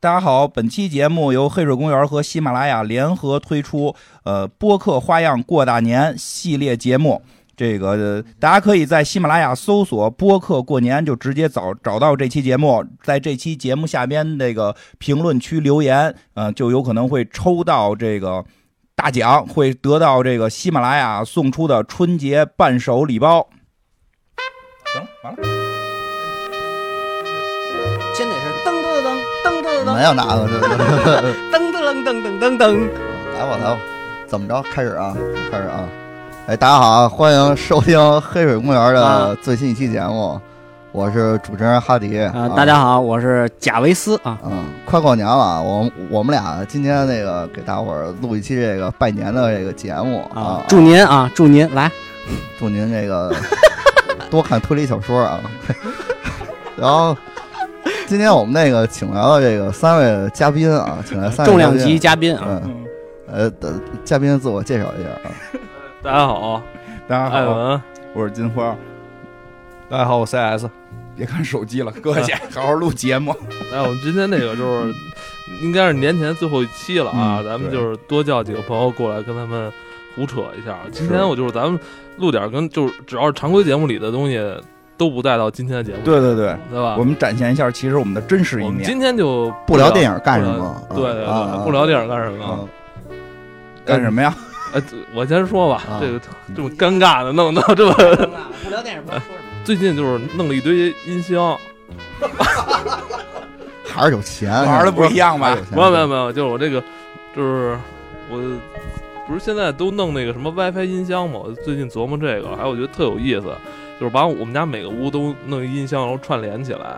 大家好，本期节目由黑水公园和喜马拉雅联合推出，呃，播客花样过大年系列节目。这个、呃大家可以在喜马拉雅搜索“播客过年”，就直接找找到这期节目。在这期节目下边这个评论区留言，呃，就有可能会抽到这个大奖，会得到这个喜马拉雅送出的春节伴手礼包。行，完了。真得是噔噔噔噔噔没有哪个 这个，噔噔噔噔噔噔。来我来我，怎么着？开始啊，开始啊！哎，大家好啊，欢迎收听黑水公园的啊最新一期节目，我是主持人哈迪。啊，大家好，我是贾维斯啊。嗯，快过年了，我我们俩今天那个给大伙儿录一期这个拜年的这个节目啊，祝您啊，祝您来祝您这个多看推理小说啊。 然后今天我们那个请来了这个三位嘉宾啊，请来三位重量嘉级宾嘉宾啊！嗯，呃，等嘉宾自我介绍一下啊。大家好，大家艾好，文。我是金花。大家好，我 CS。别看手机了，搁下，好好录节目。哎，我们今天那个就是，应该是年前最后一期了啊，嗯咱们对就是多叫几个朋友过来跟他们胡扯一下。今是天我就是咱们录点跟就是只要是常规节目里的东西都不带到今天的节目，对对对，对吧？我们展现一下，其实我们的真实一我们面。今天就不聊电影干什么不聊啊对对啊啊对，不聊电影干什么？啊，干什么呀？呃，我先说吧啊，这个这么尴尬的弄到这么，不聊电影，不说什么。最近就是弄了一堆音箱，还是有钱，啊玩的不一样吧？没有没有没有，就是我这个，就是我不是现在都弄那个什么 WiFi 音箱嘛，我最近琢磨这个，还有我觉得特有意思，就是把我们家每个屋都弄一音箱，然后串联起来。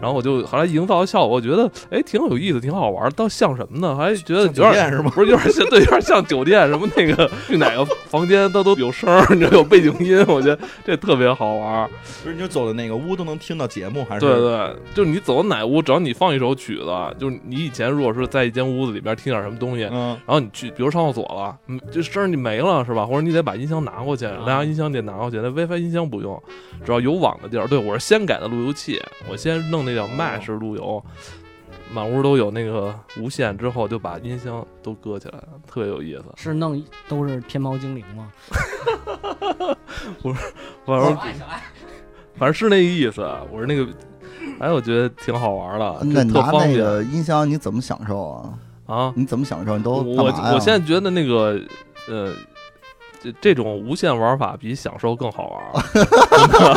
然后我就后来营造的效果，我觉得哎挺有意思，挺好玩儿。倒像什么呢？还觉得有酒点店是吗？不是有点像对，有点像酒店什么那个去哪个房间它都有声儿，你知道有背景音，我觉得这特别好玩儿。不是，你就走的那个屋都能听到节目，还是对对，就是你走到哪屋，只要你放一首曲子，啊就是你以前如果是在一间屋子里边听点什么东西，嗯，然后你去，比如上厕所了，嗯，这声儿你没了是吧？或者你得把音箱拿过去，蓝牙音箱得拿过去，那 WiFi 音箱不用，只要有网的地儿。对我是先改的路由器，我先弄那叫 Mesh 路由，满屋都有那个无线，之后就把音箱都搁起来了，特别有意思。是弄都是天猫精灵吗？反正爱小爱，哦反正是那意思，我是那个，哎，我觉得挺好玩的，啊那就你特拿方那便个音箱你怎么享受啊？啊。你怎么享受？你都我干嘛呀我现在觉得那个呃。这这种无线玩法比享受更好玩儿，真的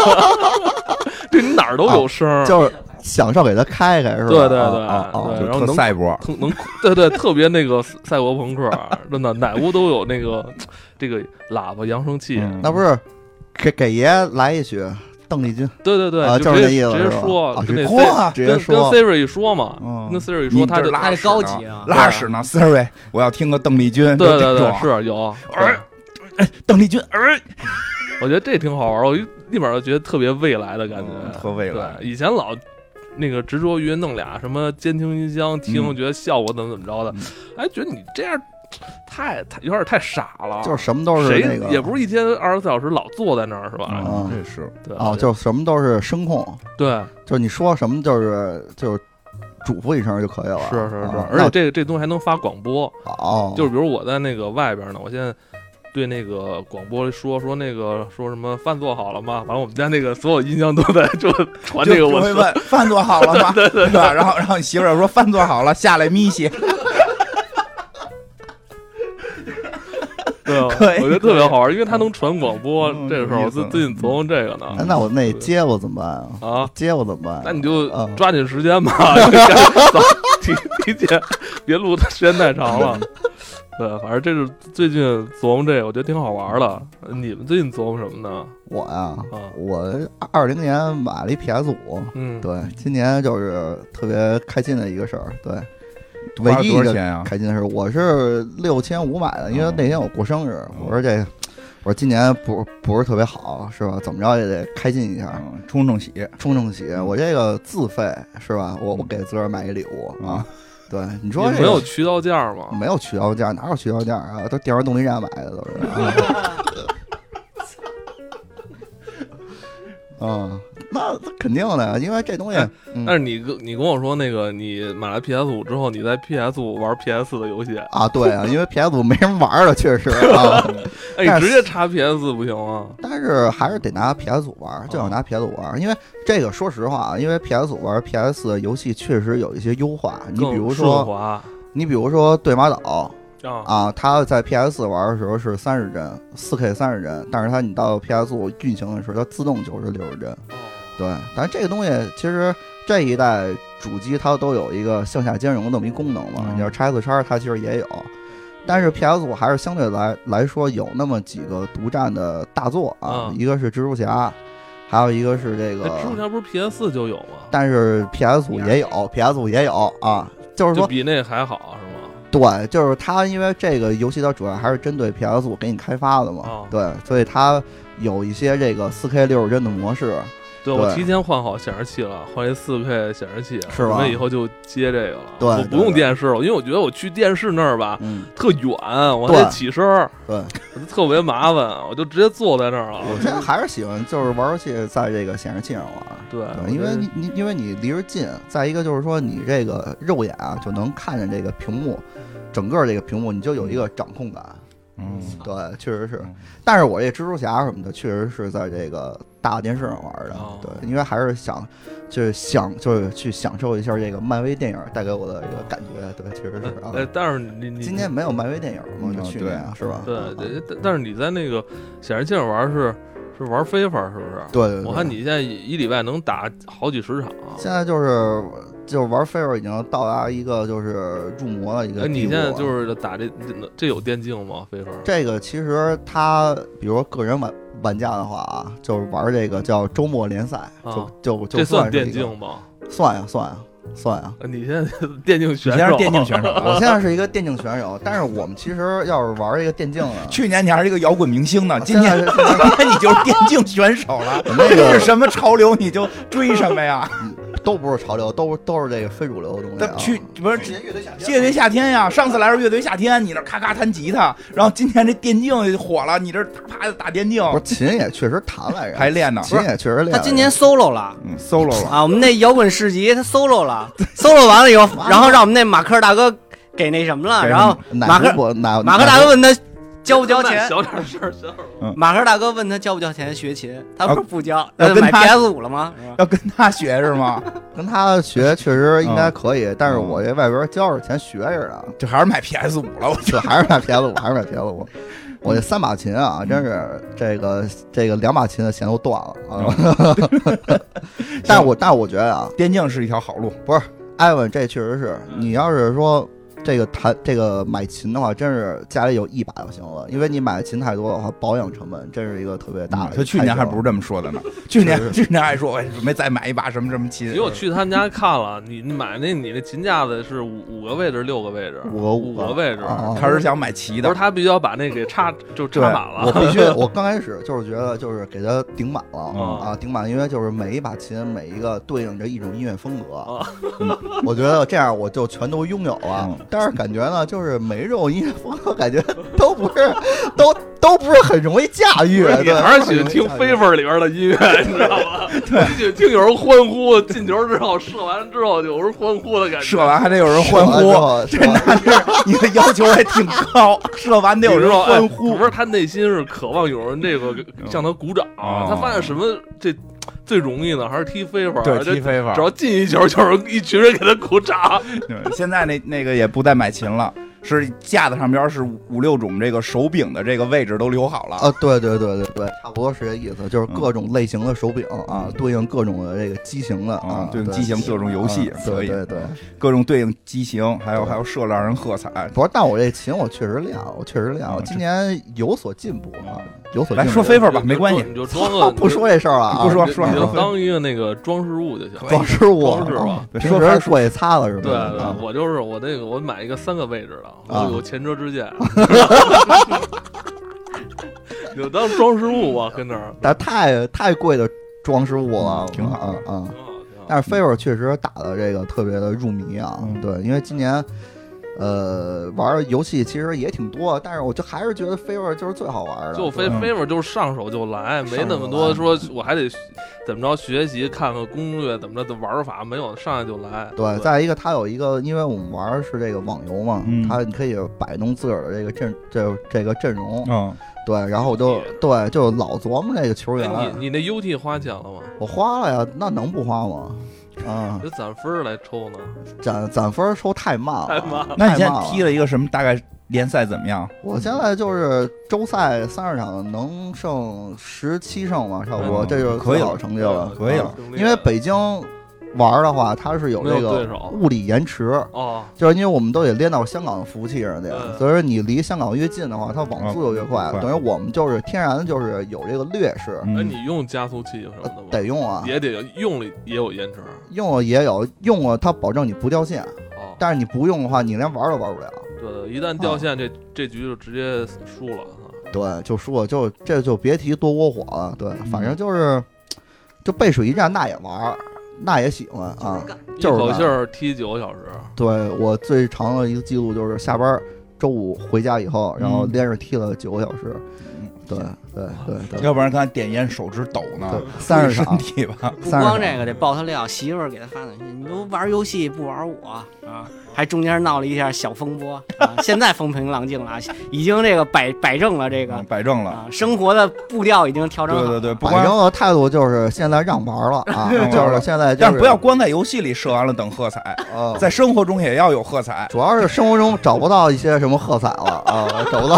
这你哪儿都有声儿，就是 享受给它开开是吧？对对对啊啊对啊就然后特能赛博，特能对对，特别那个赛博朋克啊，真的哪屋都有那个这个喇叭扬声器，嗯那不是给给爷来一曲邓丽君，对对对，啊就就是直那意接思直是接吧说啊跟直那接 Siri- 嚯，直接跟跟说 Siri 一说嘛，嗯跟 Siri 一你说他这就拉太屎高呢级啊拉屎呢，Siri，我要听个邓丽君，对就这对对啊种是有，哎邓丽君，哎，我觉得这挺好玩儿，我一立马就觉得特别未来的感嗯觉，特未来对，以前老。那个执着于弄俩什么监听音箱听，嗯觉得效果怎么怎么着的嗯，哎，觉得你这样太太有点太傻了，就是什么都是谁那个，也不是一天二十四小时老坐在那儿是吧？啊这是对啊，就是什么都是声控，对，就是你说什么就是就是嘱咐一声就可以了。是是是，啊而且这个这东西还能发广播，那哦，就是比如我在那个外边呢，我现在。对那个广播说说那个说什么饭做好了吗？反正我们家那个所有音箱都在 就传这个就就我会问饭做好了吗？对吧？然后然后你媳妇儿说饭做好了，下来咪西，对，啊 我可以觉得特别好玩，因为它能传广播嗯。这个时候有我意思最最近琢磨这个嗯哎呢那我那接我怎么办啊？啊，接我怎么办啊？那你就啊抓紧时间吧，嗯 早提提前，别录的时间太长 了。对，反正这是最近琢磨这个，我觉得挺好玩的。你们最近琢磨什么呢？我呀啊，我二零年买了一 PS 五，嗯，对，今年就是特别开心的一个事儿，对，唯花了一多少一个钱呀？开心的事儿，我是六千五买的，因为嗯那天我过生日，我说这，我说今年不不是特别好，是吧？怎么着也得开心一下，嗯，冲冲喜冲冲喜。我这个自费是吧？我我嗯给自个儿买一礼物啊啊，，对，你你说们这没有个渠道价吗？没有取消价，哪有取消价啊？都电玩动力站买的都是。啊嗯，那肯定的，因为这东西哎，嗯但是你跟你跟我说那个，你买了 PS 五之后，你在 PS 五玩 PS 的游戏，啊，对啊，因为 PS 五没人玩了，确实啊，哎，但你是直接插 PS 不行吗？但是还是得拿 PS 五玩，最好拿 PS 五玩，因为这个说实话啊，因为 PS 五玩 PS 的游戏确实有一些优化，你比如更顺说，滑你比如说对马岛啊，啊，它在 PS 玩的时候是三十帧，四 K 三十帧，但是它你到 PS 五运行的时候，它自动就是六十帧。对，但是这个东西其实这一代主机它都有一个向下兼容的这么一功能嘛，嗯你要叉 S 叉它其实也有，但是 PS 五还是相对来来说有那么几个独占的大作啊，嗯一个是蜘蛛侠，还有一个是这那个，蜘蛛哎侠不是 PS 四就有吗？但是 PS 五也有，PS 五也有啊，就是就说比那还好是吗？对，就是它因为这个游戏它主要还是针对 PS 五给你开发的嘛，哦对，所以它有一些这个 4K 六十帧的模式，对，我对提前换好显示器了，换一四 K 显示器，是吧准备以后就接这个了。对我对不用对电视了，因为我觉得我去电视那儿吧嗯，特远，我还得对起身儿，对。我就特别麻烦，我就直接坐在那儿我了。现在还是喜欢就是玩游戏在这个显示器上玩，对，嗯我对，因为觉得你你因为你离着近，再一个就是说你这个肉眼啊就能看见这个屏幕，整个这个屏幕你就有一个掌控感，嗯，对，确实是嗯。但是我这蜘蛛侠什么的，确实是在这个大电视上玩的哦，对，因为还是想就是想就是去享受一下这个漫威电影带给我的这个感觉，对，确实是啊。哎，但是你你今年没有啊漫威电影嘛，嗯就去年是吧？对对对，但但是你在那个显示器上玩是是玩非法是不是？对对，我看你现在一一礼拜能打好几十场。现在就是就玩飞儿已经到达一个就是入魔的一个地步了。哎，你现在就是打这这这有电竞吗？非法？这个，其实他比如说个人玩玩家的话啊，就是玩这个叫周末联赛，啊就就就这是算一电个，竞吗？算呀算呀算呀。呃你现在电竞选你先是手，电竞选手我啊，，现在是一个电竞选手，但是我们其实要是玩这个电竞呢去年你还是一个摇滚明星 呢，今现在年是今年你就是电竞选手了，那这个是什么潮流你就追什么呀？都不是潮流，都都是这个非主流的东西、他啊。去不是乐队夏啊乐队夏天呀，上次来是乐队夏天，你那咔咔弹吉他，然后今天这电竞火了，你这啪打电竞不是琴也确实弹来着，还练呢，琴也确实练。他今年 solo 了。嗯 solo 了。 啊，我们那摇滚市集他 solo 了，solo 完了以后，然后让我们那马克大哥给那什么了，给然后马哪克个国哪马克大哥问他交不交钱，小点声，小点声。马克大哥问他交不交钱学琴，他说不交，要那就跟买他 PS 五了吗？是吧要跟他学是吗？ 跟他学确实应嗯该可以，但是我这外边交着钱学着呢，就还是买 PS 五了，我就还是买 PS 五，还是买 PS 五。我这三把琴啊，真是这个这个两把琴的弦都断了啊！嗯 但我但我觉得啊，电竞是一条好路。艾文这确实是你要是说这个弹这个买琴的话，真是家里有一把就行了，因为你买琴太多的话，保养成本真是一个特别大的。嗯啊他啊去年还不是这么说的呢，去年是去年还说我准备再买一把什么什么琴因为，我去他们家看了，你你买那你那琴架子是五五个位置，六个位置，五个五个位置。啊，他是想买齐不的。是他必须要把那给插，就插对满我了。必须，我刚开始就是觉得就是给它顶满了、嗯啊，顶满，因为就是每一把琴每一个对应着一种音乐风格，啊嗯我觉得这样我就全都拥有了。嗯但是感觉呢，就是每一种音乐风格感觉都不是， 都都不是很容易驾驭。不是你对，还是喜欢听非。飞 a 里边的音乐，你知 道吗？你喜欢听有人欢呼，进球之后射完之后有人欢呼的感觉。射完还得有人欢射完之呼，后这男的 你的要求还挺高，射完得有人哎欢呼哎嗯不。是他内心是渴望有人这个向他鼓掌，哦他发现什么这最容易呢？还是踢啊飞法？对，这踢飞法只。要进一球，就是一群人给他鼓掌。对现在那那个也不再买琴了，是架子上边是五五六种这个手柄的这个位置都留好了。啊，对对对对对，差不多是这意思，就是各种类型的手柄啊，对应各种的这个机型的嗯啊啊，对应机型各种游戏啊可对以对对。各种对应机型，还有对还有射让人喝彩。不是，但我这琴我确实练了，我确实练了，嗯我这今年有所进步啊，有所进步。来说飞法吧，没关系你。就 装个不说这事儿了啊，不说你就说你就说当一个那个装饰物就行。装饰物，啊装饰吧对平说法时过去擦了是吧？对，啊对，我就是我那个，我买一个三个位置的，啊我有前车之鉴，你就当装饰物吧，跟那儿但太太贵的装饰物了，挺好啊啊！挺好挺好。但是 favor 确实打的这个特别的入迷啊，嗯对，因为今年呃，玩游戏其实也挺多，但是我就还是觉得 Favor 就是最好玩的。就非嗯对 favor 就是上手就来，没那么上多手说我还得怎么着学习，看看攻略怎么着的玩法，没有上来就来。对，再一个，它有一个，因为我们玩的是这个网游嘛，嗯它你可以摆弄自个儿的这个阵，这这个阵容。嗯，对，然后我就对，就老琢磨这个球员。哎你你那 UT 花钱了吗？我花了呀，那能不花吗？啊、得攒分儿来抽呢。攒攒分儿抽太慢了，太慢了。那你现在踢了一个什么？大概联赛怎么样？我现在就是周赛三十场能胜十七胜嘛，差不多，嗯这就是可以最了好成绩了，可以了啊因为北京玩儿的话，它是有没有这对个手物理延迟，哦，就是因为我们都得连到香港的服务器上去嗯，所以说你离香港越近的话，它网速就越快，嗯等于我们就是天然就是有这个劣势，哎，嗯，你用加速器什么的吗？得用啊，嗯也得有用了也有延迟。用了也有用了，它保证你不掉线，哦，但是你不用的话，你连玩儿都玩不了。对对，一旦掉啊线，这这局就直接输了。啊对，就说嗯就这就别提多窝火了。对，反正就是就背水一战，那也玩儿，那也喜欢啊。一就是口干气儿踢九个小时，对我最长的一个记录就是下班儿周五回家以后，然后嗯连着踢了九个小时。嗯对对对对要不然他点烟手指抖呢对，，三十身场体吧。 不三十光场这个得爆他料，媳妇儿给他发短信，你都玩游戏不玩我啊，还中间闹了一下小风波啊，现在风平浪静了，啊，已经这个摆摆正了这个嗯摆正了，啊，生活的步调已经调整好对了。对对，不反光正态度就是现在让玩儿了 啊，让玩儿就是了现在就但是是不要光在游戏里射完了等喝 彩，呃在生活中也要有喝彩。主要是生活中找不到一些什么喝彩了啊，找不到，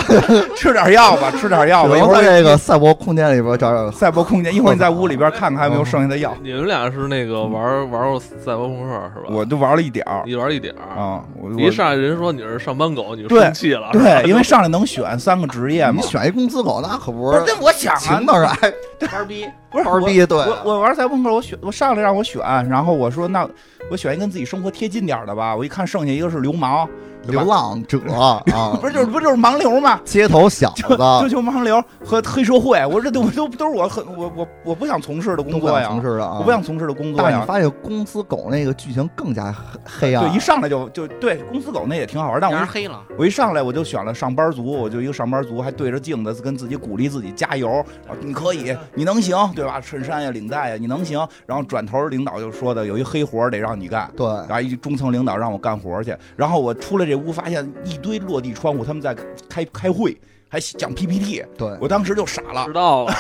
吃点药 吧，吃点药吧。只一能会在儿这个赛博空间里边找找赛博空间，一会儿你在屋里边看嗯看还有没有剩下的药。你们俩是那个玩玩过赛博朋克是吧？嗯嗯我就玩了一点儿你玩一点儿，啊，我一我上来人说你是上班狗，你就对生气了。对，因为上来能选三个职业你嘛。选一公司狗，那可不不是是，那 我想啊情，到是爱班儿逼，不是班儿我逼对我我玩赛博朋克，我选我上来让我选，然后我说那我选一跟自己生活贴近点儿的吧。我一看剩下一个是流氓，对吧流浪者啊， 不是就是不就是盲流嘛，街头小子就 就就盲流和黑社会。我这都我都都是我很我我我不想从事的都工不作想呀从，事的啊，我不想从事的工作但是呀你。发现公司狗那个剧情更加黑黑暗，对，一上来就就对公司狗那也挺好玩，但我让一人黑了。我一上来我就选了上班族，我就一个上班族，还对着镜子跟自己鼓励自己加油，啊你可以，你能行，对吧？衬衫呀、领带呀，你能行。然后转头领导就说的，有一黑活儿得让你干。对，然后一中层领导让我干活儿去，然后我出来这屋发现一堆落地窗户，他们在开开会，还讲 PPT，对我当时就傻了 知，道了，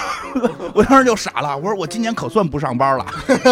我当时就傻了，我说我今年可算不上班了，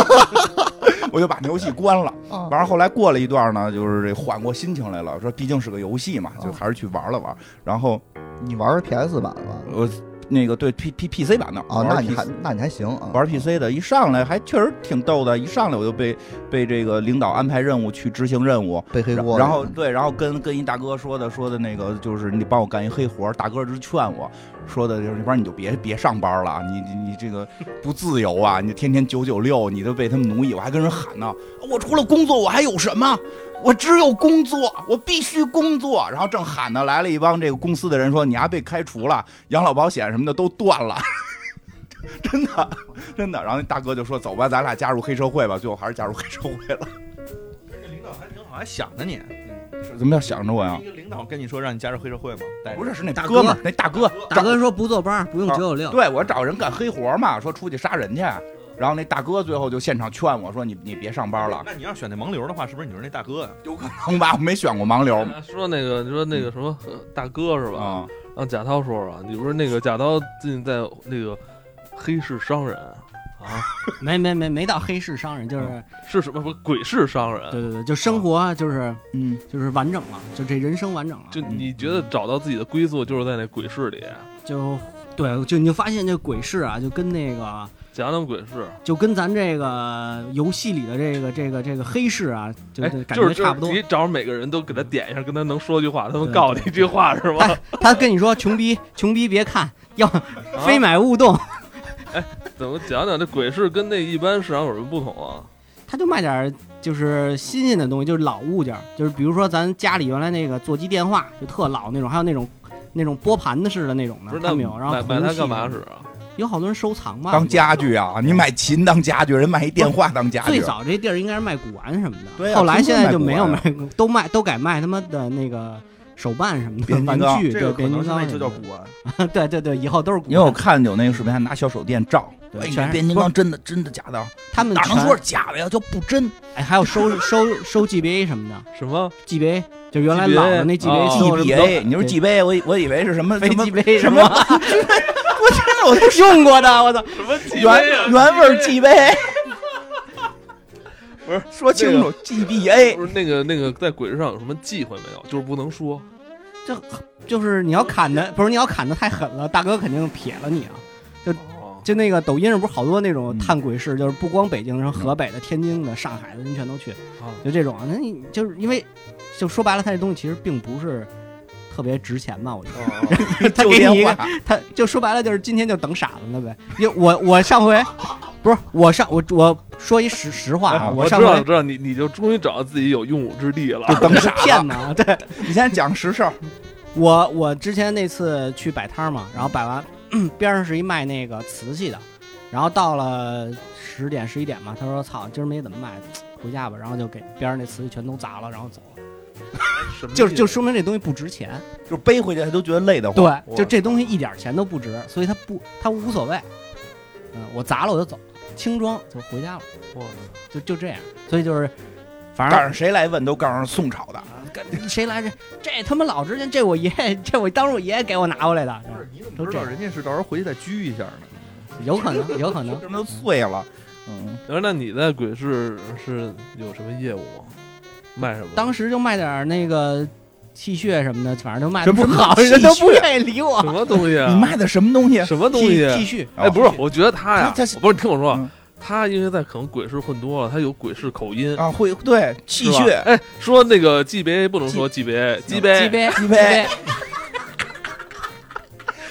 我就把那游戏关了。啊完了后来过了一段呢，就是这缓过心情来了，说毕竟是个游戏嘛，嗯就还是去玩了玩。然后你玩 PS 版吧？我那个对 P P P C 版的啊，玩那你 PC 还那你还行啊，玩 P C 的，一上来还确实挺逗的，一上来我就被被这个领导安排任务去执行任务。背黑然锅，然后对，然后跟跟一大哥说的说的那个就是你帮我干一黑活儿，大哥就劝我说的就是，要不然你就别别上班了，啊你你你这个不自由啊，你天天九九六，你都被他们奴役，我还跟人喊呢，我除了工作我还有什么？我只有工作，我必须工作。然后正喊呢，来了一帮这个公司的人说你还被开除了，养老保险什么的都断了。真的，真的。然后那大哥就说：“走吧，咱俩加入黑社会吧。”最后还是加入黑社会了。领导还挺好，还想着你。怎么要想着我呀？一个领导跟你说让你加入黑社会吗？带着不是，是那大哥们儿哥，那大哥，大哥说不坐班儿，不用九九六，对我找人干黑活嘛，说出去杀人去，然后那大哥最后就现场劝我说：“你你别上班了，那你要选那盲流的话，是不是你就是那大哥啊呀？有可能吧？我没选过盲流说那个你说那个什么呃大哥是吧？嗯啊，让贾涛说说，你不是那个贾涛最近在那个黑市商人啊，没没没没到黑市商人，就是嗯是什么不是鬼市商人？对对对，就生啊活就是嗯，就是完整了，就这人生完整了，就你觉得找到自己的归宿就是在那鬼市里，就对，就你就发现这鬼市啊，就跟那个讲讲鬼市，就跟咱这个游戏里的这个这个这个黑市啊，就哎，就感就觉是差不多就是。你找着每个人都给他点一下，跟他能说句话，他们对哎告诉你一句话是吗？他跟你说穷逼穷逼别看，要啊非买勿动，怎么讲讲这鬼市跟那一般市场有什么不同啊？他就卖点儿就是新鲜的东西，就是老物件儿，就是比如说咱家里原来那个座机电话就特老那种，还有那种那种拨盘的似的那种不的，是那啊他们有，然后买红买它系干嘛使啊？有好多人收藏吧。当家具啊，你买琴当家具，人卖一电话当家具。啊最早这地儿应该是卖古玩什么的，对啊后来现在就没有天天卖啊卖 古，都卖都改卖他妈的那个手办什么的变形金刚玩具，这对，个可变能形现金在刚就叫古玩。叫，对对对，以后都是古玩。因为我看有那个视频，还拿小手电照，对哎，你全这是变形金刚真的真的假的？啊他们哪能全说是假的呀？就不真。哎，还有收收收 GBA 什么的什么？ ，GBA 就原来 GBA 老的那 GBA 哦收 GBA，你说啊 GBA，我以我以为是什 么非什么 GBA 什什么？么我真的我都用过的，我操！ 什么级原啊原味 GBA，不是说清楚 GBA，不是那个那个在鬼市上有什么忌讳没有？就是不能说。就是你要砍的，不是你要砍的太狠了，大哥肯定撇了你啊！哦，就那个抖音上不是好多那种嗯探鬼市，就是不光北京，然后河北的、天津的、上海的，人全都去，哦就这种啊。那你就是因为，就说白了，他这东西其实并不是特别值钱嘛，我觉得。哦 他旧给你一电个，话，他就说白了就是今天就等傻子了呗。因为我我上回不是我上我我说一实实话啊，哦我知上道，回知道你你就终于找到自己有用武之地了。等傻骗子。子啊，对 你先讲实事儿，我我之前那次去摆摊儿嘛，然后摆完 边上是一卖那个瓷器的，然后到了十点十一点嘛，他说操，今儿没怎么卖，回家吧，然后就给边上那瓷器全都砸了，然后走了，什么就是意思就说明这东西不值钱，就背回去，他都觉得累得慌。对，就这东西一点钱都不值，所以他不他无所谓，嗯，我砸了我就走，轻装就回家了。哇就就这样，所以就是，反但正是谁来问都告诉宋朝的，谁来着？这他妈老之前，这我爷爷，这我当时我爷爷给我拿过来的，不是，你怎都这么知道样人家是到时候回去再狙一下呢？ 有可能，有可能。什么都碎了。嗯，然后那你在鬼市是有什么业务吗？卖什么？当时就卖点儿那个 T 恤什么的，反正都卖什么的不好， T 恤人都不愿意理我什。么东西啊？你卖的什么东西？什么东 T 西？ T 恤，哎，不是，我觉得他呀，他他是不是，你听我说啊，嗯他因为在可能鬼市混多了，他有鬼市口音，啊，会对气是吧血哎，说那个 GBA 不能说 GBA，鸡哎鸡杯，杯，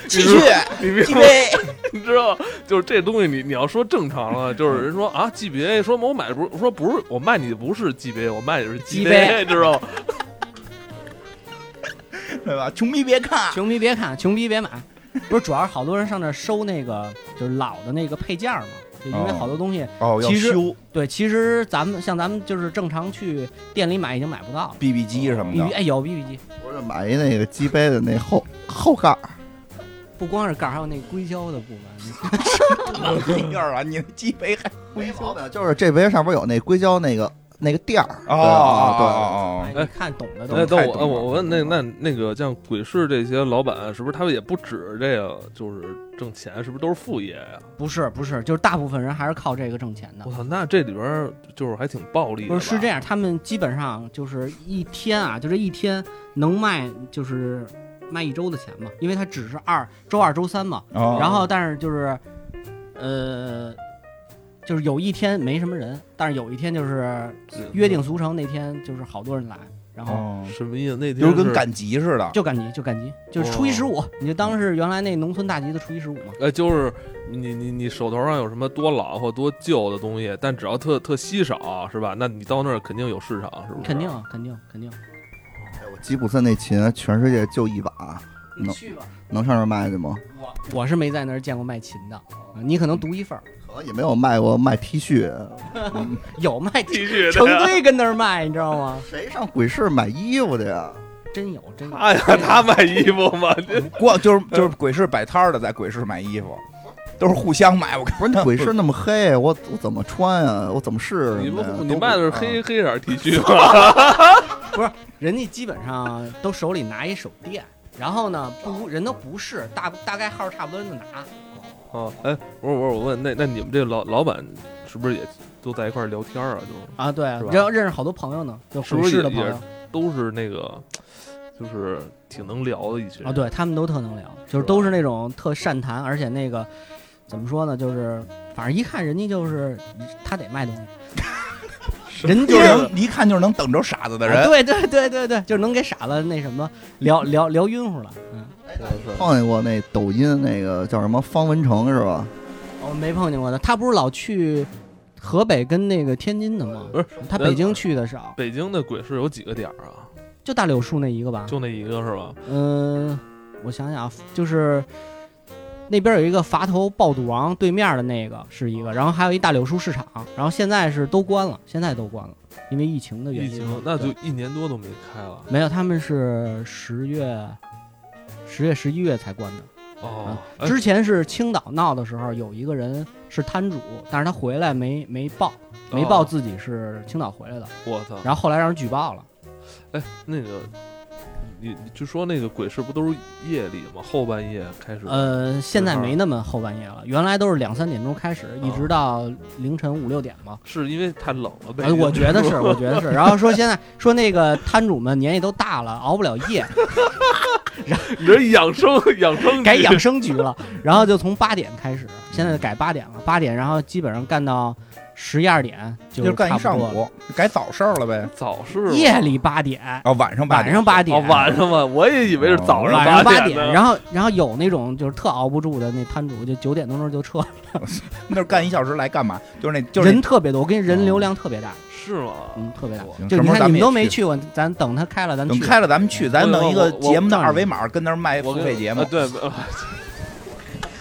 鸡杯，气鸡你血你别鸡 杯。 你知道，就是这东西你你要说正常了，就是人说啊 GBA，说我买的不是，我说不是，我卖你的不是 GBA，我 卖你是鸡杯，知道吗？对吧？穷逼别看， 穷逼别看，穷逼别买。不是，主要是好多人上那儿收那个就是老的那个配件儿嘛，就因为哦好多东西，哦其实修对，其实咱们像咱们就是正常去店里买已经买不到了。 BB 机什么 BB 的，哎有 BB 机，我就买一那个鸡杯的那后后盖儿，不光是盖儿，还有那硅胶的部分。我这样啊，你的鸡杯还没毛病，就是这杯上边有那硅胶那个那个垫儿。哦对啊对啊，哦哎，你看懂的都哎，懂。等太我，懂哎了我我问那太那那个像鬼市这些老板，是不是他们也不指这个就是挣钱，是不是都是副业呀？不是不是，就是大部分人还是靠这个挣钱的我。操，那这里边儿就是还挺暴力的吧。不是是这样，他们基本上就是一天啊，就这一天能卖就是卖一周的钱嘛，因为他只是二周二周三嘛。哦哦，然后但是就是，呃，就是有一天没什么人，但是有一天就是嗯约定俗成那天就是好多人来，然后哦，什么意思？那天就是跟是赶集似的，就赶集就赶集，就是初一十哦五，你就当是原来那农村大集的初一十五嘛。呃，就是你你你手头上有什么多老或多旧的东西，但只要特特稀少，啊是吧？那你到那儿肯定有市场，是不是？肯定啊，肯定，肯定。哎我吉普森那琴全世界就一把，你去吧。能上这儿卖去吗？我是没在那儿见过卖琴的，啊你可能独一份儿，可能也没有卖过卖 T 恤，有卖 T 恤成 堆跟那儿卖，你知道吗？谁上鬼市买衣服去 呀？真有，真有。他哎呀，他卖衣服嘛，过 就是就是鬼市摆摊儿的，在鬼市买衣服，都是互相买。我看不是你鬼市那么黑，我我怎么穿呀？我怎么试？你不都你卖的是啊黑、黑色 T 恤吗？ 人家基本上都手里拿一手电，然后呢，不人都不是大大概号差不多人就拿，哦，哎，我我我问，那那你们这老老板是不是也都在一块儿聊天儿啊？就是啊，对啊是吧，然后认识好多朋友呢，就是回不是市也的朋也友都是那个，就是挺能聊的一群啊，对他们都特能聊，就是是吧都是那种特善谈，而且那个怎么说呢，就是反正一看人家就是他得卖东西，人就就是是。能一看就是能等着傻子的人啊，对对对对对，就是能给傻子那什么 聊聊聊晕乎了，嗯，碰见过那抖音那个叫什么方文成是 吧？哦我哦没碰见过他，他不是老去河北跟那个天津的吗？不是，他北京去的少，北京的鬼市有几个点儿啊？就大柳树那一个吧，就那一个是吧？嗯，我想想啊，就是那边有一个垡头爆肚王，对面的那个是一个，然后还有一大柳树市场，然后现在是都关了，现在都关了，因为疫情的原疫因。情那就对一年多都没开了。没有，他们是十月、十月、十一月才关的。啊，哦哎之前是青岛闹的时候，有一个人是摊主，但是他回来没没报，没报哦自己是青岛回来的，哎我操！然后后来让人举报了。哎，那个，你你就说那个鬼市不都是夜里吗？后半夜开始。呃，现在是吗没那么后半夜了，原来都是两三点钟开始，一直到凌晨五六点吧。是因为太冷了呗？哎，我觉得是，我觉得是。然后说现在说那个摊主们年纪都大了，熬不了夜， 你这养生养生改局养生局了，然后就从八点开始，现在改八点了，八点，然后基本上干到十一二点就是干差一不上多了。午，改早市了呗。早市吗夜里八点，哦，晚上八晚点，上八点，哦哦晚上嘛，我也以为是早晚上八八点，呢。然后然后有那种就是特熬不住的那摊主，就九点多钟就撤，那是干一小时来干嘛？就是那就是那人特别多，我跟你人流量特别大，是吗？嗯，特别大。行就什么你时候看咱你们们都也没去。去过，咱等他开了咱们等去。开了咱们去，咱弄一我个我我节目的我二维码，跟那儿卖付我跟费节啊目，对，呃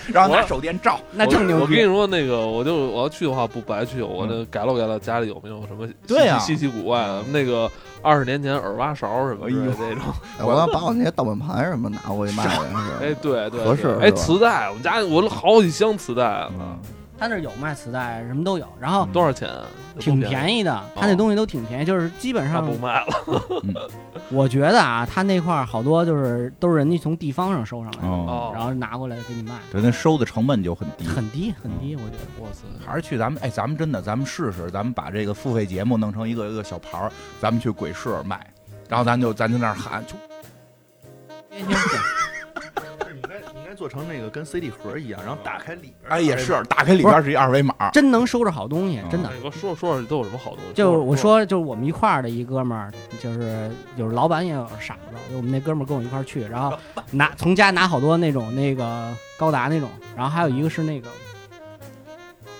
然后拿我手电照。 那正我牛我跟逼嗯你，说，那个我就我要去的话不白去，我那改了改了家里有没有什么稀奇对啊稀奇古怪的那个二十年前耳挖勺什么之类的那种。哎我要把我那些盗版盘什么拿过去卖了，哎，是对对，合适对是哎，吧磁带，我们家我好几箱磁带嗯了，他那儿有卖磁带，什么都有，然后多少钱啊？挺宜，哦便宜的，他那东西都挺便宜，就是基本那上不卖了。我觉得啊，他那块儿好多就是都是人家从地方上收上来的，哦，嗯嗯然哦，后拿过来给你卖，对，那收的成本就很低。很低很低，我觉得。哇塞！还是去咱们哎，咱们真的，咱们试试，咱们把这个付费节目弄成一个一个小牌儿，咱们去鬼市卖，然后咱就咱就那儿喊，就天天见你应该你应该做成那个跟 CD 盒一样，然后打开里边儿哎也是，打开里边是一二维码，真能收着好东西嗯，真的哎。，给我说说说都有什么好东西？就我说说，就是我们一块儿的一哥们儿，就是就是老板也有傻子，就我们那哥们儿跟我一块儿去，然 后拿从家拿好多那种那个高达那种，然后还有一个是那个，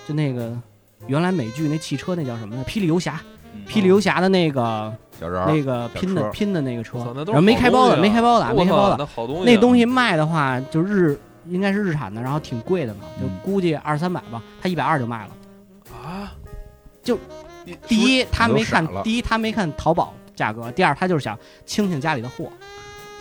就那个原来美剧那汽车那叫什么来，《霹雳游侠》，《啊霹雳游侠》的那个小人儿嗯那个小拼的车拼的那个我车操，那都是然后没好开包东的，西没开包啊的，没开包的，那好东西啊，那东西卖的话，就日应该是日产的，然后挺贵的嘛，就嗯估计二三百吧，他一百二就卖了。啊，就你第说，一，他你都没看傻了第一他没看淘宝价格；第二，他就是想清清家里的货。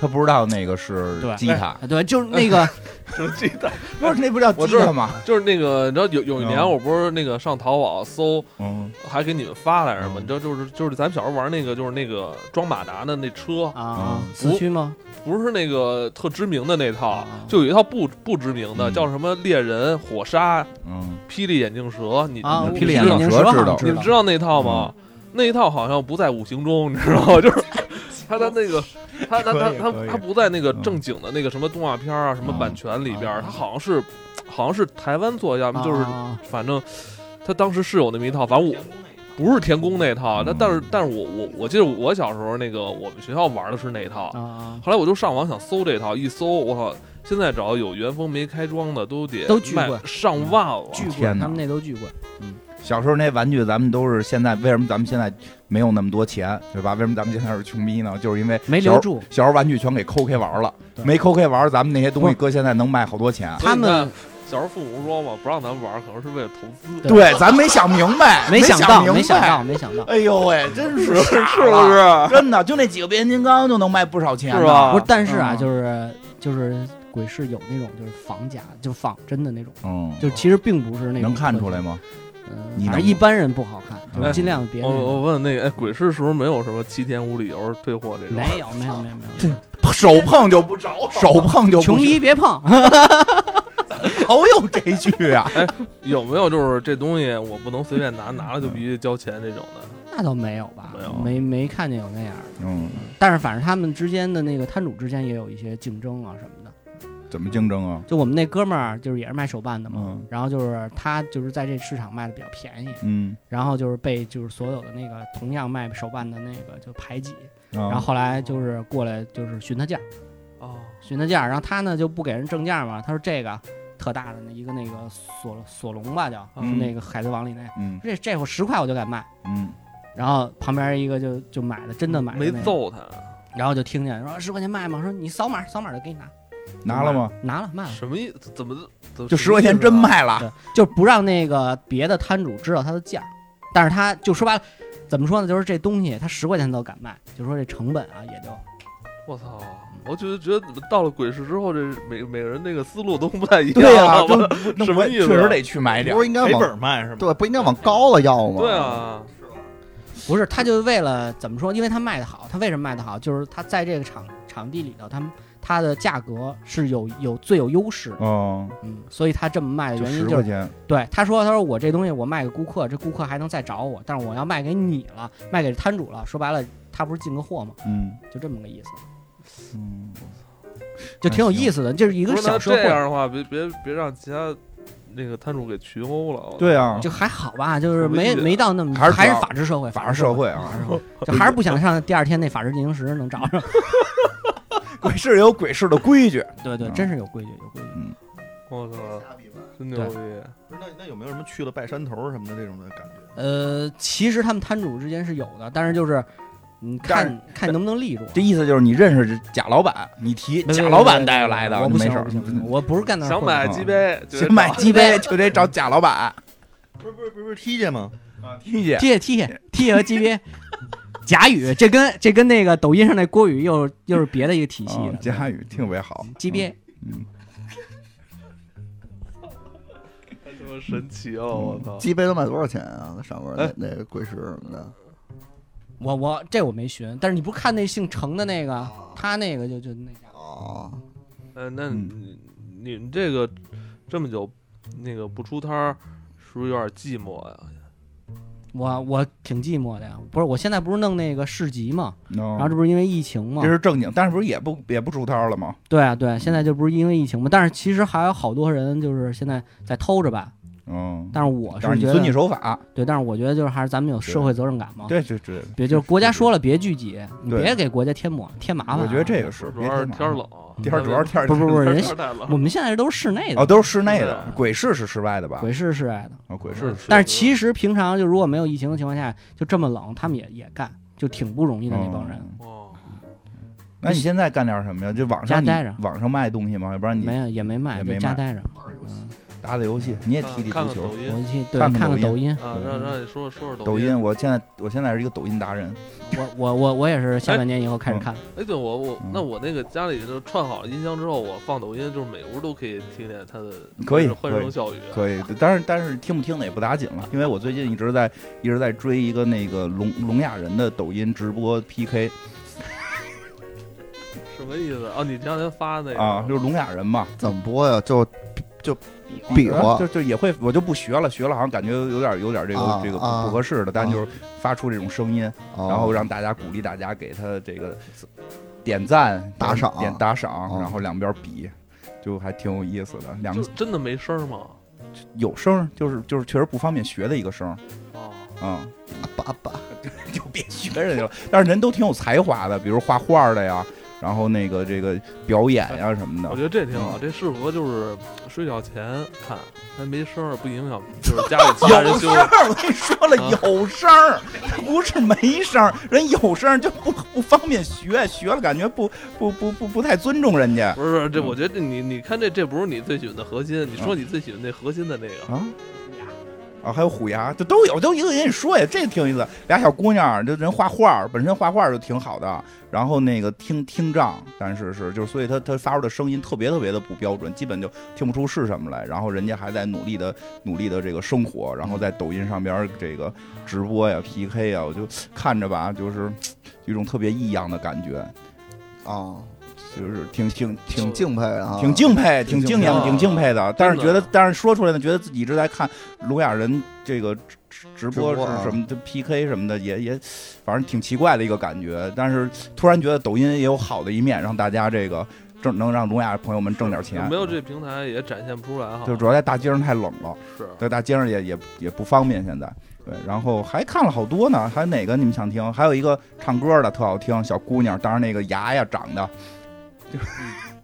他不知道那个是对吉他，啊，对，就是那个不是那不 叫我吉知道他啊吗？就是那个，你知道有有一年嗯我不是那个上淘宝搜，嗯，还给你们发来着吗？嗯你知道就是就是咱们小时候玩那个就是那个装马达的那车， 啊嗯，四驱吗？不是那个特知名的那套啊，就有一套不不知名的，嗯叫什么猎人、火杀、嗯，霹雳眼镜蛇，你啊，那我霹雳眼你知镜眼镜道蛇好知道嗯像你知们知道那套吗？那一套好像不在五行中，你 知道吗？就是 他他那个他他他可以他可以他不在那个嗯正经的那个什么动画片啊、什么嗯版权里边儿，啊他好像是好像是台湾做，要么啊就是啊反正他当时是有那么一套，反正我不是田宫那套，嗯但但是但是我我我记得我小时候那个我们学校玩的是那套啊，啊，后来我就上网想搜这套，一搜我靠，现在只要有原封没开装的都得都巨卖贵上万了，巨贵，哦天哪他们那都巨贵。小时候那玩具咱们都是现在，为什么咱们现在没有那么多钱，对吧？为什么咱们现在是穷逼呢？就是因为没小留住小时候玩具全给抠开玩了，对没抠开玩，咱们那些东不西是搁现在能卖好多钱。所以他你们看小时候父母说嘛，不让咱玩，可能是为了投资。对对，咱没想明白，没想想到，明白没想到，没想到。哎呦喂，真是 是不是？真的，就那几个变形金刚就能卖不少钱呢是吧不是，但是啊，嗯就是就是鬼市有那种就是仿假，就是仿真的那种，嗯，就其实并不是那种能看出特来效。吗？嗯你反正能一般人不好看，就哎是尽量别那我我种。问那个，哎，鬼市是不是没有什么七天无理由退货这种？没有没有没有没手碰就不着，手碰就有，不穷逼别碰。 头有这句啊。有没有就是这东西我不能随便拿，拿了嗯就必须交钱这种的？那倒没有吧，没有没看见有那样的。 嗯，但是反正他们之间的那个摊主之间也有一些竞争啊什么的。怎么竞争啊？就我们那哥们儿就是也是卖手办的嘛，嗯然后就是他就是在这市场卖的比较便宜，嗯，然后就是被就是所有的那个同样卖手办的那个就排挤，然然后后来就是过来就是询他价，哦，询他价，然后他呢就不给人正价嘛，他说这个特大的那一个那个索索隆吧叫，嗯是那个海贼王里那，嗯这这我十块我就敢卖，嗯，然后旁边一个就就买了，真的买了没那个揍他，然后就听见说十块钱卖吗？说你扫码扫码就给你拿，拿了吗？拿了卖了，什么意？怎么怎么啊就十块钱真？卖对了，就不让那个别的摊主知道它的价儿。但是他就说白了，怎么说呢？就是这东西他十块钱都敢卖，就说这成本啊也就我操！我觉得觉得到了鬼市之后，这每每个人那个思路都不太一样对啊呀，了。这 我那什么我意思啊确实得去买点不儿。是应该赔本往儿卖是吗？对，不应该往高了要吗？哎对，啊，不是，他就为了怎么说？因为他卖的好，他为什么卖的好？就是他在这个场场地里头，他们他的价格是有有最有优势的，嗯，嗯，所以他这么卖的就原十因就块是钱，对他说，他说我这东西我卖给顾客，这顾客还能再找我，但是我要卖给你了，卖给摊主了，说白了，他不是进个货吗？嗯就这么个意思，嗯，就挺有意思的，就是一不个是那小社这样会，的话，别别别让其他那个摊主给群殴了。对啊就还好吧，就是没我理解没到那么还是还是主要法治社会，法治社会啊 法治社会 就还是不想上第二天那法制进行时能找着，鬼市有鬼市的规矩，对对，嗯真是有规矩有规矩。我操，瞎逼卖。真牛逼！不是那那有没有什么去了拜山头什么的这种的感觉？呃，其实他们摊主之间是有的，但是就是，嗯，但看看你能不能立住。这意思就是你认识这贾老板，你提没贾老板带来的，我不没行，事我儿不。行，不行我不是干那啊想混的买鸡杯，想买鸡杯就得找贾老板，不是不是不是不是踢去吗？理解？踢踢踢和鸡杯。贾语，这跟这跟那个抖音上那郭宇又又是别的一个体系哦的。贾宇特别好，鸡杯，嗯，太他妈神奇嗯了！我操！鸡杯都卖多少钱啊？那上边哎那那个贵石什么的，我我这我没寻，但是你不看那姓程的那个，哦他那个就就那啥，哦，呃，那嗯你你们这个这么久那个不出摊儿，是不是有点寂寞呀？我我挺寂寞的呀。不是，我现在不是弄那个市集嘛，然后然这不是因为疫情嘛嗯这，是正经，但是不是也不也不出摊了吗？对啊对啊，现在就不是因为疫情嘛，但是其实还有好多人就是现在在偷着办，嗯，但是我但是是你觉遵纪得啊守法，对，但是我觉得就是还是咱们有社会责任感嘛。对对对，别就是国家说了别聚集，你对别给国家添抹添麻烦啊。我觉得这个是，主别要是添麻天儿烦冷，天儿主要是天儿不不不是人天儿太冷我们现在都是室内的，哦，都是室内的对，鬼市是室外的吧？啊鬼市室外的。啊，鬼市是，但是其实平常就如果没有疫情的情况下，就这么冷，他们也也干，就挺不容易的那帮人。嗯哦，那你现在干点什么呀？就网上家你待着网上卖东西吗？要不然你没有也没卖，也就没家卖待着。嗯打打游戏，你也踢踢嗯看足看球抖。我音去对看看看抖看音抖音，啊，让让你说说说抖音。音，我现在我现在是一个抖音达人，我我我我也是下半年以后开始看。哎，对我我嗯那我那个家里就串好了音箱之后，我放抖音，就是每屋都可以听见它的可以欢可以声笑语。可以，但是但是听不听的也不打紧了，因为我最近一直在一直在追一个那个聋聋哑人的抖音直播 PK 什么意思？哦，你前两天发那个啊，就是聋哑人嘛，嗯啊怎么播呀？就比划就就也会，我就不学了，学了好像感觉有点有点这个、啊这个不啊不合适的，但就是发出这种声音，哦然后让大家鼓励大家给他这个点赞打赏点打赏，哦然后两边比。就还挺有意思的，两就个真的没声儿吗？有声儿，就是就是确实不方便学的一个声儿，哦，嗯，爸爸 就别学人家了。但是人都挺有才华的，比如画画的呀，然后那个这个表演呀什么我的，觉得这挺好，嗯这适合就是睡觉前看，它没声儿，不影响 就是家里其他人休息。儿，我跟你说嗯了，有声儿，不是没声儿，人有声儿就不不方便学，学了感觉不不不不不太尊重人家不是不是，这我觉得这你你看这这不是你最喜欢的核心，你说你最喜欢那核心的那个，啊。啊，还有虎牙，这都有，都一个人说呀，这挺有意思。俩小姑娘，这人画画，本身画画就挺好的，然后那个听听障，但是是就是，所以她她发出的声音特别特别的不标准，基本就听不出是什么来。然后人家还在努力的努力的这个生活，然后在抖音上边儿这个直播呀、PK 呀，我就看着吧，就是有一种特别异样的感觉，哦，就是挺挺挺挺敬佩的啊，挺敬佩，挺挺敬敬佩啊仰，的挺敬佩的。但是真觉的得，但是说出来呢，觉得自己一直在看聋哑人这个直直直播直播啊是什么的 PK 什么的，也也反正挺奇怪的一个感觉。但是突然觉得抖音也有好的一面，让大家这个挣能让聋哑朋友们挣点钱。没有这平台也展现不出来哈。就主要在大街上太冷了，是在大街上也也也不方便现在。对，然后还看了好多呢，还有哪个你们想听？还有一个唱歌的特好听，小姑娘，当然那个牙呀长的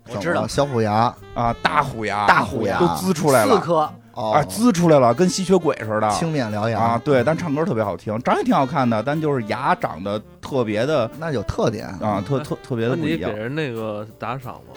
怎么了，小虎牙啊，大虎牙，大虎牙都滋出来了，四颗，哦啊，滋出来了，跟吸血鬼似的。青面獠牙啊，对，但唱歌特别好听，长也挺好看的，但就是牙长得特别的那有特点啊，特特特别的那不你一给样。人那个打赏吗？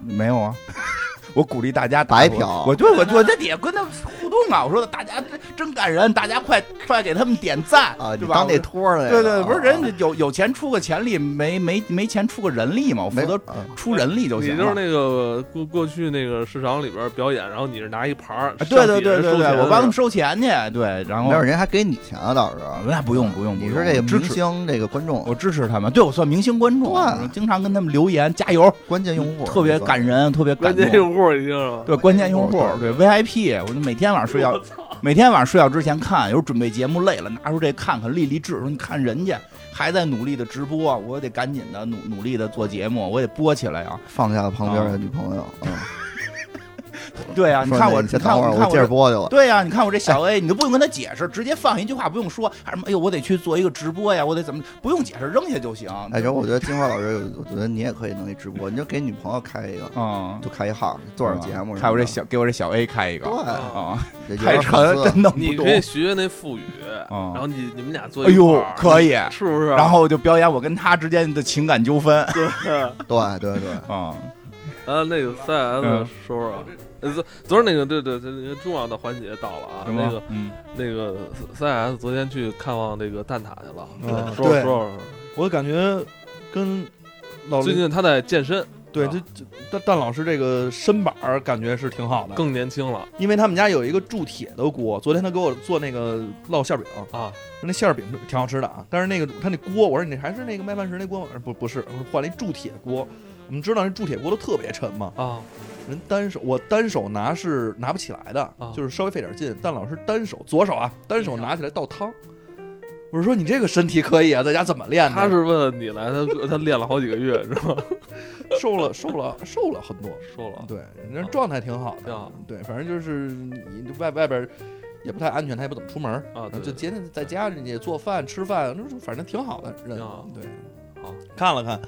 没有啊， 我鼓励大家打白我嫖我对我我在底下跟他互动啊，我说大家真真感人，大家快快给他们点赞啊，你对吧？当那我啊托儿来对对，不是人家家有有钱出个钱力，没没没钱出个人力嘛，我负没责啊出人力就你行就是了。那个过过去那个市场里边表演，然后你是拿一盘儿，啊对对上底下对对收对，钱我帮他们收钱去，对，然后没有人还给你钱啊，到时候那不用不用，不你用是这个支明持星这个观众我支持他们，对我算明星观众，啊对经常跟他们留言加油，关键用户，特别感感人，特别感关键动。用户已经是吧？对关键用户，关键对 VIP，我就每天晚上睡觉我，操！每天晚上睡觉之前看，有时候准备节目累了，拿出这看看，励励志，说你看人家还在努力的直播，我得赶紧的努努力的做节目，我得播起来啊！放下旁边的女朋友。嗯，对啊，你说看那我，你你先看等会我，儿，你看接着我这。播去了。对啊呀、你看我这小 A，你都不用跟他解释，直接放一句话，不用说，还什么哎呦，我得去做一个直播呀，我得怎么，不用解释，扔下就行。哎，然后我觉得金花老师，有，我觉得你也可以弄一直播，你就给女朋友开一个，嗯，就开一号，做点节目什么的。开我这小，给我这小 A 开一个对，啊，也有太点沉粉，丝真弄不你动可。以学那腹语，嗯然后你你们俩坐哎一块呦儿，，可 以。是不是？啊然后我就表演我跟他之间的情感纠纷对，对对对，啊，啊，那个嗯 3S 说说啊，呃昨昨儿那个对对对，那个重要的环节到了啊，什那么个？嗯，那个 3S 昨天去看望这个蛋挞去了，说嗯说对说我感觉跟老说，最林近他在健身，对啊这这但但老师这个身板儿感觉是挺好的，更年轻了因为他们家有一个铸铁的锅，昨天他给我做那个烙馅儿饼，啊，那馅儿饼挺好吃的啊，但是那个他那锅，我说你还是那个麦饭石那锅吗？不不是，我说换了一铸铁锅。我们知道那铸铁锅都特别沉嘛，啊，人单手我单手拿是拿不起来的，啊哎就是稍微费点劲。但老师单手左手啊，单手拿起来倒汤。我说你这个身体可以啊，在家怎么练的？他是问你来，他他练了好几个月是吧？瘦了瘦了瘦了很多，说了，对，人家状态挺好挺的好，对，反正就是你外外边也不太安全，他也不怎么出门儿啊对就天天在家人家做饭吃饭，那反正挺好的人挺好，对，好看了看，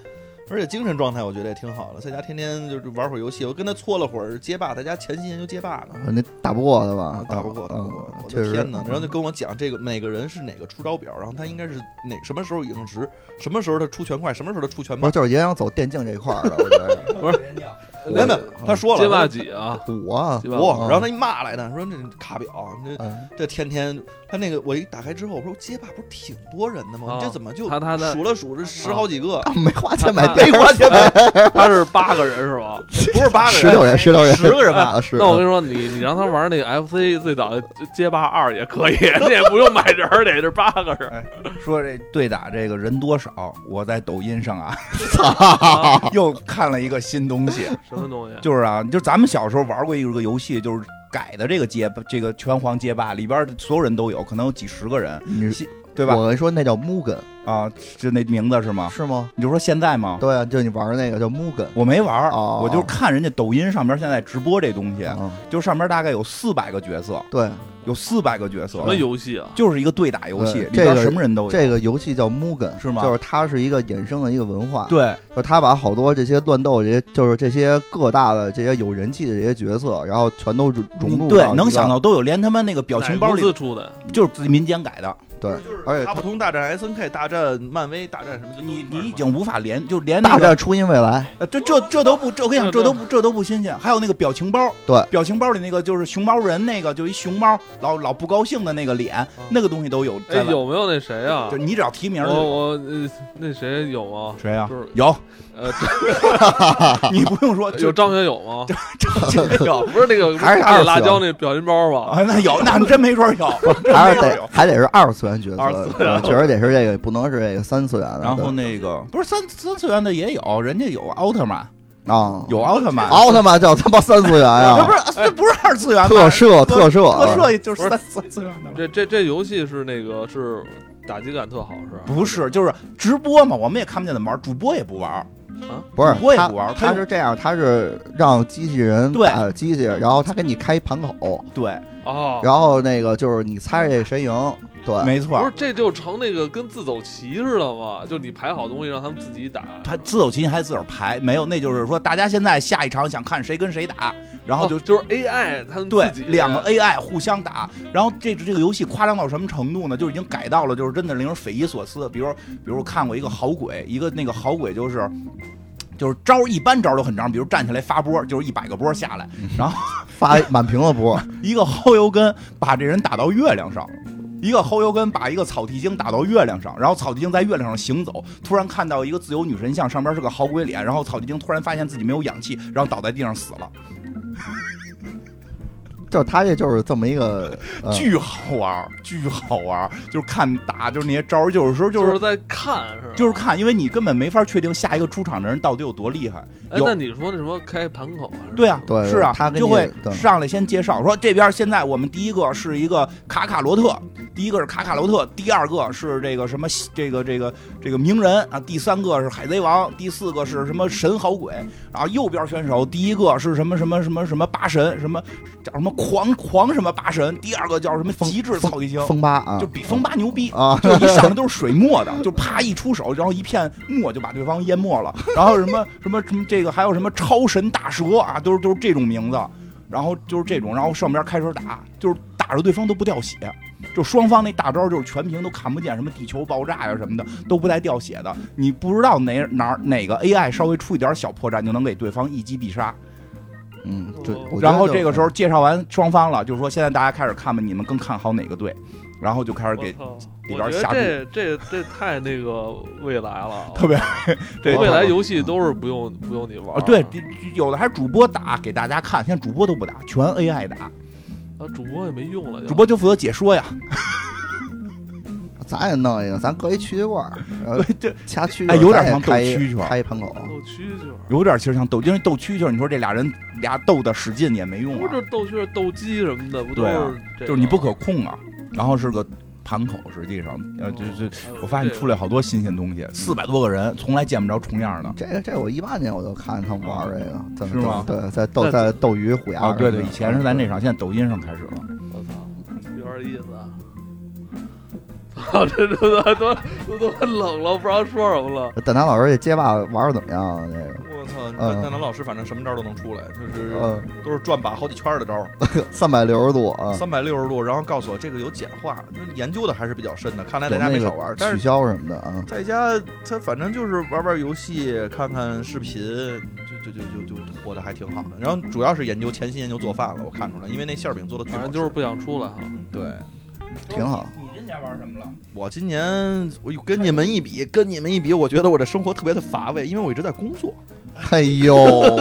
而且精神状态我觉得也挺好的，在家天天就是玩会儿游戏，我跟他搓了会儿街霸，在家潜心研究街霸呢。那打不过的吧啊，打不过，嗯打不过！我确的实。嗯天哪！然后就跟我讲这个每个人是哪个出招表，然后他应该是哪什么时候应时，什么时候他出拳快，什么时候他出拳不是，慢。就是也想走电竞这一块儿的，我觉得没有没有，他说了街霸几啊？五啊街，霸我几，然后他一骂来的，说这卡表，这嗯，这天天他那个我一打开之后，我说街霸不是挺多人的吗？啊哦你这怎么就他他的数了数这十好几个？没花钱买他没 花钱买，他是八个人是吧？不是八个人，十六人，十六人，十个人吧？啊，是。那我跟你说，你你让他玩那个 FC 最早街霸二也可以， 那也不用买人儿，得是八个人。说这对打这个人多少，我在抖音上啊 啊又看了一个新东西，什么东西？就是啊，就咱们小时候玩过一个游戏，就是改的这个街霸这个拳皇街霸里边的所有人都有，可能有几十个人，你对吧？我跟你说，那叫 Mugen 啊啊，就那名字是吗？是吗？你就说现在吗？对啊，就你玩那个叫 Mugen 我没玩儿，哦我就是看人家抖音上边现在直播这东西，啊，就上边大概有四百个角色，对，有四百个角色什，么游戏啊？就是一个对打游戏，里对边这个什么人都有。这个游戏叫 Mugen 是吗就是它是一个衍生的一个文化，，对，就是它把好多这些乱斗这些，就是这些各大的这些有人气的这些角色，然后全都融融入嗯对到，一能个想到都有，连他们那个表情包哪公司里出的，就是自己民间改的，对就是，而且卡普通大战 S N K 大战漫威大战什么的，你你已嗯经无法连，就连那大个，战初音 未来，呃这这这都不，这我跟你讲，这这都不这都不新鲜。还有那个表情包，对，表情包里那个就是熊猫人那个，就一熊猫老老不高兴的那个脸，那个东西都有。哎，在了，有没有那谁啊就？你只要提名儿就有，我我呃，那谁有吗？谁啊就是？有，呃，你不用 说，有 就张学友吗？真没有。不是 那个，还是卡二次元里辣椒那表情包吧？啊，那有，那真没准有。还是得还得是二次元角二色次，对确实得是这个，不能是这个三次元的。 然后那个不是三三次元的也有，人家有奥特曼，对啊，有奥特曼，奥特曼叫他妈三次元这不呀，是这不是二次元吗？特摄特摄特啊，摄就是三三次元的吗。这这这游戏是那个是打击感特好是吧？不是，就是直播嘛，我们也看不见怎么玩，主播也不玩，不是主播也他不玩他他是这样，他是让机器人对打机器，然后他给你开盘口，对，哦，然后那个就是你猜这谁赢，对，没错不儿是，，这就成那个跟自走棋似的嘛，就你排好东西让他们自己打。哦他自走棋你还自个儿排，没有，那就是说大家现在下一场想看谁跟谁打，然后就哦就是 AI 他们对自己，两个 AI 互相打，然后这这个游戏夸张到什么程度呢？就是已经改到了，就是真的令人匪夷所思。比如，比如我看过一个好鬼，一个那个好鬼就是。就是招儿一般招儿都很长，比如站起来发波，就是一百个波下来，发满屏了播，一个薅油根把这人打到月亮上，一个薅油根把一个草剃精打到月亮上，然后草剃精在月亮上行走，突然看到一个自由女神像，上边是个好鬼脸，然后草剃精突然发现自己没有氧气，然后倒在地上死了，就是他这就是这么一个，呃、巨好玩儿，巨好玩儿，就是看打，就是那些招儿，有时候就就是是在看是吧？就是看，因为你根本没法确定下一个出场的人到底有多厉害。哎，有那你说那什么开盘口啊？是吧对啊，对是啊，他跟就你会对上来先介绍说这边现在我们第一个是一个卡卡罗特，第一个是卡卡罗特，第二个是这个什么这个这个这个鸣人啊，第三个是海贼王，第四个是什么神好鬼，然后右边选手第一个是什么什么什么什么八神，什么叫什么狂狂什么八神，第二个叫什么极致草地精，风八啊就比风八牛逼啊，就一上来都是水墨的，就啪一出手，然后一片墨就把对方淹没了。然后什么什么什么这个还有什么超神大蛇啊，都是都是这种名字。然后就是这种，然后上边开始打，就是打着对方都不掉血，就双方那大招就是全屏都看不见，什么地球爆炸呀、什么的都不带掉血的。你不知道哪哪哪个 AI 稍微出一点小破绽，就能给对方一击必杀。嗯，对。我觉得然后就这个时候介绍完双方了，就是说现在大家开始看吧，你们更看好哪个队，然后就开始我给操里我边觉下得这这这太那个未 来了，啊特别这未来游戏都是不用不用你玩啊，儿，对，这这有的还是主播打给大家看，现在主播都不打，全 AI 打，啊，主播也没用了就，主播就负责解说呀。咱也弄一个，咱搁一蛐蛐罐 儿，呃，这掐蛐蛐，哎有点像斗开一蛐蛐儿开一盘口，斗蛐蛐儿，有点其实像斗，因为斗蛐蛐，你说这俩人俩斗的使劲也没用不啊是，斗蛐儿、斗鸡什么的，不都对是啊这个就是你不可控啊。然后是个盘口，实际上，呃，就就我发现出来好多新鲜东西，四百多个人，从来见不着重样的。这个这个我一八年我就看他们玩儿这个，在是吗对，在斗那在斗鱼虎牙啊，对对，上以前是在那上，现在抖音上开始了。我操，有点意思啊！ 操，这都都都都冷了，不知道说什么了。蛋挞老师这街霸玩的怎么样啊？这个，我操！嗯蛋蛋老师反正什么招都能出来，就是呃，都是转把好几圈的招儿，三百六十度啊，三百六十度，然后告诉我这个有简化，那研究的还是比较深的。看来有在家那没少玩个儿，但取是消什么的 啊，在家他反正就是玩玩游戏，看看视频，就就就就就活得还挺好的。然后主要是研究潜心研究做饭了，我看出来，因为那馅儿饼做的反正就是不想出来哈。对。挺好。你今年玩什么了？我今年我跟你们一比，跟你们一比，我觉得我的生活特别的乏味，因为我一直在工作。哎呦，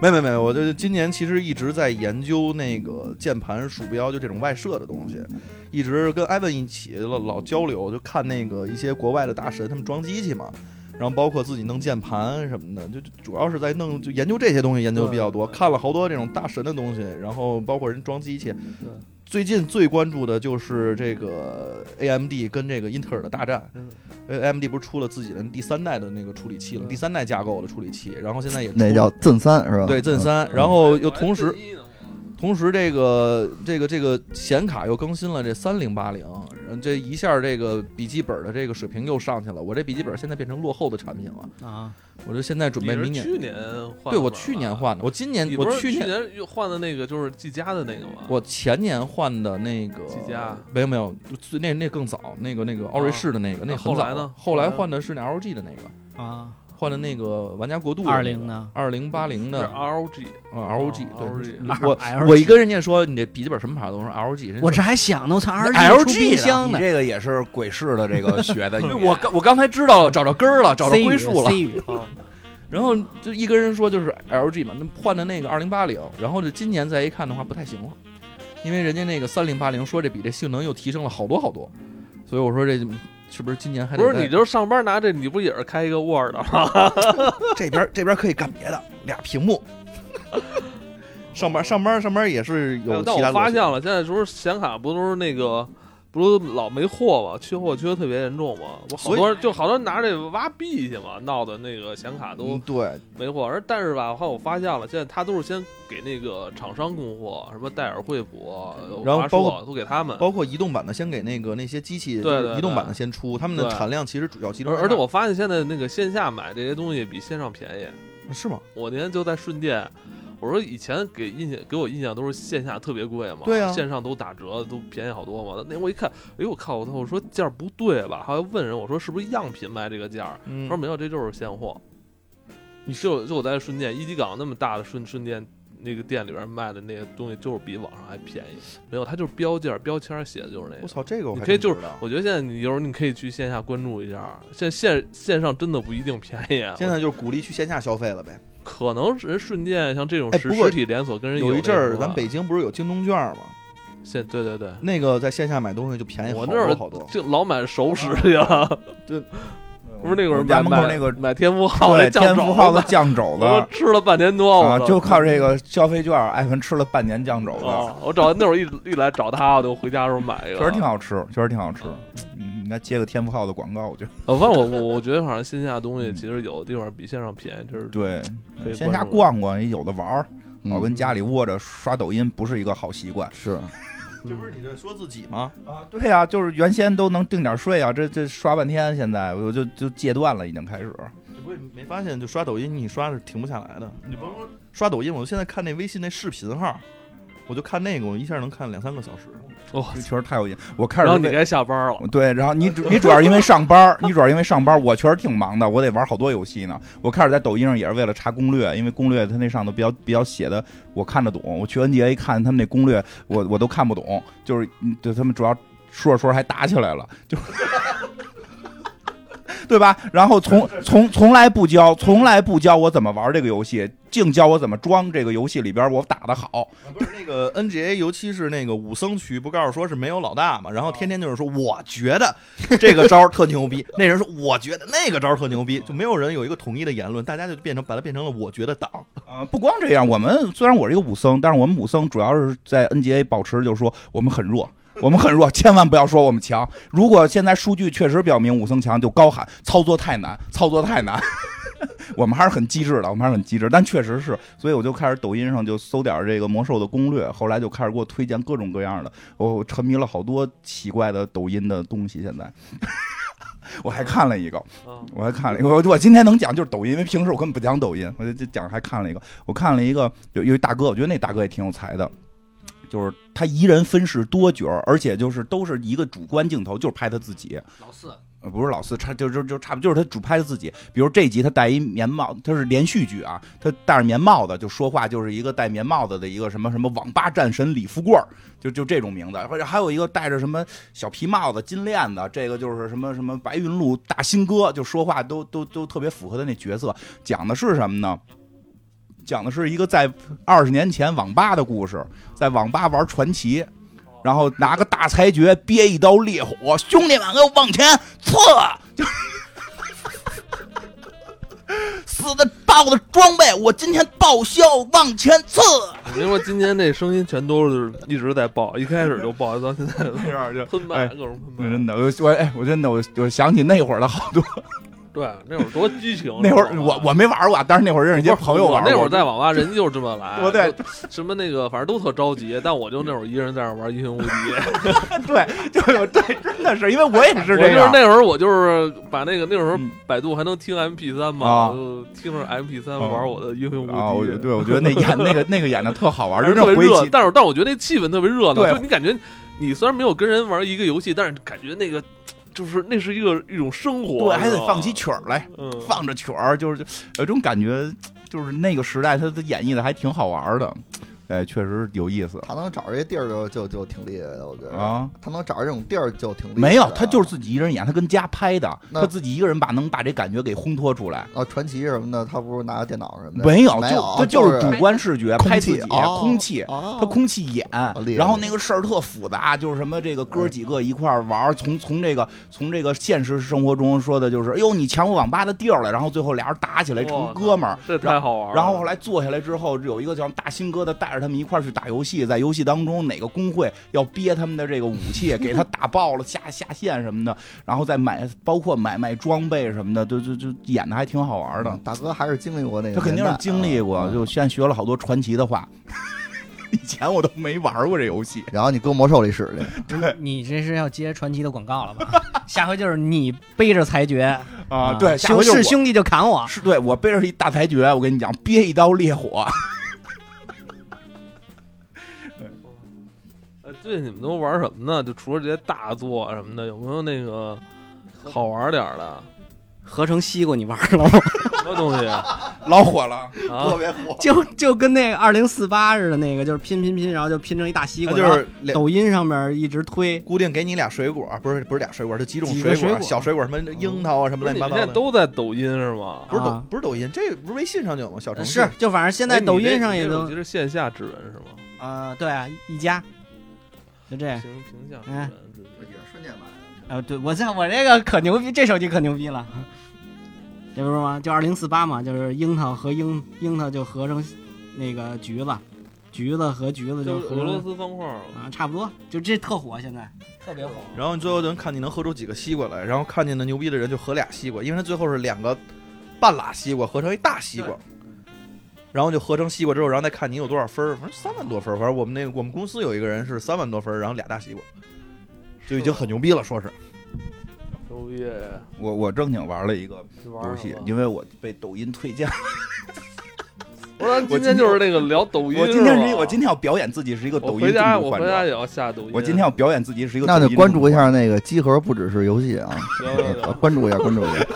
没没没，我就今年其实一直在研究那个键盘、鼠标，就这种外设的东西，一直跟艾文一起老老交流，就看那个一些国外的大神他们装机器嘛，然后包括自己弄键盘什么的，就就主要是在弄就研究这些东西研究比较多，看了好多这种大神的东西，然后包括人装机器。最近最关注的就是这个哎 AMD 跟这个英特尔的大战，嗯呃，AMD 不是出了自己的第三代的那个处理器了，第三代架构的处理器，然后现在也出那了叫震三是吧？对，震嗯。三，然哦后又同哎时同时这个这个这个显卡又更新了这三零八零，这一下这个笔记本的这个水平又上去了。我这笔记本现在变成落后的产品了，啊，我就现在准你备是明年。去年换的对，我吧去年，换的，我今年你不我是去年年又换的那个就是技嘉的那个吗？我前年换的那个技嘉，没有没有，最那那更早，那个那个奥瑞士的那个，那哦那很后早来了呢后后来来呢嗯换的是那 LG 的那个，啊，换的那个玩家国度20呢二零八零是的 ROG，嗯 LG 哦对 ROG 我 LG 我一跟人家说你这笔记本什么牌子，我说 LG，人家我这还想呢，我操 LG 出冰箱你呢，这个也是鬼式的这个学的，对我刚我刚才知道了，找着根儿了，找着 C 归语宿了。 C 语然后就一跟人说就是 LG 嘛，那换的那个二零八零，然后这今年再一看的话不太行了，因为人家那个三零八零说这比这性能又提升了好多好多，所以我说这是不是今年还得不是再你就是上班拿这，你不也是开一个 Word 吗？这边这边可以干别的，俩屏幕。上班上班上班也是哎有但其他哎我乐发 趣现了，现在时候显卡不都是那个不是老没货嘛，缺货缺的特别严重嘛。我好所以多人就好多人拿这挖币去嘛，闹的那个显卡都嗯，对，没货。而但是吧，后来我发现了，现在他都是先给那个厂商供货，什么戴尔、惠普、然后华包硕括都给他们。包括移动版的先给那个那些机器，对就对是移动对版的先出，他们的对产量其实主要集中而在那儿。而且我发现现在那个线下买这些东西比线上便宜。是吗？我那天就在顺电，我说以前给印象给我印象都是线下特别贵嘛，对啊线上都打折，都便宜好多嘛。那我一看，哎呦我靠，我操！我说价儿不对吧？还问人我说是不是样品卖这个价儿？他嗯说没有，这就是现货。你就就我在顺电一级港那么大的顺顺电那个店里边卖的那个东西，就是比网上还便宜。没有，它就是标价标签儿写的就是那我个。操，这个我你还可以真就不是知道，我觉得现在你有时候你可以去线下关注一下，现线线上真的不一定便宜啊。现在就是鼓励去线下消费了呗。可能是人顺电像这种哎实不过实体连锁跟人有一那阵什儿，么啊咱北京不是有京东券吗？现对对对，那个在线下买东西就便宜我好那会多儿好多。就老买熟食去了，不是那会啊我儿们家买门口买那 个买天福号那对酱天肘福号的子，酱肘子 我嗯吃了半年多，啊，我操就靠这个消费券，艾文吃了半年酱肘子，啊！我找那会儿一一来找他，我就回家的时候买一个，确实挺好吃，确实挺好吃。嗯，应该接个天福号的广告，我觉得。呃。反正我我我觉得，好像线下东西其实有的地方比线上便宜，这是对，可以嗯线下关注逛逛，有的玩儿，嗯老跟家里窝着刷抖音不是一个好习惯。是这不是你在说自己吗？啊，对呀、就是原先都能定点睡啊，这这刷半天，现在我就就戒断了，已经开始。这不是没发现，就刷抖音，你刷是停不下来的。你甭说刷抖音，我现在看那微信那视频号，我就看那个，我一下能看两三个小时。哦。这确实太有瘾。我开始然后为你该下班了，对，然后你主你主要是因为上班儿，你主要是因为上班儿，我确实挺忙的，我得玩好多游戏呢。我开始在抖音上也是为了查攻略，因为攻略它那上头比较比较写的我看得懂，我去 NBA 看他们那攻略，我我都看不懂，就是嗯对他们主要说着说着还打起来了，就。 对吧？然后从从从来不教，从来不教我怎么玩这个游戏，净教我怎么装这个游戏里边我打得好。不是那个 NGA，尤其是那个武僧区，不告诉说是没有老大嘛，然后天天就是说，我觉得这个招儿特牛逼，那人说我觉得那个招儿特牛逼，就没有人有一个统一的言论，大家就变成把它变成了我觉得党。呃，不光这样，我们虽然我是一个武僧，但是我们武僧主要是在 NGA 保持，就是说我们很弱，我们很弱，千万不要说我们强。如果现在数据确实表明武僧强，就高喊操作太难，操作太难。 我们还是很机智的，我们还是很机智，但确实是，所以我就开始抖音上就搜点这个魔兽的攻略，后来就开始给我推荐各种各样的，我沉迷了好多奇怪的抖音的东西。现在， 我还看了一个，啊我还看了一个，我我今天能讲就是抖音，因为平时我根本不讲抖音，我就就讲还看了一个，我看了一个有有一大哥，我觉得那大哥也挺有才的，就是他一人分饰多角，而且就是都是一个主观镜头，就是拍他自己，老四，呃不是老四，差就就就差不就是他主拍他自己，比如这集他戴一棉帽，他是连续剧啊，他戴着棉帽子就说话就是一个戴棉帽子的一个什么什么网吧战神李富贵儿，就就这种名字，或者还有一个戴着什么小皮帽子、金链子，这个就是什么什么白云路大新哥，就说话都都都特别符合他那角色，讲的是什么呢？讲的是一个在二十年前网吧的故事，在网吧玩传奇，然后拿个大裁决憋一刀烈火，兄弟们给我往前刺， 就死的爆的装备，我今天报销，往前刺。我跟你说，今天这声音全都是一直在爆，一开始就爆，到现在 这样就喷麦，哎各种我喷真麦。的，我我哎，我真的，我我想起那会儿的好多，对，那会儿多激情 。那会儿我我没玩过，但是那会儿认识一些朋友玩我过。那会儿在网吧，人就是这么 来。我对就什么那个，反正都特着急，但我就那会儿一个人在那儿玩英雄无敌。对， 就是有对，真的是因为我也是我这就是样。那会儿，我就是把那个那会儿嗯百度还能听 MP 三嘛，啊我就听着 MP 三啊玩我的英雄然后无啊我敌就。对，我觉得那演那个那个演的特好玩，就特那别回热，忆。但是但是我觉得那气氛特别热闹，对就你感觉你虽然没有跟人玩一个游戏，但是感觉那个就是那是一个一种生活，对，还你知得道放吗起曲儿来，嗯，放着曲儿，就是有种感觉，就是那个时代他他演绎的还挺好玩的，哎，确实有意思他能找着这地儿就就就挺厉害的，我觉得。啊。他能找着这种地儿就挺厉害的啊没有，他就是自己一个人演，他跟家拍的，那他自己一个人把能把这感觉给烘托出来。啊，传奇什么的，他不是拿个电脑什么的，没有，没就有，啊他就是主观视觉空拍自气己，哦空气，哦他空气演厉，害哎然后那个事儿特复杂，就是什么这个哥几个一块儿玩儿，从从这个从这个现实生活中说的就是，哎呦你抢我网吧的地儿了，然后最后俩人打起来成哇哥们儿，这太好玩了。然后后来坐下来之后，有一个叫大新哥的带着着他们一块儿去打游戏，在游戏当中哪个工会要憋他们的这个武器，给他打爆了下下线什么的，然后再买，包括买卖装备什么的，就就就演的还挺好玩的。嗯大哥还是经历过那个年代，他肯定是经历过，嗯就现在学了好多传奇的话。 以前我都没玩过这游戏，然后你搁魔兽里使去，你这是要接传奇的广告了吧？ 下回就是你背着裁决啊对，下兄回就是我兄弟就砍我。是对我背着一大裁决，我跟你讲，憋一刀烈火。呃，最近你们都玩什么呢？就除了这些大作啊什么的，有没有那个好玩点儿的合成西瓜你玩了 吗？什么东西啊？老火了，啊别火，就就跟那个二零四八似的，那个就是拼拼拼，然后就拼成一大西那瓜，就然后是俩抖音上面一直推。固定给你俩水果，不是不是俩水果，是几种几水个果，水果小水果什么樱桃啊什么不是乱你七们八现在糟的。都在抖音是吗？不是抖啊不是抖音，这不是微信上就有吗？小程序是，就反正现在哎你抖这音上也这都手机是线下指纹是吗？啊，对啊，一家，就这样。屏屏下指哎纹对对 也是瞬间买的。啊，对我这我这个可牛逼，这手机可牛逼了，这不是吗？就二零四八嘛，就是樱桃和樱樱桃就合成那个橘子，橘子和橘子对，就就是合俄罗成斯方块儿。啊，差不多，就这特火，现啊在特别火。然后你最后就能看你能合出几个西瓜来，然后看见的牛逼的人就合俩西瓜，因为他最后是两个半拉西瓜合成一大西瓜，然后就合成西瓜之后，然后再看你有多少分儿，反正三万多分儿，反正我们那个我们公司有一个人是三万多分儿，然后俩大西瓜，就已经很牛逼了，说是牛逼！我我正经玩了一个你玩游什戏么，因为我被抖音推荐。我咱我今天就是那个聊抖音吧，我今天是一我今天要表演自己是一个我抖音回家重度我患回家者。也要下抖音。我今天要表演自己是一个，那就关注一。下那个集合，不只是游戏啊，行行 啊行关注一下，关注 一下。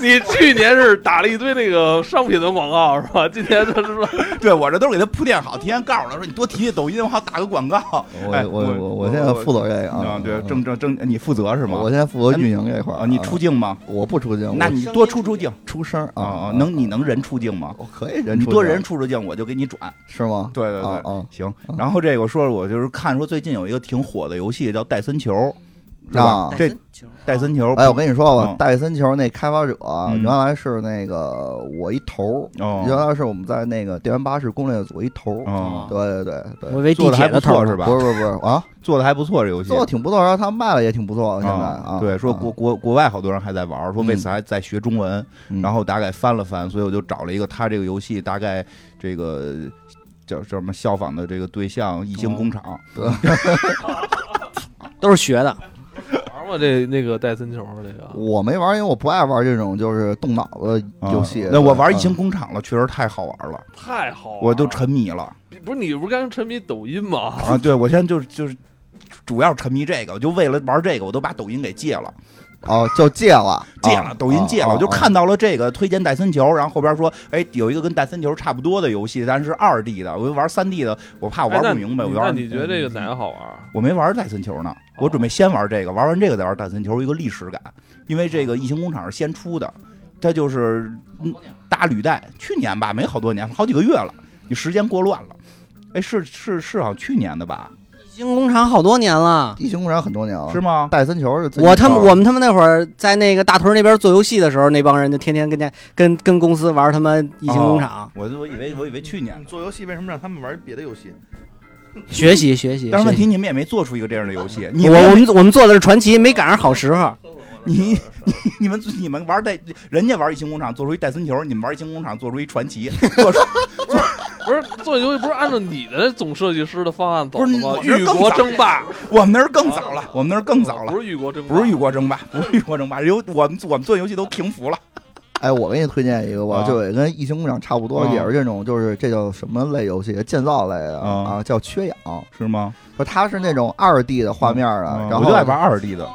你去年是打了一堆那个商品的广告是吧？今年他是吧？对我这都是给他铺垫好，提前告诉他说你多提提抖音，我好打个广告。哎我我我我我现在负责这个啊啊，，对，正正正，你负责是吗？我现在负责运营这块儿啊，啊。你出镜吗？我不出镜，那我你多出出镜出声儿啊啊啊！能你能人出镜吗？我可以人你出多镜人出出镜，我就给你转。是吗？对对对啊啊行啊，然后这个我说我就是看说最近有一个挺火的游戏叫戴森球，是吧啊？这戴森球，哎，我跟你说吧嗯，戴森球那开发者啊嗯原来是那个我一头儿，哦原来是我们在那个电玩巴士攻略组一头儿，哦，对对对对，以为做的还不错呢是吧？不是不是不是啊，做的还不错，这游戏做的挺不错，然后他卖的也挺不错，现在啊嗯啊，对，说啊国国国外好多人还在玩儿，说为此还在学中文，嗯然后大概翻了翻，所以我就找了一个他这个游戏大概这个叫叫什么效仿的这个对象，异星工厂，都是学的，玩吗？这那个戴森球这个我没玩，因为我不爱玩这种就是动脑子啊游戏。那我玩异一星工厂了，确实太好玩了，太好玩了，我都沉迷了不是你不是刚沉迷抖音吗？啊！对我现在就是就是。主要沉迷这个，我就为了玩这个，我都把抖音给戒了，哦，就戒了，戒啊了，抖音戒了。我就看，到了这个推荐戴森球，然后后边说，哎，有一个跟戴森球差不多的游戏，但是二 D 的，我就玩三 D 的，我 怕我玩哎那不明白，我嗯你玩那不你觉得这个哪个好玩？我没玩戴森球呢，我准备先玩这个，玩完这个再玩戴森球，有一个历史感，因为这个异形工厂是先出的，它就是嗯搭履带，去年吧，没好多年，好几个月了，你时间过乱了。哎，是是是，好像去年的吧？新工厂好多年了。异形工厂很多年了，是吗？戴森球是最近我他们玩的我们他们那会儿在那个大屯那边做游戏的时候，那帮人就天天跟家跟跟公司玩他妈异形工厂，我我以为我以为去年你，做游戏为什么让他们玩别的游戏？学习学习。但是问学题你们也没做出一个这样的游戏，你习，我我们我们做的是传奇，没赶上好时候。你 你你们你们玩戴，人家玩异形工厂做出一戴森球，你们玩异形工厂做出一传奇，做出不是做游戏不是按照你的总设计师的方案走的吗？不是你玉国争霸 我们那儿更早了，我们那儿更早了不，是玉国争霸，不是雨国争霸， 不是雨国争霸，游我们我们做游戏都平服了。哎，我给你推荐一个吧，啊就也跟异形工厂差不多，啊也是这种，就是这叫什么类游戏？建造类的啊啊，叫缺氧。是吗？不，它是那种二 D 的画面啊，然后我就爱玩二 D 的，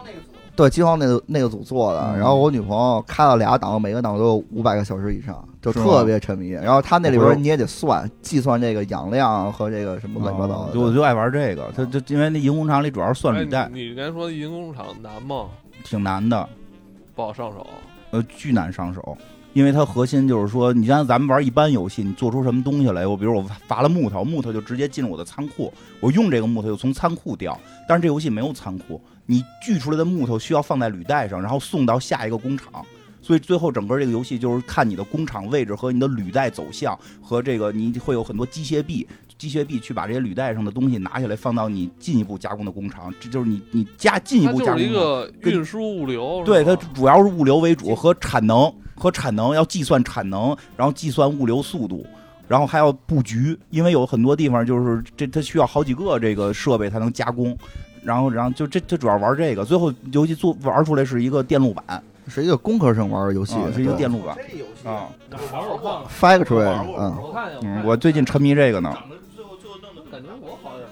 对，饥荒那个那个组做的，嗯然后我女朋友开了俩档，每个档都有五百个小时以上，就是吗特别沉迷。然后它那里我回头边你也得算计算这个氧量和这个什么乱七八糟啊的。就我就爱玩这个。它就因为那银工厂里主要是算哎履带，你你刚才说银工厂难吗？挺难的，不好上手。呃，巨难上手。因为它核心就是说，你像咱们玩一般游戏，你做出什么东西来，我比如我伐了木头，木头就直接进入我的仓库，我用这个木头就从仓库掉。但是这游戏没有仓库，你锯出来的木头需要放在履带上，然后送到下一个工厂。所以最后整个这个游戏就是看你的工厂位置和你的履带走向和这个你会有很多机械臂，机械臂去把这些履带上的东西拿下来，放到你进一步加工的工厂，这就是你你加进一它步加就是工一的。个跟运输物流，对，是吧它主要是物流为主和产能和产能要计算产能，然后计算物流速度，然后还要布局，因为有很多地方就是这它需要好几个这个设备才能加工，然后然后就这它主要玩这个，最后游戏做玩出来是一个电路板，啊是一个工科生玩的游戏，是一个对电路板这游戏啊。玩过看过 Factory，玩过玩嗯，我看见嗯，我最近沉迷这个呢。长得最后最后弄得感觉我好像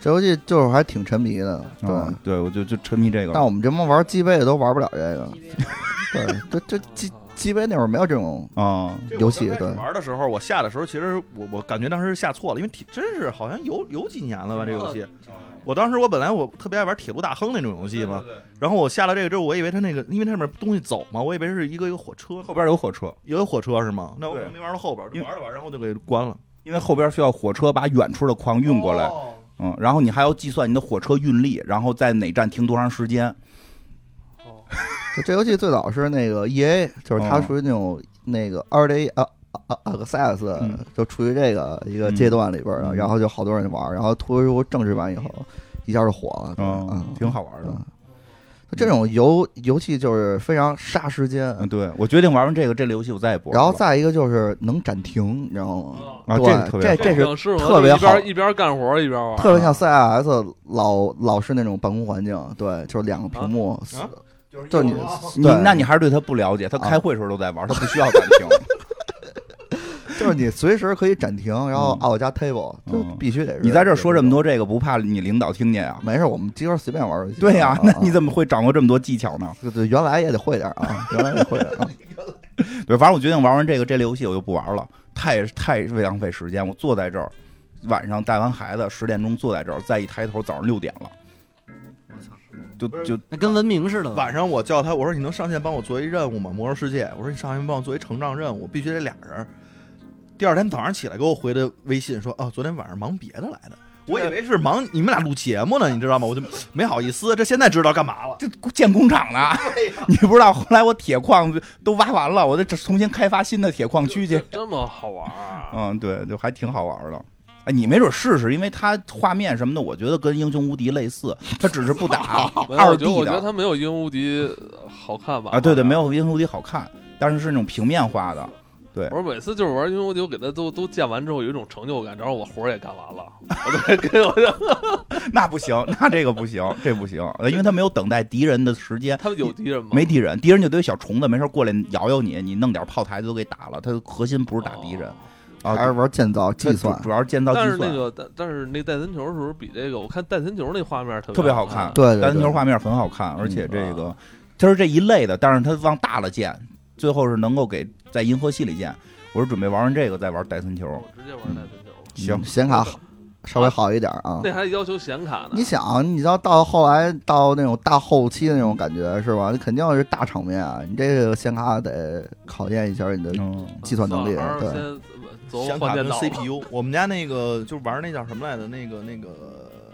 这游戏就是还挺沉迷的，对。嗯，对，我就就沉迷这个但了。我们这帮玩机杯的都玩不了这个，对，这这机啊机杯那会儿没有这种啊，这游戏我刚开始对玩的时候，我下的时候，其实我我感觉当时是下错了，因为挺真是好像有有几年了吧，这游戏。我当时我本来我特别爱玩铁路大亨那种游戏嘛，然后我下了这个之后，我以为它那个，因为它上面东西走嘛，我以为是一个一个火车，后边有火车，也有火车是吗？那我对可能没玩到后边，因就为玩着玩着，然后就给关了，因为后边需要火车把远处的矿运过来，哦嗯，然后你还要计算你的火车运力，然后在哪站停多长时间。哦就这游戏最早是那个 E A，就是它哦属于那种那个二 D 啊啊 Access，、嗯就处于这个一个阶段里边儿的，嗯然后就好多人玩，然后推出正式版以后，一下就火了，对嗯嗯，，挺好玩的。嗯这种游游戏就是非常杀时间，嗯，对，我决定玩完这个这类游戏，我再也不玩了。然后再一个就是能暂停，你知道吗？哦啊， 这对个特别好这这是挺适合特别就是一边好一边干活一边玩，特别像 CIS 老老是那种办公环境，对，就是两个屏幕，啊就是你你对那你还是对他不了解，他啊开会时候都在玩，他不需要暂 停。就是你随时可以暂停，然后嗯啊我加 table，就嗯必须得是。你在这儿说这么多这个，不怕你领导听见啊？没事，我们今儿随便玩游戏。对呀、啊那你怎么会掌握这么多技巧呢？对对，原来也得会点儿啊，原来也会点儿 啊。对，反正我决定玩完这个这类游戏我就不玩了，太太浪费时间。我坐在这儿，晚上带完孩子十点钟坐在这儿，再一抬头早上六点了，就就那跟文明嗯似的。晚上我叫他，我说你能上线帮我做一任务吗？魔兽世界，我说你上线帮我做一成长任务，必须得俩人。第二天早上起来给我回的微信说，哦，昨天晚上忙别的来的，我以为是忙你们俩录节目呢，你知道吗？我就 没好意思，这现在知道干嘛了。这建工厂呢， 你不知道。后来我铁矿都挖完了，我得重新开发新的铁矿区去。这么好玩啊！嗯，对，就还挺好玩的。哎，你没准试试，因为它画面什么的，我觉得跟英雄无敌类似，它只是不打没有二我觉得 D 我觉得的它没有英无敌好看吧？啊，对对，没。有英雄无敌好看，但是是那种平面化的。我说每次就是玩英雄无敌，我给它都都建完之后有一种成就感，然后我活儿也干完了，我都给 我就那不行，那这个不行，这不行，呃因为他没有等待敌人的时间，他们有敌人吗？没敌人，敌人就堆小虫子，没事过来咬咬你，你弄点炮台子都给打了。他的核心不是打敌人哦啊，还是玩建造它计算主，主要是建造但计是那算，个但但是那戴森球的时候比这个，我看戴森球那画面特特别好好看，对对单球对画面很好看，而且这嗯个它是这一类的，但是它往大了建，最后是能够给在银河系里建。我是准备玩完这个再玩戴森球，我直接玩戴森球了。行嗯，显卡稍微好一点儿啊。那还要求显卡呢。你想，你知道到后来到那种大后期的那种感觉是吧？你肯定是大场面啊，你这个显卡得考验一下你的嗯，计算能力算了对还是先走显换卡电跟脑吧 CPU，我们家那个就玩那叫什么来着？那个那个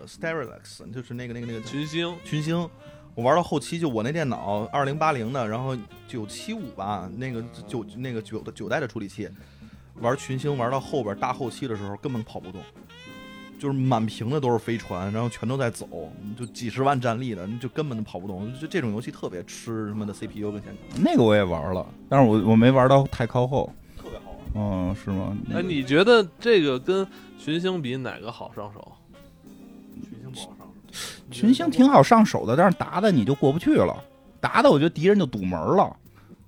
Stereolex，就是那个那个那个群星群星。我玩到后期，就我那电脑二零八零的，然后九七五吧，那个九那个九九代的处理器，玩群星玩到后边大后期的时候根本跑不动，就是满屏的都是飞船，然后全都在走，就几十万战力的，就根本就跑不动。就这种游戏特别吃他妈的 CPU 跟显卡，那个我也玩了，但是我我没玩到太靠后，特别好玩。嗯，是吗？哎，你觉得这个跟群星比哪个好上手？群星不好上手，群星挺好上手的，但是达的你就过不去了。达的我觉得敌人就堵门了，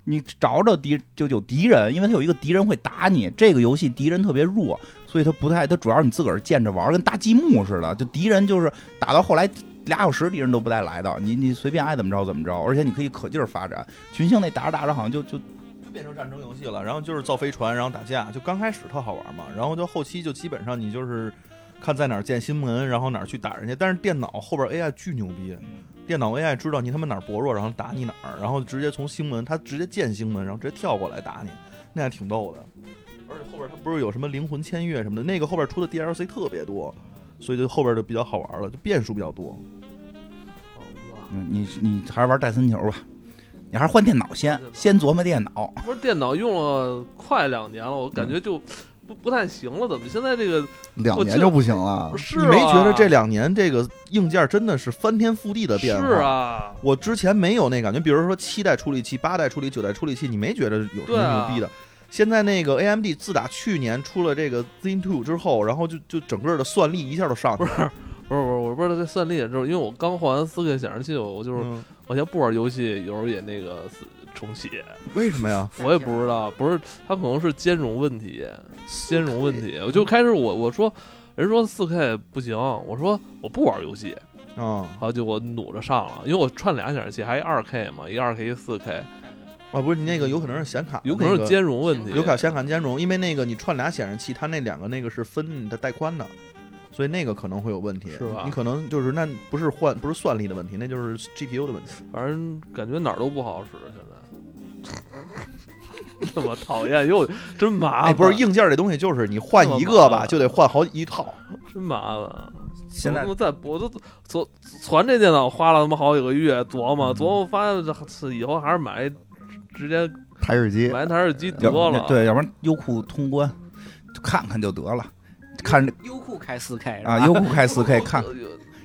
你找着敌就有敌人，因为他有一个敌人会打你。这个游戏敌人特别弱，所以他不太，他主要是你自个儿见着玩儿，跟搭积木似的。就敌人就是打到后来俩小时，敌人都不带来的，你你随便爱怎么着怎么着，而且你可以可劲儿发展。群星那打着打着好像就就就变成战争游戏了。然后就是造飞船，然后打架，就刚开始特好玩嘛，然后就后期就基本上你就是看在哪儿建新门，然后哪儿去打人家。但是电脑后边 AI 巨牛逼，嗯电脑 AI 知道你他妈哪儿薄弱，然后打你哪儿，然后直接从星门，它直接建星门，然后直接跳过来打你，那还挺逗的。而且后边它不是有什么灵魂签约什么的，那个后边出的 DLC 特别多，所以就后边就比较好玩了，就变数比较多。嗯你你还是玩戴森球吧，你还是换电脑先，先琢磨电脑。嗯不是电脑用了快两年了，我感觉就不不太行了，怎么现在这个两我年记就得不行了不。是、啊啊你没觉得这两年这个硬件真的是翻天覆地的变化？是，啊，我之前没有那感觉，比如说七代处理器、八代处理器、九代处理器，你没觉得有什对么啊牛逼的。现在那个 AMD 自打去年出了这个 Zen 2之后，然后就就整个的算力一下就上不去了是。不是不是，我不知道这算力，就是因为我刚换完四 K 显示器，我我就是、嗯我现在不玩游戏，有时候也那个死重启，为什么呀？我也不知道，不是它可能是兼容问题，兼容问题。我就开始我我说，人说四 K 不行，我说我不玩游戏，啊然后就我努着上了，因为我串俩显示器，还二 K 嘛，一二 K 一四 K，啊，不是，你那个有可能是显卡，有可能那是个兼容问题。有卡显卡兼容，因为那个你串俩显示器，它那两个那个是分你的带宽的，所以那个可能会有问题，是吧你可能就是那不是换不是算力的问题，那就是 GPU 的问题。反正感觉哪儿都不好使，现在 这么讨厌又真麻哎，烦，不是硬件这东西，就是你换一个吧，就得换好几套。真麻烦。现我在他妈在我都昨传这电脑花了他妈好几个月琢磨，琢磨发现这以后还是买直接台式机买台式机要不得了。对，要不然优酷通关，就看看就得了。看优酷开四 K 啊，优酷开四 K 看，呃，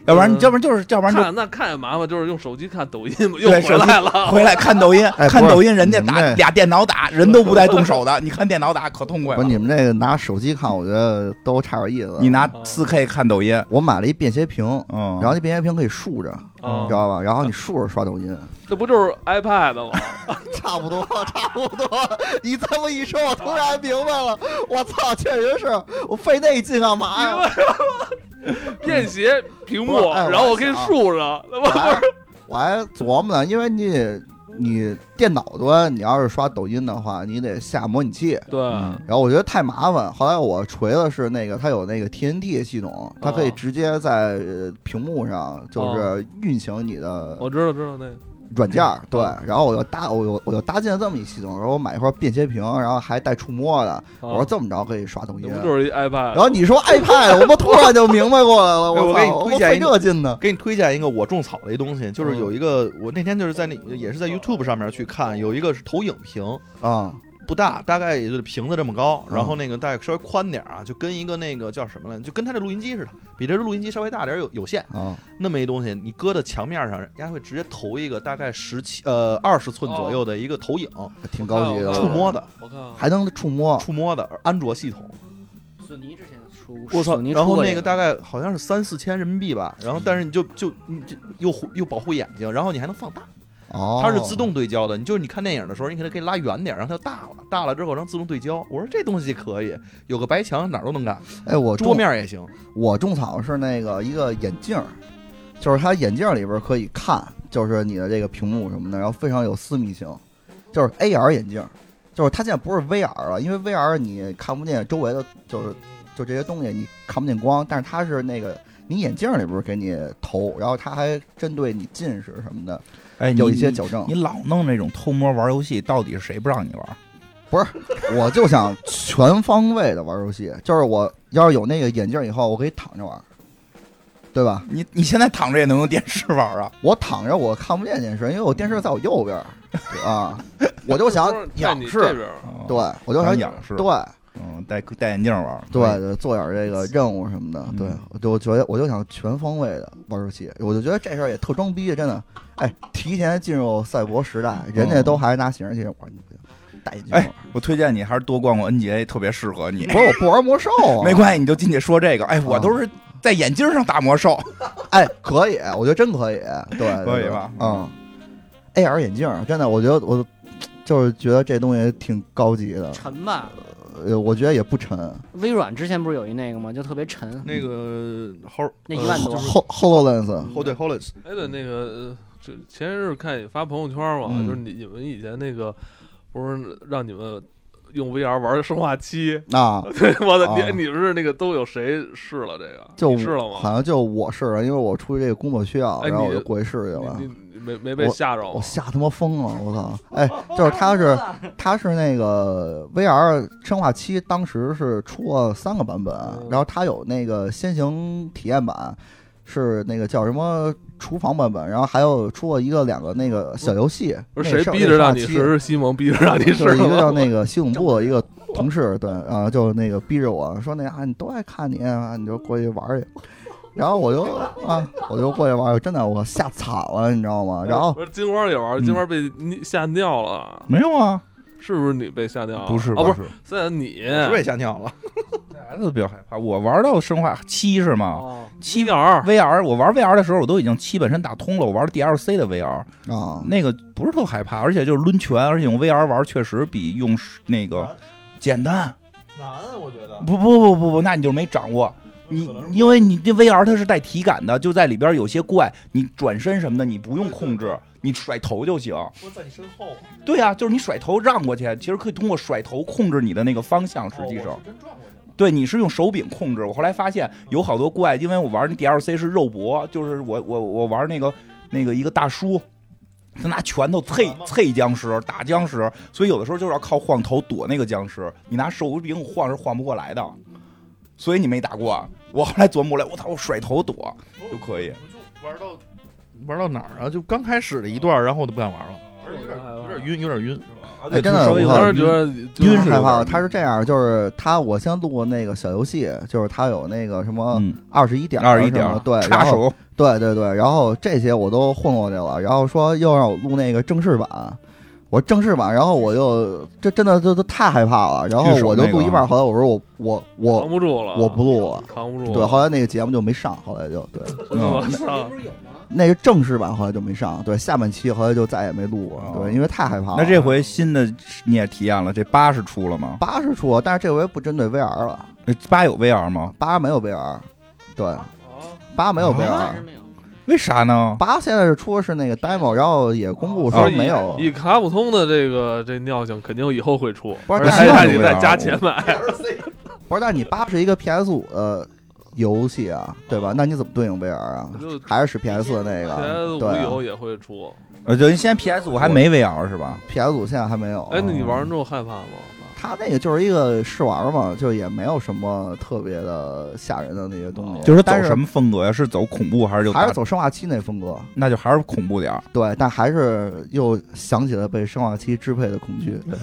要不然你嗯要不然就是要不然就看那看也麻烦，就是用手机看抖音嘛，又对回来了。回来看抖音，哎看不是抖音人家你们打这俩电脑打，人都不带动手的，你看电脑打可痛快不，了。你们这个拿手机看，我觉得都差点意思。你拿四 K 看抖音，我买了一便携屏，嗯，嗯然后那便携屏可以竖着，啊你知，道吧？然后你竖着刷抖音，这不就是 iPad 吗？差不多， 差不多。你这么一说，我突然明白了。我操，确实是我费那劲干嘛呀？便携屏哎不是幕，哎我然后我可以想竖着，那我不还我还琢磨呢，因为你你电脑端你要是刷抖音的话，你得下模拟器。对然后我觉得太麻烦，后来我锤的是那个，它有那个 TNT 系统，它可以直接在呃屏幕上就是运行你的我知道知道那个软件儿，对。然后我就搭我就我就搭建了这么一系统，然后我买一块便携屏，然后还带触摸的，我说啊这么着可以刷抖那音。啊不就是一然 iPad？后你说 iPad，我不突然就明白过来了，啊 我哎我给你操，我推荐一费个这劲呢。给你推荐一个我种草的一东西，就是嗯有一个我那天就是在那也是在 YouTube 上面去看，有一个是投影屏，啊，不大，大概也就是瓶子这么高，嗯然后那个大概稍微宽点儿啊，就跟一个那个叫什么来着，就跟它这录音机似的，比这录音机稍微大点儿有有线，啊，那么一东西，你搁到墙面上，人家会直接投一个大概十七呃二十寸左右的一个投影，挺高级的，哦触摸的，我看啊还能触摸，触摸的安卓系统，索尼之前出，我操索尼！然出后过那这个大概好像是三四千人民币吧，然后但是你就就你就又护又保护眼睛，然后你还能放大，哦，它是自动对焦的，你就是你看电影的时候，你可能可以拉远点儿，让它大了，大了之后让自动对焦。我说这东西可以，有个白墙哪儿都能干，哎，我桌中面也行。我种草是那个一个眼镜儿，就是它眼镜儿里边儿可以看，就是你的这个屏幕什么的，然后非常有私密性，就是 AR 眼镜儿，就是它现在不是 VR 了，因为 VR 你看不见周围的，就是就这些东西你看不见光，但是它是那个你眼镜儿里边儿给你投，然后它还针对你近视什么的哎，你有一些你矫正你。老弄那种偷摸玩游戏，到底是谁不让你玩？我就想全方位的玩游戏，就是我要是有那个眼镜儿以后，我可以躺着玩儿，对吧？你你现在躺着也能用电视玩啊？我躺着我看不见电视，因为我电视在我右边儿啊，我就 想不是在仰你视这，边儿哦对，我就想咱仰视对嗯，戴戴眼镜玩。对，对，做点这个任务什么的哎嗯，对，我就觉得我就想全方位的玩游戏，我就觉得这事儿也特装逼，真的，哎，提前进入赛博时代，人家都还拿显示器玩，你不行，戴眼镜玩哦哎，我推荐你还是多逛逛 NGA，特别适合你。不是我不玩魔兽 啊，没关系，你就进去说这个。哎，我啊都是在眼镜上打魔兽。哎，可以，我觉得真可以，对，可以对吧嗯，AR 眼镜儿真的，我觉得我就是觉得这东西挺高级的，沉吧。呃，我觉得也不沉，微软之前不是有一那个吗？就特别沉，那个呃后那一万多就是后 Hololens 后哦对 Hololens 哎，对，那个呃这前些日看你发朋友圈嘛，嗯就是你你们以前那个不是让你们用 VR 玩生化七？ 啊，对，我的啊天，你们是那个都有谁试了这个？就你试了好吗？像就我是，因为我出于这个工作需要，哎然后你我就过去试去了你。你你没没被我吓着吗？我吓他妈疯了！我操！哎，就是它是它是那个 VR 生化七，当时是出了三个版本嗯，然后它有那个先行体验版，是那个叫什么厨房版本，然后还有出过一个两个那个小游戏。不是那谁生逼着让你那生试？化七是西蒙逼着让你试是一个吗？叫那个西永部的一个同 事对，啊，就那个逼着我说那啊，你都爱看你啊，你就过去玩去。然后我就啊，我就过去玩，真的我吓惨了，你知道吗？然后不是金花也玩，嗯金花被你吓尿了，没有啊，是不是你被吓尿了？不是，哦，不是，是，现在你嗯我也吓尿了。孩子比较害怕。我玩到生化七是吗？哦，七点二， VR，我玩 VR 的时候，我都已经七本身打通了，我玩 DLC 的 VR，啊，那个不是特害怕，而且就是抡拳，而且用 VR 玩确实比用那个简单。难，啊我觉得嗯不不不不不，那你就没掌握。你因为你这 VR 它是带体感的，就在里边有些怪，你转身什么的你不用控制，你甩头就行。不是在你身后，对呀、就是你甩头让过去，其实可以通过甩头控制你的那个方向。实际上，哦真转过去了。对，你是用手柄控制。我后来发现有好多怪，因为我玩那 DLC 是肉搏，就是我我我玩那个那个一个大叔，他拿拳头啐啐僵尸打僵尸，所以有的时候就是要靠晃头躲那个僵尸，你拿手柄晃是晃不过来的，所以你没打过。我后来琢磨过来，我操，我甩头躲就可以。玩到玩到哪儿啊？就刚开始的一段，然后我就不想玩了，而且有点有点晕，有点晕。哎真的稍微有我点当当时时觉觉得晕是害有点怕。晕他是这样，就是他我先录那个小游戏，就是他有那个什么嗯，二十一点二什一么点儿对，插然后手，对对对，然后这些我都混过去了，然后说又让我录那个正式版，我正式版，然后我就这真的就都太害怕了，然后我就录一半，后来我说我我扛哦我不住了，我不录了，扛不住对，了，后来那个节目就没上，后来就对我啊嗯 操！不是有吗？那个正式版后来就没上，对，下半期后来就再也没录过，对，因为太害怕了。哦那这回新的你也体验了，这八是出了吗？八是出，但是这回不针对 VR 了，呃八有 VR 吗？八没有 VR，对，八哦没有 VR，是没有。为啥呢？八现在是出的是那个 demo，然后也公布所说以啊没有，以卡普通的这个这尿性，肯定以后会出，不是而且但是还得再啊加钱买。不是，但你八是一个 PS 五的游戏啊，对吧？那你怎么对应 VR 啊？就还是使 PS 的那 PS 个？五以啊后对也会出。呃，就现在 PS 五还没 VR 是吧？ ，PS 五现在还没有。嗯哎，那你玩完之后害怕吗？它那个就是一个试玩嘛，就也没有什么特别的吓人的那些东西，哦就是走但什么风格呀？是走恐怖还是就还是打走生化七那风格，那就还是恐怖点儿。对，但还是又想起了被生化七支配的恐惧，对，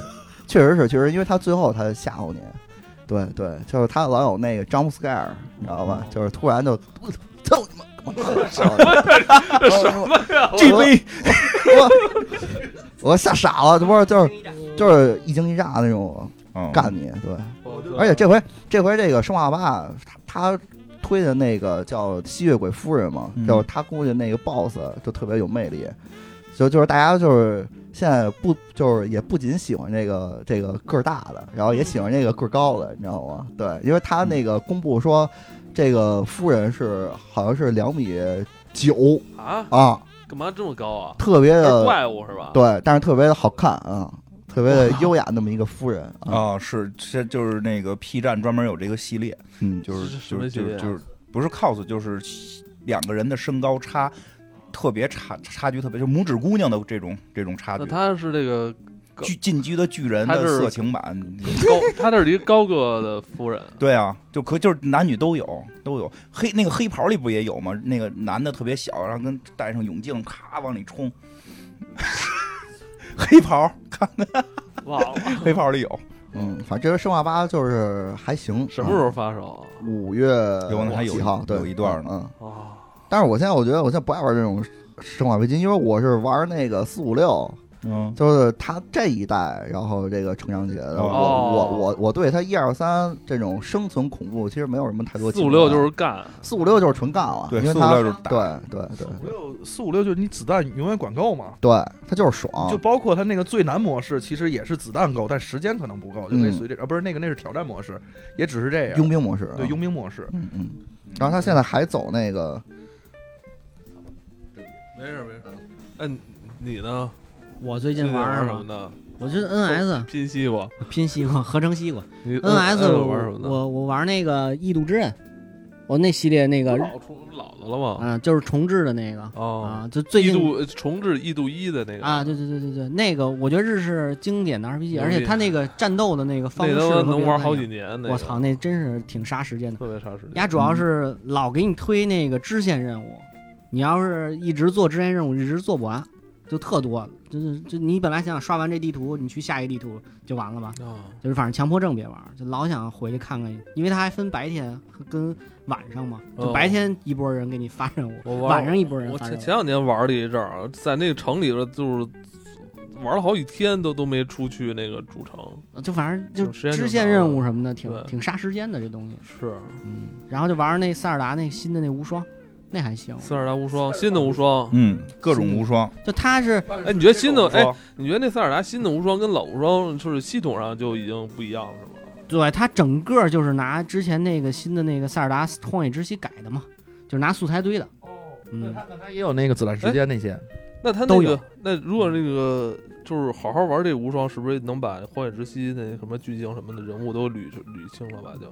确实是，确实，因为它最后它吓唬你，对对，就是它老有那个 jump scare，你知道吧？就是突然就，操你妈！什么呀这杯我我吓傻了，这不是就是就是一惊一乍那种嗯干你，对。我而且这回这回这个生化八，他他推的那个叫吸血鬼夫人嘛，嗯就是他估计那个 boss 就特别有魅力，就就是大家就是现在不就是也不仅喜欢这个这个个儿大的，然后也喜欢这个个儿高的，你知道吗？对，因为他那个公布说这个夫人是好像是两米九啊，啊，干嘛这么高啊？特别是的怪物是吧？对，但是特别的好看啊，特别的优雅那么一个夫人啊，啊，是这就是那个 P 站专门有这个系列，嗯，就是是就是什么系就是列啊就是不是 cos 就是两个人的身高差特别差差距特别，就拇指姑娘的这种这种啊差距那。他是这个巨进击的巨人他的是色情版，高，他这是一个高个的夫人，对啊，就可就是男女都有都有黑那个黑袍里不也有吗？那个男的特别小，然后跟戴上泳镜，咔往里冲。 黑袍，看忘了 黑袍里有，嗯，反正这回《生化八》就是还行。什么时候发售嗯？五月有呢还有几号？对，有一段呢嗯，啊？但是我现在我觉得我现在不爱玩这种《生化危机》，因为我是玩那个四五六，嗯，就是它这一代，然后这个成长起来的。哦我我我我对它一二三这种生存恐怖其实没有什么太多四期待。五六就是干，四五六就是纯干了，对，因为四五它六就是打，对对对五六四五六就是你子弹永远管够嘛。对，它就是爽，就包括它那个最难模式，其实也是子弹够，但时间可能不够，就可以嗯随这啊，不是那个那是挑战模式，也只是这样。佣兵模式啊。对佣兵模式，嗯嗯。然后它现在还走那个，没事没事。哎，你呢？我最近玩玩什什么么？呢？我就是 NS 拼西瓜。拼西瓜，合成西瓜。你 NS 呃我玩什么呢？我我玩那个《异度之刃》，我那系列那个老重老的了吗？啊，就是重置的那个哦，啊，就最异近度重置异度一的那个啊，对对对对对，那个我觉得日式经典的 RPG，牛逼而且它那个战斗的那个方那式他妈和能别的玩不一好样几年，那个我操，那真是挺杀时间的。特别长时间。丫主要是老给你推那个支线任务，你要是一直做支线任务，一直做不完。就特多，就是就你本来想想刷完这地图，你去下一个地图就完了吧，啊，就是反正强迫症别玩儿，就老想回去看看，因为它还分白天和跟晚上嘛，就哦白天一拨人给你发任务，我玩晚上一拨人我发前任前务。两年玩了一阵儿，在那个城里头就是玩了好几天，都都没出去那个主城。就反正就有时间就支玩线儿任务什么的，挺对挺杀时间的这东西。是嗯，然后就玩儿那塞尔达那新的那无双，那还行。塞尔达无双，新的无双。嗯，各种无双，就它是哎，你觉得新的哎，你觉得那塞尔达新的无双跟老无双就是系统上就已经不一样了，是吗？对它整个就是拿之前那个新的那个塞尔达荒野之息改的嘛，就是拿素材堆的。嗯，他也有那个紫蓝时间那些，那他都那有个那如果那个就是好好玩这无双，是不是能把荒野之息那什么剧情什么的人物都捋捋清了吧？就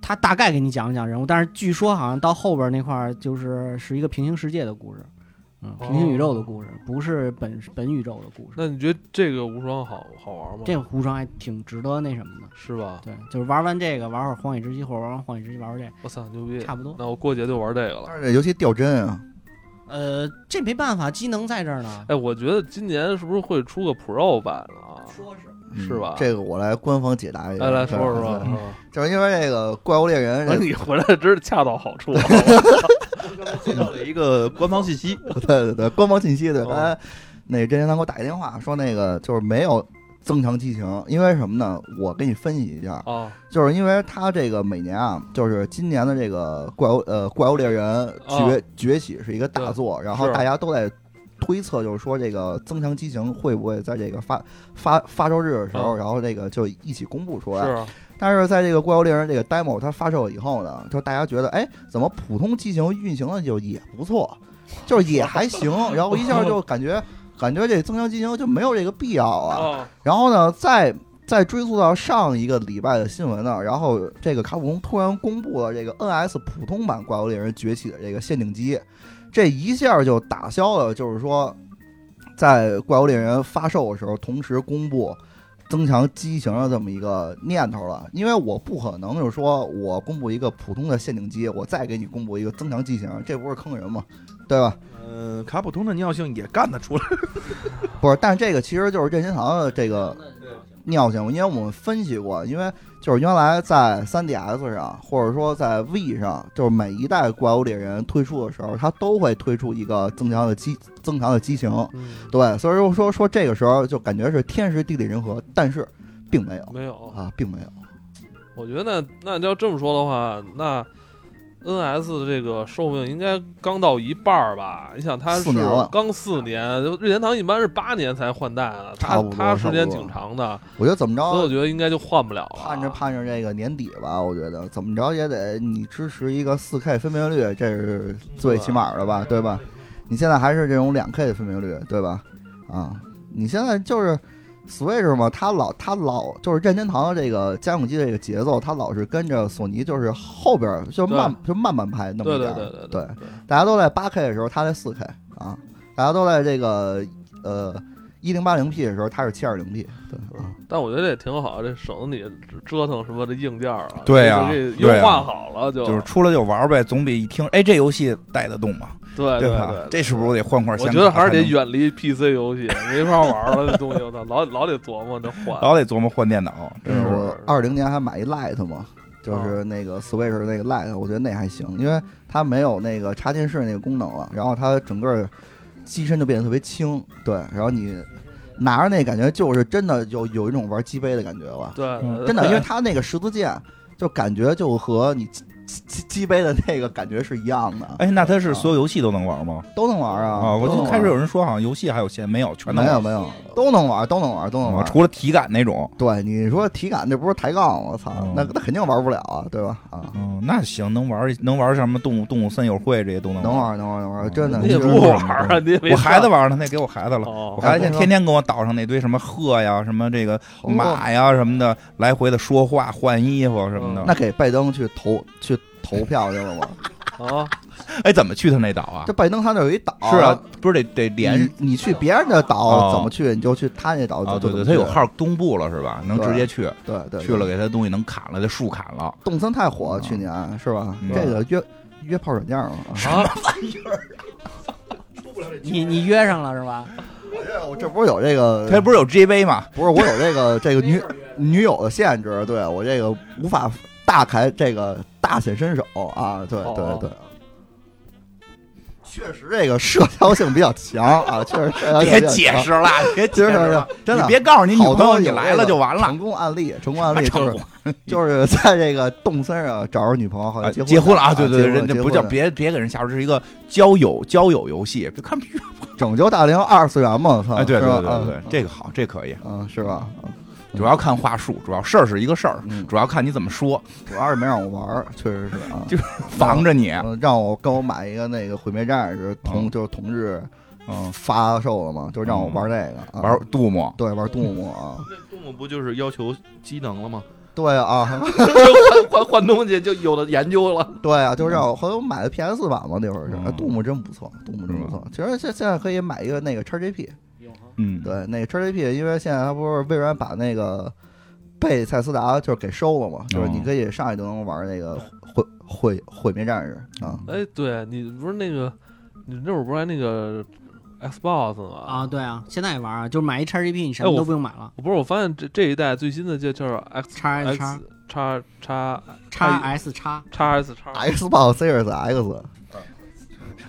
他大概给你讲一讲人物，但是据说好像到后边那块儿就是是一个平行世界的故事，嗯，平行宇宙的故事，不是本本宇宙的故事。那你觉得这个无双好好玩吗？这个无双还挺值得那什么的，是吧？对，就是玩完这个，玩会儿荒野之息，或者玩完荒野之息，玩玩这个，我操，牛逼！差不多。那我过节就玩这个了。但是这游戏掉帧啊，呃，这没办法，机能在这儿 呢。哎，我觉得今年是不是会出个 Pro 版啊？说是嗯是吧这个我来官方解答一下。来来说对说说， 对嗯就是因为这个《怪物猎人》哎这，你回来真是恰到 好处啊。接到了一个官方信息，对对对，官方信息对，哦他那之前他给我打一电话说那个就是没有增强激情，因为什么呢？我给你分析一下，啊，就是因为他这个每年啊，就是今年的这个怪物呃怪物猎人崛、崛起是一个大作，然后哦是大家都在。推测就是说，这个增强激情会不会在这个发发发售日的时候，嗯然后这个就一起公布出来？是啊但是在这个《怪物猎人》这个 demo 它发售以后呢，就大家觉得，哎，怎么普通机型运行的就也不错，就是也还行，然后一下就感觉感觉这增强机型就没有这个必要 啊。啊，然后呢，再再追溯到上一个礼拜的新闻呢，然后这个卡普空突然公布了这个 NS 普通版《怪物猎人崛起》的这个限定机，这一下就打消了，就是说在《怪物猎人》发售的时候同时公布增强机型的这么一个念头了。因为我不可能就是说我公布一个普通的限定机，我再给你公布一个增强机型，这不是坑人吗？对吧？嗯，卡普通的尿性也干得出来，不是，但是这个其实就是任天堂的这个尿性，因为我们分析过，因为就是原来在 3DS 上，或者说在 V 上，就是每一代怪物猎人推出的时候，它都会推出一个增强的机增强的机型，嗯，对，所以说说说这个时候就感觉是天时地利人和，但是并没有没有。啊，并没有。我觉得那那要这么说的话，那 NS 的这个寿命应该刚到一半儿吧？你想，它四是年了刚四年，就任天堂一般是八年才换代呢，差它不多它时差间不多挺长的，我觉得怎么所以我着，觉得应该就换不了了。啊盼着盼着这个年底吧，我觉得怎么着也得你支持一个 4K 分辨率，这是最起码的吧，对吧？你现在还是这种两 K 的分辨率，对吧？啊，你现在就是 Switch 嘛，它老它老就是任天堂的这个家用机的这个节奏，它老是跟着索尼，就是后边儿就慢就慢慢拍那么对一点对儿，对对对，大家都在八 K 的时候，它在四 K 啊，大家都在这个呃一零八零 P 的时候，它是七二零 P，对啊。但我觉得这也挺好，这省得你折腾什么的硬件儿啊。对呀这对优呀化好了就就是出来就玩呗，总比一听，哎，这游戏带得动嘛，啊对对吧？对，这是不是得换块显我卡觉才能？得还是得远离 PC 游戏，没法玩了，这东西我操，老老得琢磨着换。老得琢磨换电脑，真就是。是嗯哦我二零年还买一 Lite 嘛，就是那个 Switch 那个 Lite，我觉得那还行，因为它没有那个插电式那个功能了，然后它整个机身就变得特别轻，对，然后你拿着那感觉就是真的有有一种玩机杯的感觉了，对，嗯对真的，因为它那个十字键就感觉就和你机机机杯的那个感觉是一样的，哎，那它是所有游戏都能玩吗？都能玩啊，啊，我都能就玩开始有人说好像游戏还有限，没有，全能没有玩没有都能玩，都能玩，都能啊，玩。除了体感那种。对，你说体感这不是抬杠吗，我操嗯，那那肯定玩不了啊，对吧？啊，嗯，那行，能玩能玩什么动物动物森友会这些都能能。玩能玩能玩，真的。嗯你就也是不玩啊，你也没我孩子上玩呢，那给我孩子了。哦我孩子现在天天跟我岛上那堆什么鹤呀、什么这个好多马呀什么的，来回的说话、换衣服什么嗯的。那给拜登去投去投票去了吗？ 啊，哎，怎么去他那岛啊这？嗯拜登他那有一岛，是啊，，不是得得连你你去别人的岛哦怎么去，你就去他那啊？岛就对对，就怎么他有去号东部了是吧？能直接去，对对对去了给他东西能砍了，这树砍了。动森太火嗯去年是吧嗯？这个约约炮软件嘛，啊啊你你约上了是吧？这我这不是有这个，它不是有 GB 吗？不是我有这个这个女女友的限制，对我这个无法大开这个大显身手啊，对对对。确实，这个社交性比较强啊！ 确实，社交性比别较强解释了， 别解确释实了，真的你别告诉你女好朋多友你有来这了个就完了啊成。功案例，成功案例就成是就是在这个动森上找着女朋友，后来啊结结婚了啊！对对对，结婚人家不叫结婚了别别给人瞎说，这是一个交友交友游戏，别看拯救大龄二次元嘛，我操！哎，对啊是对吧对对对嗯，这个好，这可以，嗯是吧？主要看话术，主要事儿是一个事儿，嗯，主要看你怎么说，主要是没让我玩儿，确实是啊，就防着你，嗯让我跟我买一个那个毁灭战士同就是同日嗯，发售了嘛，就让我玩那个啊玩杜牧，对玩动物 啊，那动物不就是要求机能了吗？对啊， 换换换东西就有的研究了。对啊，就让我后来我买的 PS 版嘛，那会儿是，嗯哎杜牧真不错，杜牧真不错。其实现现在可以买一个那个 XGP，嗯，对，那个 XGP，因为现在它不是微软把那个被塞斯达就是给收了嘛，就是嗯你可以上去就能玩那个毁毁毁灭战士啊，哎，对你不是那个，你那会儿不是还那个 Xbox 吗？啊，对啊，现在也玩啊，就是买一叉 GP，你什么哎我都不用买了，我不是，我发现这这一代最新的就就是 X 叉 S 叉 X 叉叉叉 S 叉，叉 S 叉 Xbox Series X，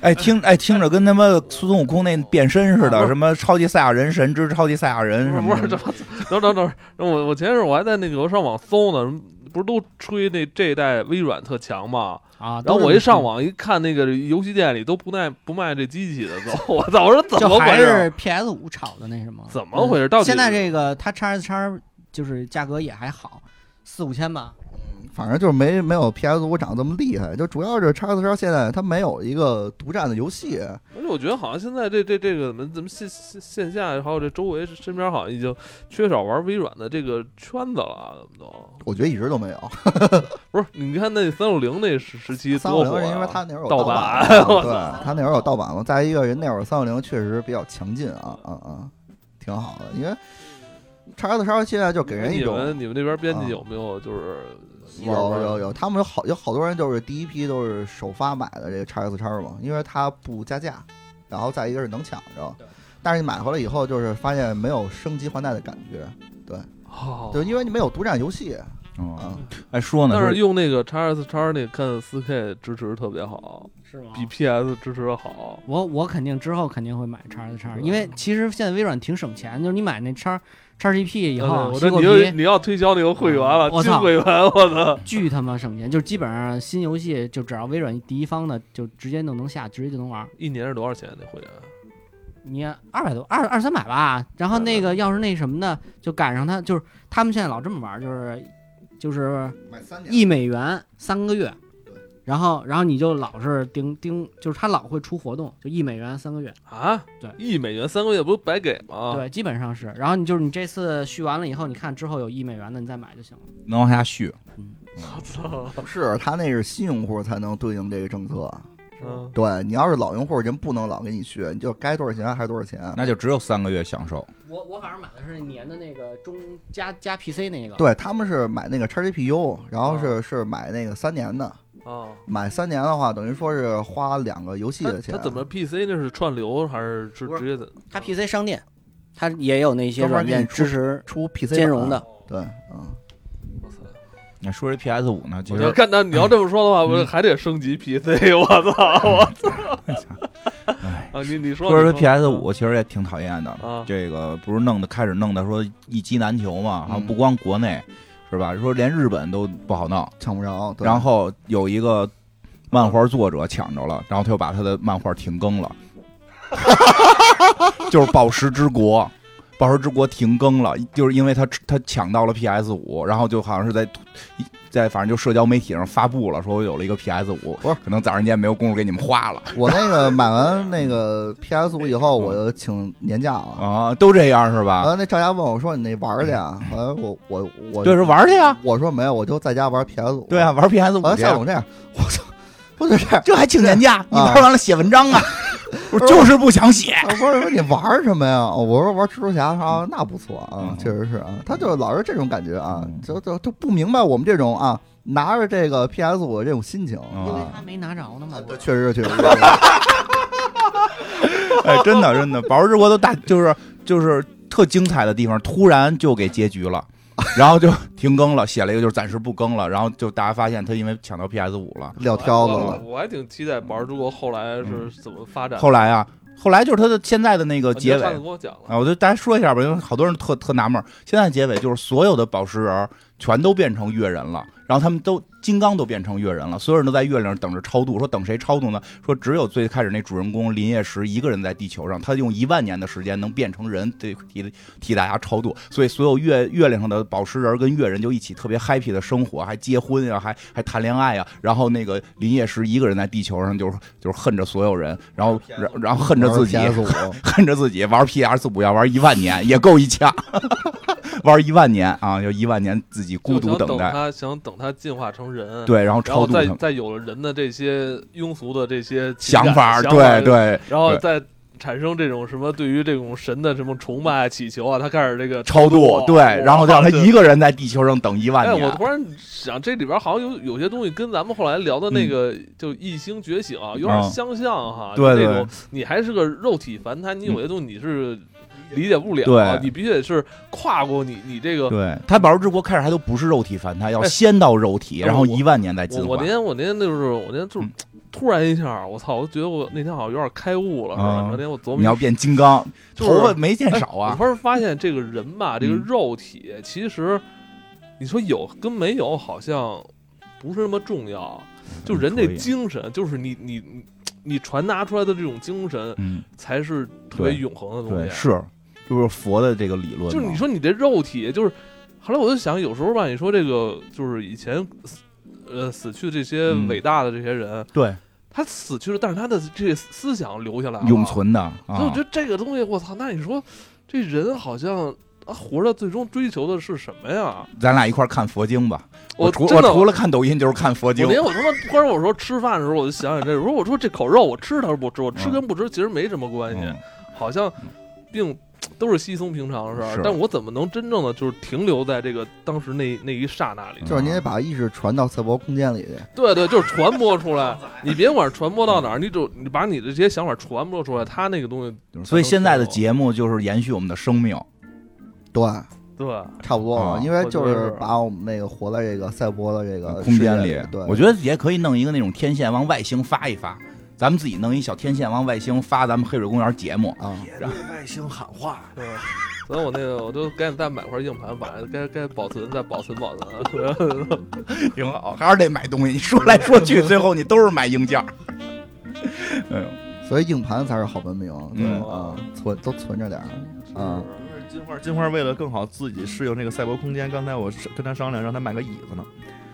哎，听哎听着跟他妈孙悟空那变身似啊不的，是什么超级赛亚人神之超级赛亚人什不么是，的这等等等，我我前阵儿我还在那个上网搜呢，不是都吹那这一代微软特强吗？啊，然都后是我一上网一看，那个游戏店里都不卖不卖这机器的，都我操！我说怎就么回还事？啊是 PS 五炒的那什么？怎么回事？到底现在这个它叉 S 叉就是价格也还好，四五千吧。反正就是没没有 PS 五长这么厉害，就主要是 x S 现在它没有一个独占的游戏，而且我觉得好像现在这这这个怎么怎么线线线下还有这周围身边好像已经缺少玩微软的这个圈子了，怎么都我觉得一直都没有。不是？你看那三六零那时时期三六多零火是因为啊！他那会儿有盗版，版 对他那会儿有盗版嘛。再一个人那会儿三六零确实比较强劲啊啊啊，挺好的，因为叉 S 叉现在就给人一你们种。你们那边编啊辑有没有就是有有有，他们有好有好多人就是第一批都是首发买的这个 x S 叉嘛，因为它不加价，然后再一个是能抢着，但是你买回来以后就是发现没有升级换代的感觉，哦就因为你没有独占游戏嗯啊，哎，说呢，但是说用那个 x S x 那看4 K 支持特别好，是吗比 PS 支持的好。我我肯定之后肯定会买叉 S 嗯叉，因为其实现在微软挺省钱，就是你买那叉叉 GP 以啊后，对我西说果你又皮嗯你要推销那个会员了，我金操会员，我操！巨他妈省钱，就是基本上新游戏就只要微软第一方的就直接就能下，直接就能玩。一年是多少钱啊那会员？你二百多二二三百吧，然后那个要是那什么的，就赶上它就是他们现在老这么玩，就是就是买三一美元三个月，然后然后你就老是盯盯，就是他老会出活动，就一美元三个月，啊，对一美元三个月不是白给吗？，对，基本上是。然后你就是你这次续完了以后，你看之后有一美元的你再买就行了。能往下续，不是，他那是新用户才能对应这个政策。嗯，对你要是老用户，人不能老给你续，你就该多少钱还是多少钱。那就只有三个月享受。我我反正买的是年的那个中加加 PC 那个，对他们是买那个 XGPU，然后是是买那个三年的，啊，买三年的话，等于说是花两个游戏他的钱。他怎么 PC 那是串流还是直不是直接的？它 PC 商店，它也有那些专门软给你件出支持出 PC 兼容的版？。对，嗯，我操！那说这 PS 五呢，其我实就看到你要这么说的话，我嗯还得升级 PC，我 操！我哎啊，你你说说你说 PS 五其实也挺讨厌的啊，这个不是弄的开始弄的说一机难求嘛，然后嗯不光国内是吧，说连日本都不好弄，抢不着。对然后有一个漫画作者抢着了，然后他又把他的漫画停更了， 就是《宝石之国》。《宝石之国》停更了，就是因为他他抢到了 PS 五，然后就好像是在在反正就社交媒体上发布了，说我有了一个 PS 五，不是可能早上间没有功夫给你们花了我那个买完那个 PS 五以后，我就请年假了。啊，都这样是完吧？了，那赵家问我说：“你那玩儿去啊？”完了，我我我对，是玩去啊，我说没有，我就在家玩 PS 五。对啊，，玩 PS 完五了去夏啊，总这样，我操，不就这样？这还请年假，你玩完了写文章 啊？我不是就是不想写，我说说你玩什么呀？我说玩蜘蛛侠啊，那不错啊嗯，确实是啊，他就老是这种感觉啊嗯，就就就不明白我们这种啊，拿着这个 PS 五这种心情嗯因为啊他，没拿着呢嘛。确实是确实是。 哎，真的真的，《宝石之国》都大就是就是特精彩的地方，突然就给结局 了。然后就停更了，写了一个就是暂时不更了，然后就大家发现他因为抢到 PS 五了，撂挑子我嗯还了。我还挺期待《宝石之国》后来是怎么发展的。后来啊，后来就是他的现在的那个啊你结尾，上次跟我讲了，啊，我就大家说一下吧，因为好多人特特纳闷儿，现在结尾就是所有的宝石人儿全都变成月人了，然后他们都金刚都变成月人了，所有人都在月亮上等着超度，说等谁超度呢？说只有最开始那主人公林业石一个人在地球上，他用一万年的时间能变成人，对替替大家超度，所以所有月月亮上的宝石人儿跟月人就一起特别 happy 的生活，还结婚呀、还还谈恋爱呀、然后那个林业石一个人在地球上就是就是恨着所有人，然后然后然后恨着自己， PS 五，恨着自己玩 PS 四五要玩一万年，也够一呛， 玩一万年啊，要一万年自己孤就独想等等待。他想等他进化成人，，对，然后然超后度他再们再有了人的这些庸俗的这些情感想法，想对，对，然后对再产生这种什么对于这种神的什么崇拜祈求啊，他开始这个超度，对，然后让他一个。个人在地球上等一万哎，我年突。然想，这里边好像有有些东西跟咱们后来聊的那个就异星觉醒啊有点嗯相像哈。对就那对嗯种你还是个肉体凡胎，你有些东西你是理解不了，啊对你必须得是跨过你你这个对他，宝石之国开始还都不是肉体凡胎，要哎先到肉体，哎然后一万年再进我化我那。天我那天就是我那天就是嗯突然一下，我操！我觉得我那天好像有点开悟了，是吧啊？那天我琢你要磨，变金刚，就是头发没见少我啊。突然发现这个人吧，这个嗯肉体其实你说有跟没有好像不是那么重要，就人这嗯可以精神，就是你你你你传达出来的这种精神嗯，才是特别对永恒的东对，西。是，就是佛的这个理论嘛。就是你说你这肉体，就是后来我就想，有时候吧，你说这个就是以前死呃死去这些嗯伟大的这些人。对他死去了，但是他的这个思想留下来了，永。存的所以我啊觉，得这个东西，我操，那你说这人好像他活着最终追求的是什么呀？咱俩一块儿看佛经吧。我除真我的，除我了看抖音就是看佛经连。我他妈突然我说吃饭的时候，我就想起这，我说我说这口肉我吃它是不吃，我吃嗯跟不吃其实没什么关系，嗯好像并。都是稀松平常的事儿是，但我怎么能真正的就是停留在这个当时那那一刹那里？嗯就是你得把意识传到赛博空间里去。对对，就是传播出来，你别管传播到哪儿，你就你把你的这些想法传播出来，他那个东西，所以现在的节目就是延续我们的生命，对，对，差不多啊了，因为我就觉得是是把我们那个活在这个赛博的这个空间世里界。对，我觉得也可以弄一个那种天线往外星发一发，咱们自己弄一小天线往外星发咱们黑水公园节目。得啊，别对外星喊话，对，所以我那个我就赶紧再买块硬盘，把该该保存再保存保存。 啊挺好，还是得买东西。你说来说 去，最后你都是买硬件儿。 嗯，所以硬盘才是好文明。对嗯啊，存都存着点儿啊。金花金花为了更好自己适应这个赛博空间，刚才我是跟他商量，让他买个椅子呢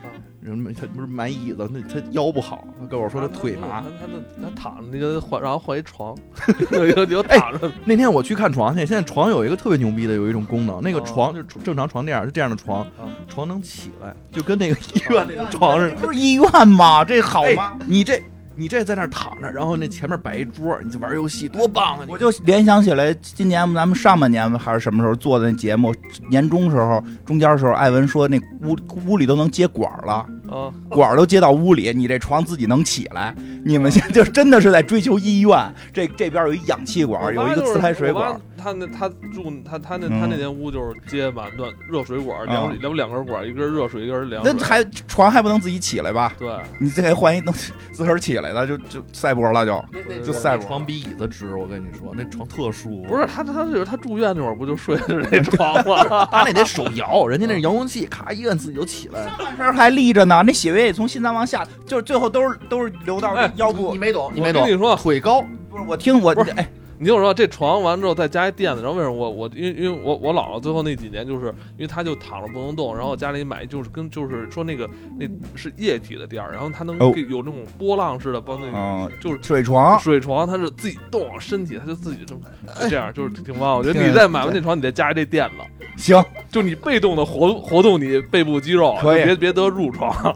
啊。人他不是买椅子，那他腰不好，他跟我说他腿麻他。他他他躺着那个换，然后换一床， 有有躺着，那天我去看床去，现在床有一个特别牛逼的，有一种功能，那个哦床就是正常床垫儿，就这样的床哦，床能起来，就跟那个医院那个床似的。不是医院吗？这好吗？你这你这在那儿躺着，然后那前面摆一桌，你就玩游戏，多棒啊！你我就联想起来，今年咱们上半年还是什么时候做的那节目，年终时候、中间时候，艾文说那屋屋里都能接管儿了。啊，管儿都接到屋里，你这床自己能起来。你们嗯现在就真的是在追求医院，这这边有一氧气管，有一个自来水我管妈。他那他住他他那他嗯那间屋就是接满暖热水管，啊两两两根管，一根热水，一根凉那水。还床还不能自己起来吧？对，你这还换一能 自个儿起来的，就就赛博了就。就赛那博床比椅子直，我跟你说，那床特舒服。不是他他就是他住院那会儿不就睡的那床 吗？他那得手摇，人家那是遥控器，咔一摁自己就起来。这儿还立着呢，那血液也从心脏往下，就是最后都是都是流到哎腰部。你没懂，你没我懂。跟你说腿高，不是我听我不是哎，你就说这床完之后再加一垫子，然后为什么我我因为因为我我姥姥最后那几年就是因为她就躺着不能动，然后家里买就是跟就是说那个那是液体的垫儿，然后它能哦给有那种波浪式的帮那个嗯，就是水床水床，它是自己动身体，它就自己这么哎这样，就是挺棒。我觉得你再买完那床，你再加一这垫子，行， 就你被动的活活动你背部肌肉，可以就别别得褥疮。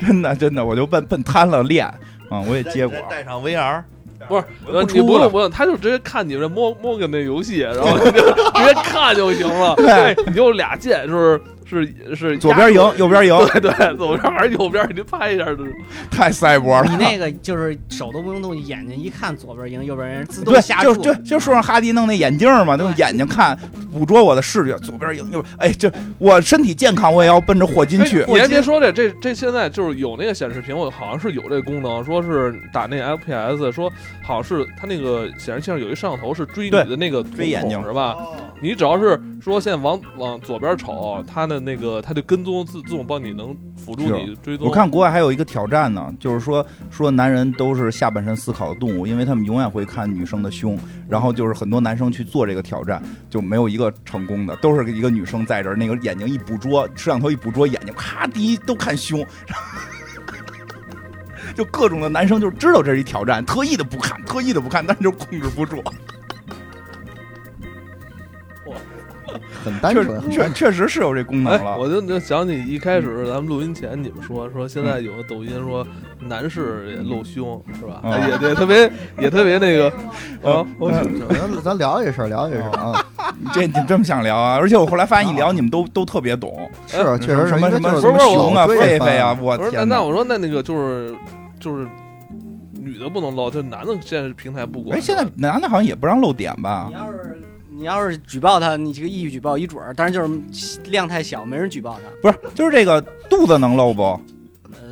真的真的，我就奔奔瘫了练。嗯，我也接过，带上 VR，不是，呃不你出不了用不用，他就直接看你这摸摸个那游戏，然后你就 直接看就行了。对，你就俩键，就是是是左 边赢压住，右边赢，对对，左边还是右边，你就拍一下就是。太赛博了。你那个就是手都不用动，眼睛一看左边赢，右边人自动对，下就注。就就说上哈迪弄那眼镜嘛，就用眼睛看，捕捉我的视觉，左边赢右边。哎，这我身体健康，我也要奔着霍金哎去。你还别说这这这现在就是有那个显示屏，我好像是有这功能，说是打那 FPS，说好像是它那个显示器上有一摄像头是追你对的那个瞳孔追眼睛是吧？哦你只要是说现在往往左边瞅，它的那个它就跟踪自自动帮你能辅助你追踪。我看国外还有一个挑战呢，就是说说男人都是下半身思考的动物，因为他们永远会看女生的胸，然后就是很多男生去做这个挑战，就没有一个成功的，都是一个女生在这儿，那个眼睛一捕捉，摄像头一捕捉，眼睛咔第一都看胸。 就各种的男生就知道这是一挑战，特意的不看，特意的不看，但是就控制不住。很单确纯实，确确实是有这功能哎，了。我就就想起一开始咱们录音前你们说说现在有个抖音说男士也露胸是吧？哎嗯呃也对，特别 也特 别那个啊，我咱咱聊一声，聊一声 啊，你这你这么想聊啊？而且我后来发现一聊你们都都特别懂，是啊确实嗯是什么什么什不么是我熊啊、狒狒狒啊，，我不是，那天那哪！我说那那个就是就是女的不能露，就男的现在平台不管。哎，现在男的好像也不让露点吧你？要是你要是举报他，你这个一举报一准儿，但是就是量太小，没人举报他。不是，就是这个肚子能露哦不？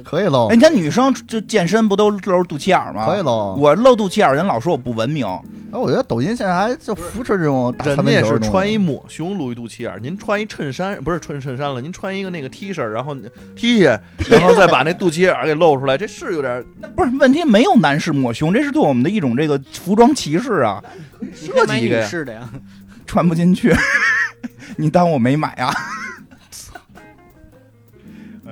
可以喽哎，，你看女生就健身不都露肚脐眼儿吗？可以喽。我露肚脐眼儿，人老说我不文明，哎，我觉得抖音现在还就扶持这种打人三分家球是的东西穿一抹胸露一肚脐眼儿，啊您穿一衬衫不是穿衬衫了，您穿一个那个 T 恤，然后 T 恤，然后再把那肚脐眼儿给露出来，这是有点儿不是问题，没有男士抹胸，这是对我们的一种这个服装歧视啊，你可以买设计一个女呀嗯士的呀，穿不进去。 你当我没买啊？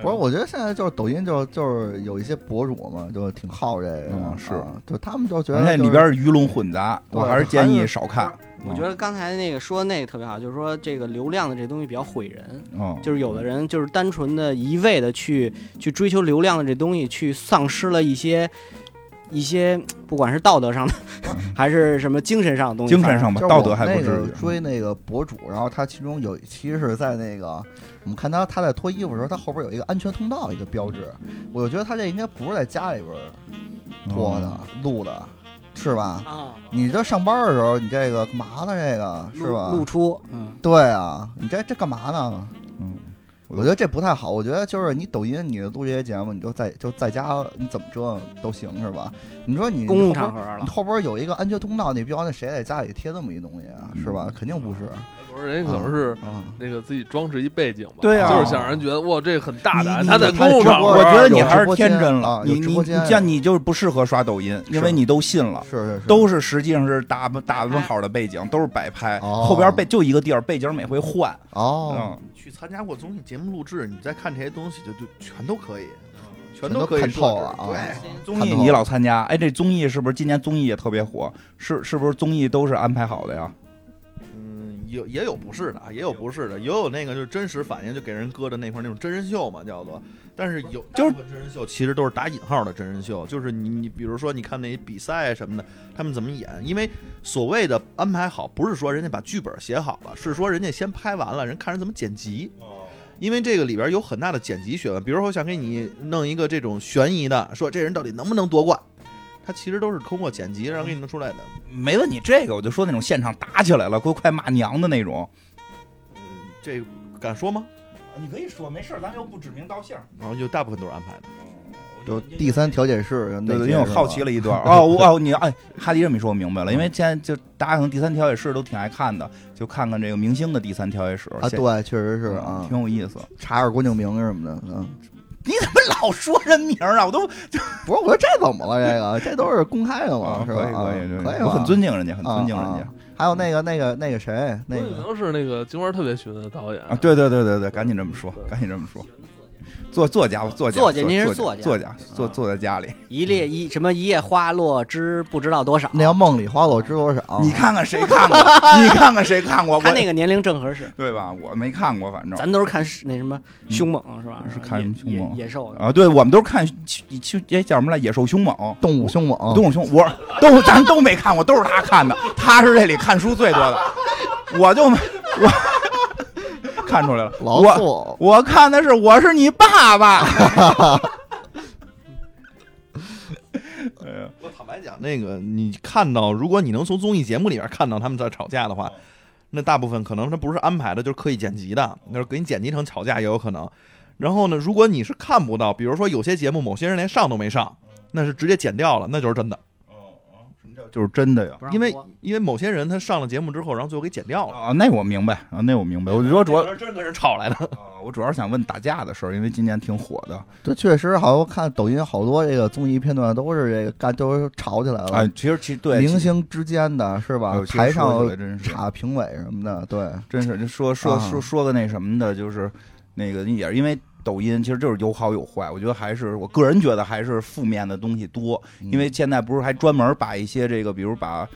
不是，我觉得现在就是抖音就就是有一些博主嘛，就挺好这个嗯啊，是就他们就觉而得且就里是边儿鱼龙混杂，我对还是建还议是少看。我觉得刚才那个说的那个特别好，就是说这个流量的这东西比较毁人，嗯，就是有的人就是单纯的一味的去去追求流量的这东西，去丧失了一些一些不管是道德上的还是什么精神上的东西，精神上吧就，是道我德还不那至个于。追那个博主，然后他其中有一期是在那个，我们看他他在脱衣服的时候，他后边有一个安全通道一个标志，我觉得他这应该不是在家里边哦脱的、录的，是吧？啊，你这上班的时候，你这个干嘛呢？这个是吧？露出，嗯，对啊，你这这干嘛呢？嗯，我觉得这不太好。我觉得就是你抖音，你录这些节目，你就在就在家，你怎么折腾都行是吧？你说你公共场后边合你了，后边有一个安全通道，你标那谁在家里贴这么一东西啊？是吧？肯定不是不是人家可能是啊。那个自己装饰一背景吧，嗯对啊就是想让人觉得哇，这很大胆，你他在你公共场合，我觉得你还有直是播天间真了啊，你有直你播间你像你就是不适合刷抖音，因为是你都信了。是是是，都是实际上是打打扮好的背景，都是摆拍，哦后边背就一个地儿，背景每回换。嗯哦，去参加过综艺节目录制，你再看这些东西就就全都可以，全全都可以看设透置了啊对，嗯，综艺你老参加，哎，这综艺是不是今年综艺也特别火？是是不是综艺都是安排好的呀？嗯，有也有不是的，啊也有不是的，也有那个就是真实反应，就给人搁的那块儿那种真人秀嘛，叫做。但是有就是大部分真人秀，其实都是打引号的真人秀，就是你你比如说你看那比赛什么的，他们怎么演？因为所谓的安排好，不是说人家把剧本写好了，是说人家先拍完了，人看人怎么剪辑。因为这个里边有很大的剪辑学问，比如说我想给你弄一个这种悬疑的，说这人到底能不能夺冠，他其实都是通过剪辑然后给你弄出来的。没问你这个，我就说那种现场打起来了，快快骂娘的那种。嗯，这敢说吗？啊你可以说没事，咱又不指名道姓。然后就大部分都是安排的。就第三调解室那对些对，因为我是好吧奇了一段 儿哦，我哦，你哎，哈迪这么一说，我明白了，因为现在就大家可能第三调解室都挺爱看的，就看看这个明星的第三调解室啊，对，确实是啊，嗯挺有意思。查查郭敬明什么的，嗯，你怎么老说人名儿啊？我都不是，我说这怎么了？这 个这都是公开的嘛，是吧？哦可以啊可以对可以吧，我很尊敬人家，很尊敬人啊家。啊还有那个那个那个谁，那可个能是那个金花特别喜欢的导演啊啊啊，对对对对对，赶紧这么说对，赶紧这么说。作作家作家作家啊您是作家作作家坐坐在家里，一列一什么一夜花落知不知道多少，那叫梦里花落知多少？ 你看看谁看 过？你看看谁看过？我他那个年龄正合适。对吧？我没看过，反正咱都是看是那什么凶猛是吧？嗯是看野凶猛野野兽的，啊，对我们都是看去哎叫什么来？野兽凶猛，动物凶猛，动物凶，我都咱都没看过，都是他看的，他是这里看书最多的，我就没我 看出来了，老我鼠。我看的是我是你爸爸。 哎呀，我坦白讲，那个你看到，如果你能从综艺节目里边看到他们在吵架的话，那大部分可能他不是安排的，就是刻意剪辑的，那是给你剪辑成吵架也有可能。然后呢，如果你是看不到，比如说有些节目某些人连上都没上，那是直接剪掉了，那就是真的。就是真的呀。不让因为播因为某些人他上了节目之后，然后最后给剪掉了，啊，那我明白啊，那我明白。我就说主要， 这真跟人吵来的。啊我主要是想问打架的事儿，因为今年挺火的。这确实好，我看抖音好多这个综艺片段都是这个干，都是吵起来了。哎，其实其实对明星之间的是哎吧呦？其实说台上起来真是插评委什么的，对，真是这说说啊说说个那什么的，就是那个也是因为抖音，其实就是有好有坏。我觉得还是我个人觉得还是负面的东西多，嗯因为现在不是还专门把一些这个，比如把。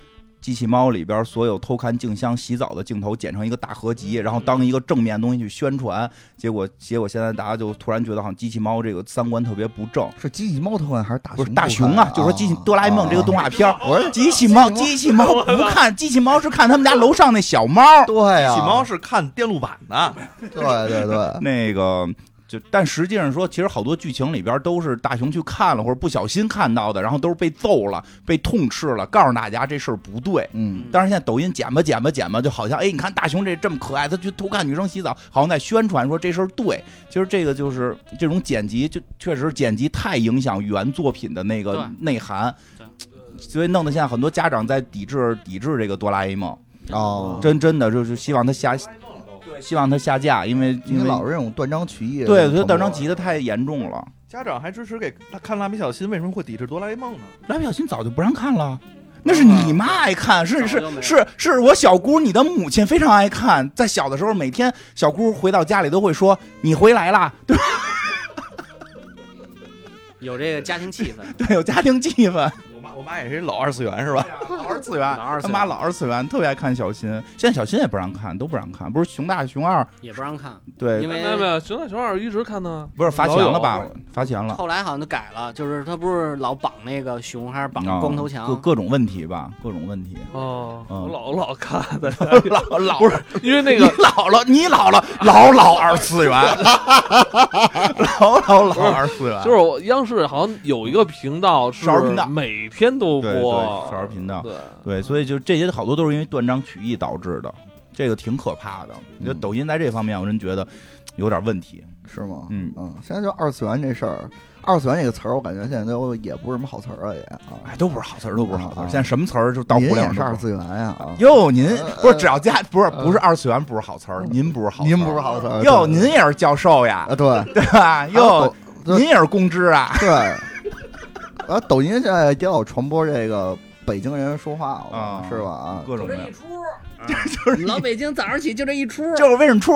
机器猫里边所有偷看静香洗澡的镜头剪成一个大合集，然后嗯当一个正面东西去宣传，结果结果现在大家就突然觉得好像机器猫这个三观特别不正，是机器猫偷看还是大不是熊偷看？大熊啊，就说机器哆啦 A 梦这个动画，画片儿，啊我说机器猫机器猫不看，机器猫是看他们家楼上那小猫，对呀，喜猫是看电路板的，对对 对，那个就，但实际上说，其实好多剧情里边都是大雄去看了，或者不小心看到的，然后都是被揍了、被痛斥了，告诉大家这事儿不对。嗯，当然，现在抖音剪吧剪吧剪吧，就好像哎，你看大雄这这么可爱，他去偷看女生洗澡，好像在宣传说这事儿对。其实这个就是这种剪辑，就确实剪辑太影响原作品的那个内涵，所以弄得现在很多家长在抵制抵制这个哆啦 A 梦，哦，真真的就是希望它下，对，希望它下架，因为因因为为老是这种断章取义，对，他断章取义的太严重了。家长还支持给看蜡笔小新，为什么会抵制哆啦 A 梦呢？蜡笔小新早就不让看了，嗯那是你妈爱看，是早就没是了是是我小姑你的母亲非常爱看，在小的时候每天小姑回到家里都会说你回来啦，对有这个家庭气氛，对，有家庭气氛，我妈我妈也是老二次元是吧？老二次元老二次啊他元妈老二次元特别爱看小新，现在小新也不让看，都不让看，不是熊大熊二也不让看，对因，为没有没有，熊大熊二一直看呢。不是罚钱了老吧有？罚钱了，后来好像都改了，就是他不是老绑那个熊，还是绑啊光头强各，各种问题吧，各种问 题。哦，嗯我老我老看 的，老老不是因为那你个老了，你老了，老老二 次元，老老老二次元，就是我央视好像有一个频道是少儿频道每天都对对播少儿频道对，对，所以就这些好多都是因为断章取义导致的，这个挺可怕的。嗯我觉得抖音在这方面，我真觉得有点问题。是吗？嗯嗯，现在就二次元这事儿，二次元这个词儿，我感觉现在都也不是什么好词儿了，也啊，哎，都不是好词儿，都不是好词儿。啊现在什么词儿就到互您联也网是上二。次元呀啊，哟，您不是呃只要加不是不是二次元不是好词儿，您不是好词儿，您不是好词儿，啊哟，对您也是教授呀啊，，对对吧？有哟，对您也是公知啊，对，然后抖音现在也老传播这个北京人说话啊嘛，是 吧？啊，各种各样嗯 老北京早上起就这一出，就是为什么出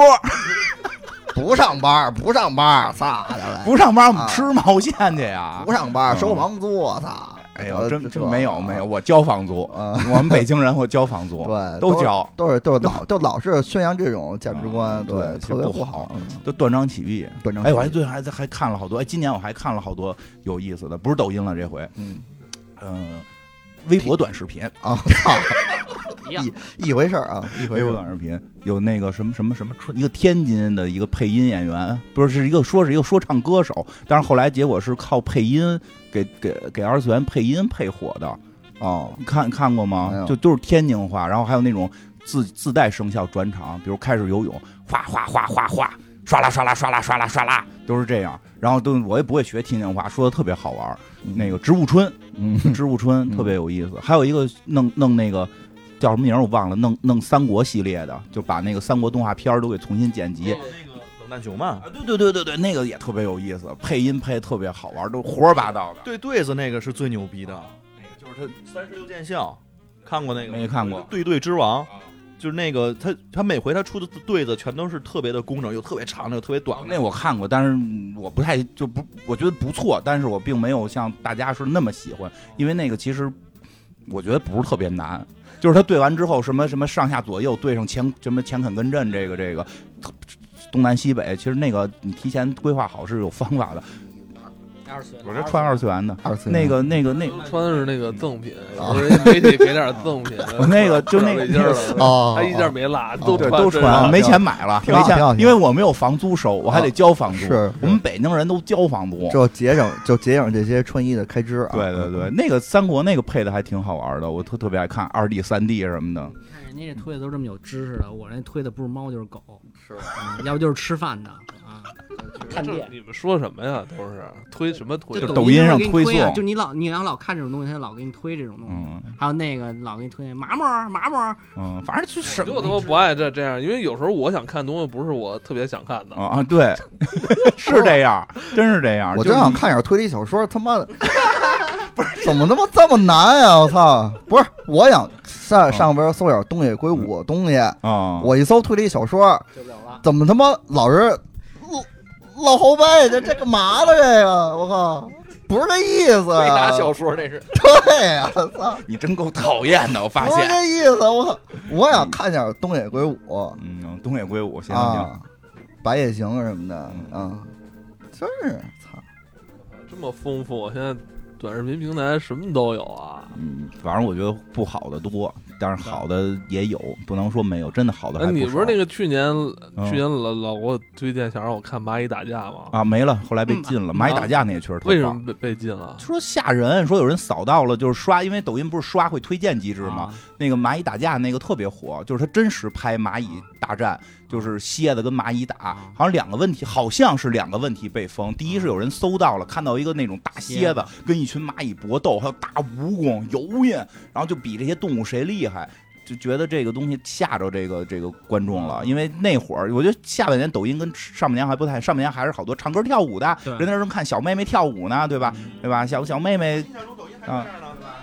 不上班，不 上班，撒的嘞，不上班我们啊吃毛线去呀？ 不上班，嗯收房租，我操！呃哎呦，真这真没有没有，，我交房租，啊，我们北京人我交房租，对，都是交，都是都 是老都老是宣扬这种价值观，啊对特别其实不好好，嗯都断章取义。断章取哎，义。我还最还还看了好多，哎，今年我还看了好多有意思的，不是抖音了，这回，嗯嗯、微博短视频，啊，操，一样一回事儿啊，一微回事博儿。短视频有那个什么什么什么春，一个天津的一个配音演员，不是是一个说是一个说唱歌手，但是后来结果是靠配音给给给二次元配音配火的，哦，你看看过没吗？有就都是天津话，然后还有那种自自带声效转场，比如开始游泳，哗哗哗哗哗，唰啦唰啦唰啦唰啦唰啦，都是这样。然后都我也不会学天津话，说的特别好玩儿。那个，个植物春，嗯，植物春嗯特别有意思。还有一个弄弄那个叫什么名儿我忘了，弄弄三国系列的，就把那个三国动画片儿都给重新剪辑。冷淡熊嘛，啊，对对对对对，那个也特别有意思，配音配得特别好玩儿，都胡说八道的。对对子那个是最牛逼的，那个就是他三十六剑校，看过那个吗啊没看过对对之王，就是那个他他每回他出的对子全都是特别的工整，有特别长的，有特别短的。那我看过，但是我不太就不，我觉得不错，但是我并没有像大家说的那么喜欢，因为那个其实我觉得不是特别难，就是他对完之后，什么什么上下左右对上前什么前肯跟阵，这个这个东南西北，其实那个你提前规划好是有方法的。二次元我这穿二次元的，二次元那个那个那，穿的是那个赠品，啊我说人媒体给点赠品 那个就那个啊一件了，哦，他一件没落，哦都对穿都身穿，上没钱买了，挺好没钱挺好，啊因为我没有房租收，我还得交房租。是我们北京人都交房租。哦就节省就节省这些穿衣的开支啊。对对对，那个三国那个配的还挺好玩的，我特特别爱看二 D、三 D 什么的。看人家这推的都这么有知识的，我那推的不是猫就是狗，是嗯啊要不就是吃饭的啊，探这店。你们说什么呀？都是推什么推就？抖音上会给你推推啊送就你老你要老看这种东西，他老给你推这种东西。嗯还有那个老给你推荐麻木儿麻木儿，嗯，反正就我什就么他妈不爱这这样，因为有时候我想看东西不是我特别想看的，啊啊，对， 是这样，真是这样。就我真是想看点推理小说，他妈的，不是怎么他妈这么难啊呀、我操！不是，我想哦上上边搜点东西归嗯我东西，啊，我一搜推理小说，救不了了。怎么他妈老是老老后背？这这干嘛呢？这个我靠，不是这意思推拿呀、小说那是，对啊呀、我操，你真够讨厌的，我发不是现。这意思，我靠，我想看点东野圭吾嗯，东野圭吾，行嗯行行，啊，白夜行什么的啊，真是操，这么丰富。现在短视频平台什么都有啊。嗯，反正我觉得不好的多，但是好的也有，不能说没有，真的好的还嗯哎，你不是那个个去年去年老老给我推荐想让我看蚂蚁打架吗？啊没了，后来被禁了。蚂蚁打架那也确实特嗯为什棒么被被禁了？说吓人，说有人扫到了就是刷，因为抖 音不是刷会推荐机制吗？啊？那个蚂蚁打架那个特别火，就是他真实拍蚂蚁大战，就是蝎子跟蚂蚁打，好像两个问题，好像是两个问题被封。第一是有人搜到了，看到一个那种大啊蝎子跟一群蚂蚁搏斗，还有大蜈蚣游印，然后就比这些动物谁厉害。就觉得这个东西吓着这个这个观众了，因为那会儿我觉得下半年抖音跟上半年还不太，上半年还是好多唱歌跳舞的，对人在那正看小妹妹跳舞呢，对吧？对吧？小小妹妹啊，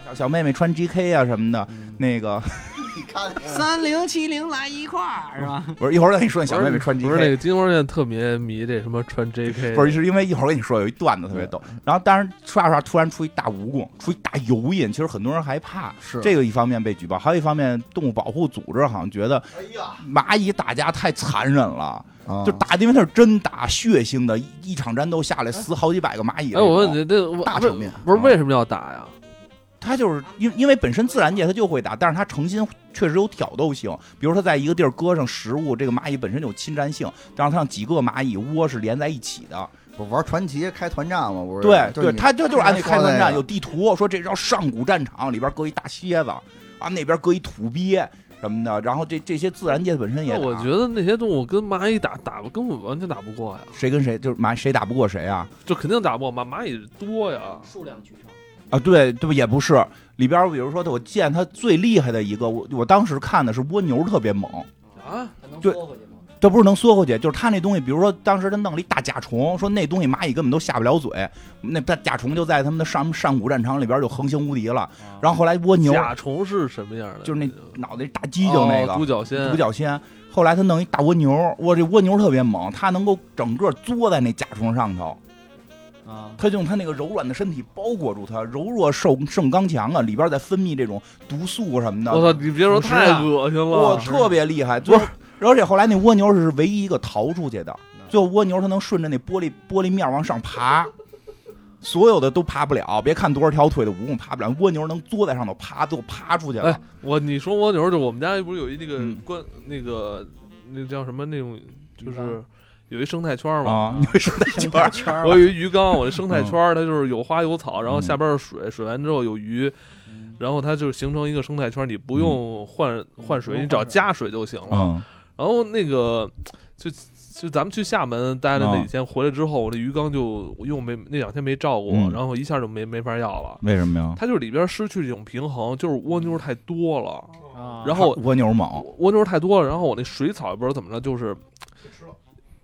小小妹妹穿 GK 啊什么的，那个 你看三零七零来一块儿是吧？不是一会儿再跟你说那小妹妹穿不是那 GK，个金花现在特别迷这什么穿 JK，不是是因为一会儿跟你说有一段子特别逗，然后当时刷着刷着突然出一大蜈蚣，出一大油印，其实很多人害怕，是这个一方面被举报，还有一方面动物保护组织好像觉得哎蚂蚁打架太残忍了，啊嗯就打，因为它是真打，血腥的，一一场战斗下来死好几百个蚂蚁。哎，我问，你，这我大场面不啊是为什么要打呀？它就是因因为本身自然界它就会打，但是它成心确实有挑逗性，比如它在一个地儿搁上食物，这个蚂蚁本身就有侵占性，然后它让几个蚂蚁窝是连在一起的。不玩传奇开团战嘛，不是？对就是对，你他这就是按那你开说战那战个有地图，说这叫上古战场，里边搁一大蝎子，啊那边搁一土鳖什么的，然后这这些自然界本身也啊那打，我觉得那些动物跟蚂蚁打打不根本完全打不过呀，谁跟谁就是蚂谁打不过谁啊就肯定打不过蚂蚂蚁多呀。 数量取胜。啊对对吧也不是，里边比如说我见他最厉害的一个，我我当时看的是蜗牛特别猛，啊，还能对缩回去吗？这不是能缩回去，就是他那东西，比如说当时他弄了一大甲虫，说那东西蚂蚁根本都下不了嘴，那大甲虫就在他们的上上古战场里边就横行无敌了，然后后来蜗牛啊甲虫是什么样的？就是那脑袋大犄角那个。哦独角仙，独角仙。后来他弄一大蜗牛，哇，这蜗牛特别猛，它能够整个嘬在那甲虫上头，啊，它就用它那个柔软的身体包裹住它，柔弱受胜刚强啊，里边再分泌这种毒素什么的，我操，你别说腐蚀太啊恶心哇，了，特别厉害。就是，而且后来那蜗牛是唯一一个逃出去的，最后蜗牛它能顺着那玻璃玻璃面往上爬。所有的都爬不了，别看多少条腿的蜈蚣爬不了，蜗牛能嘬在上头爬，都爬出去了。哎我你说蜗牛，就我们家不是有一那个嗯关那个那叫什么那种，就是有一生态圈嘛。啊，你会说 那圈儿圈儿我有一鱼缸，我这生态圈儿它就是有花有草，然后下边是水，水完之后有鱼，然后它就形成一个生态圈，你不嗯用换换水，啊你只要加水就行了。嗯然后那个就就咱们去厦门待了那几天，回来之后我这鱼缸就因为我没那两天没照顾，嗯然后一下就没没法要了。为什么呀？它就是里边失去这种平衡，就是蜗牛太多了，啊，然后蜗牛猛，蜗蜗牛太多了，然后我那水草也不知道怎么着，就是。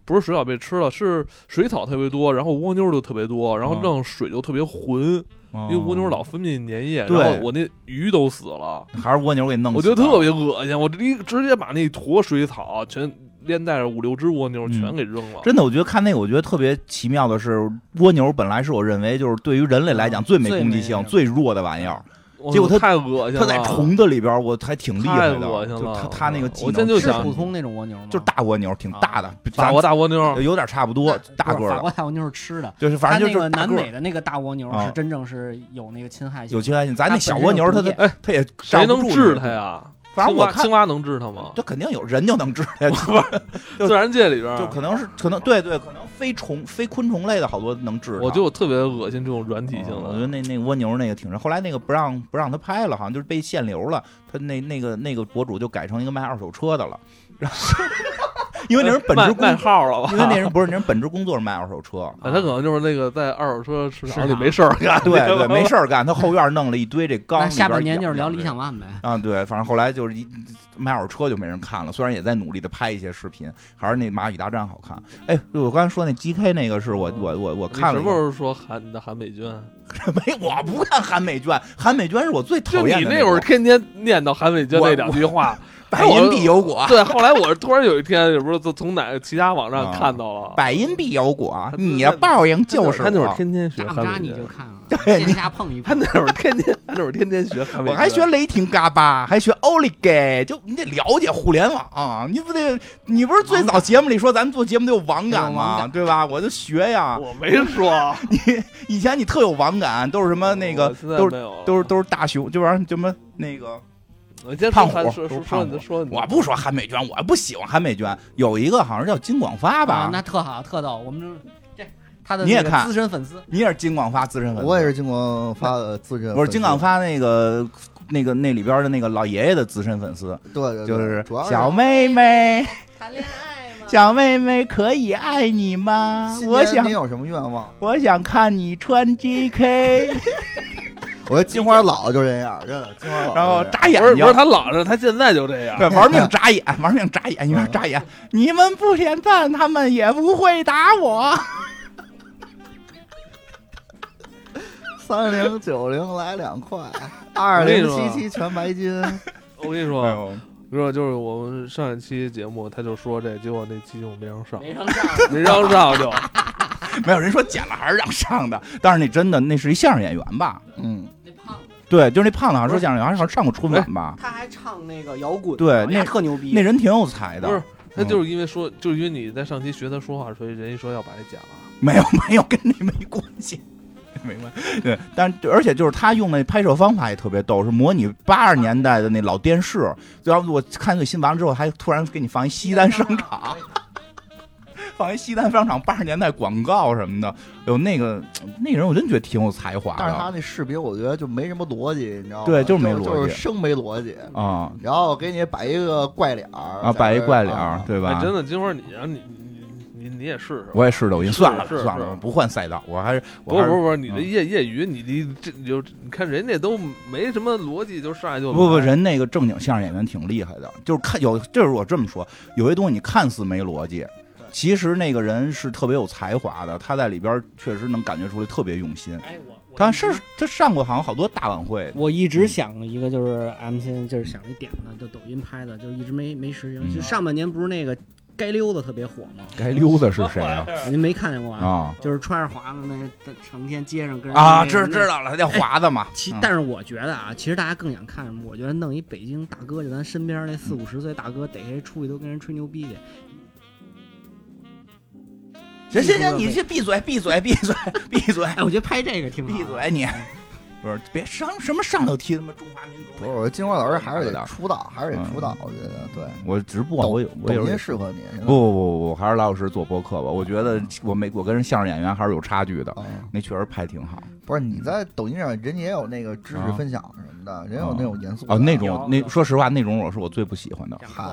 不是水草被吃了，是水草特别多，然后蜗牛就特别多，嗯然后让水就特别浑，因因为蜗牛老分泌粘液，嗯对然后我那鱼都死了，还是蜗牛给弄死，我觉得特。别恶心，我直直接把那坨水草全连带着五六只蜗牛嗯全给扔了。真的，我觉得看那个，我觉得特别奇妙的是，蜗牛本来是我认为就是对于人类来嗯讲最没攻击性、最弱的玩意儿，我结果它太恶心它了，在虫子里边我还挺厉害的，太恶心了就它它那个技我真能就是想嗯普通那种蜗牛吗？就是大蜗牛，挺大的，法咱国大蜗牛，有点差不多，大个不是儿法的，国大蜗牛是吃的，就是反正就是它那大个个南儿美的那个大蜗牛啊是真正是有那个侵害性有的，侵害性。咱它那本小身蜗牛，有它毒它液哎，它也谁谁能治它？呀？反正我青蛙看青蛙能治它吗？这肯定有人就能 治它，就自然界里边儿，就可能是可能对对，可能非虫非昆虫类的好多能治它。我就特别恶心这种软体性嗯的。我觉得那那蜗牛那个挺神，后来那个不让不让他拍了，好像就是被限流了。他那那个那个博主就改成一个卖二手车的了， 然后因为那人本职卖工卖作，号了吧？因为那人不是那人本职工作是卖二手车，啊他可能就是那个在二手车市场市啊里场没事儿干，对对， 没事。事儿干，他后院弄了一堆这缸那里边养着。下半年就是聊理想 ONE 呗。啊，对，反正后来就是一卖二手车就没人看了，虽然也在努力的拍一些视频，还是那蚂蚁大战好看。哎，我刚才说那 GK 那个是我我我我你看什了么一时个，候说韩你的韩美娟？没我不看韩美娟，韩美娟是我最就讨厌你的那种会儿天天念叨韩美娟我那哦两句话，百因必有果，对。后来我突然有一天，也不知道从哪个其他网站啊看到了，百因必有果，啊对你的报应就是啊他那会儿我。天天学扎不韩扎美你就娟，看了，对线你下碰一 他碰。那会儿天天，他那会儿天天学韩美娟，我还学雷霆嘎巴，还学欧里给，就你得了解互联网、你不得，你不是最早节目里说咱们做节目得有网感有网吗？对吧？我就学呀，我没 说，以前你特有网感，都是什么那个我现在都是没有了都是都是大熊，这玩意儿什么那个，我先胖虎说韩说都是说胖说你的虎说你的，我不说韩美娟，我不喜欢韩美娟。有一个好像叫金广发吧，啊，那特好，特逗。我们就是这他的你也那个看资深粉丝，你也是金广发资深粉丝，我也是金广发的资深粉丝，我是金广发那个那个那里边的那个老爷爷的资深粉丝，对，对对，就是主要嗯小妹妹，谈恋爱 嘛小妹妹可以爱你吗？今我年想你有什么愿望？我想看你穿 GK，我觉得金花老就这样，真的金花老就这样。然后眨眼不是不睛是，。他老是他现在就这样，对，玩命眨眼， 玩命眨眼，一边眨眼。嗯你们不点赞，他们也不会打 我。三零九零来两 块，二零七七全白金。我哎跟你说，你说就是我们上一期节目，他就说这，结果那期我没让上，没上账，没让上就没有人说剪了还是让上的，但是那真的那是一相声演员吧？嗯，那胖子对，就是那胖子好像说相声演员，好像上过春晚吧？他还唱那个摇滚，对那那特牛逼。那人挺有才的不，是他就是因为说，就是因为你在上期学他说话，所以人家说要把这剪了。没有没有跟你没关系。 没关系，对，但而且就是他用那拍摄方法也特别逗，是模拟八十年代的那老电视。然后我看最新完了之后，还突然给你放一西单商啊场， 放一西单商场八十年代广告什么的。有那个那人，我真觉得挺有才华但是他的那视频我觉得就没什么逻辑，你知道吗？对就就是没逻辑就是生没逻辑。啊 然后给你摆一个怪脸儿啊，摆一怪脸儿啊，对吧？哎，真的，金花，你让你你你你也试试。我也是抖音，是算了是算了，是不换赛道，我还是我不是还是不是不是，你这嗯业业余，你你这你就你看人家都没什么逻辑，就上来就不不，人那个正经相声演员挺厉害的，就是看有，就是我这么说，有些东西你看似没逻辑，其实那个人是特别有才华的，他在里边确实能感觉出来特别用心。哎我他是他上过好像好多大晚会，我一直想一个，就是 MC 就是想一点子，就抖音拍的，就一直没没实嗯行。就上半年不是那个街溜子特别火吗？该溜子是谁啊？您没看见过啊？啊就是穿着华子那成天街上跟人啊，那知知那道了，叫华子嘛。嗯其嗯但是我觉得啊，其实大家更想看什么？我觉得弄一北京大哥，就咱身边那四五十岁大哥，逮谁出去都跟人吹牛逼去。行行行，你这闭嘴闭嘴闭嘴闭嘴哎，我觉得拍这个挺好。闭！嘴你， 不是别上什么上头踢他妈中华民不族是，。我觉得金花老师还是得出道，还是得出道。我觉得对，我直播我有我有抖音适合你。嗯不不不不，还是老老实实做播客吧。我觉得我没我跟人相声演员还是有差距的，啊，那确实拍挺好。不是你在抖音上，人家也有那个知识啊分享什么的，人有那种严肃的哦，那种有那说实话，那种我是我最不喜欢的，嗨，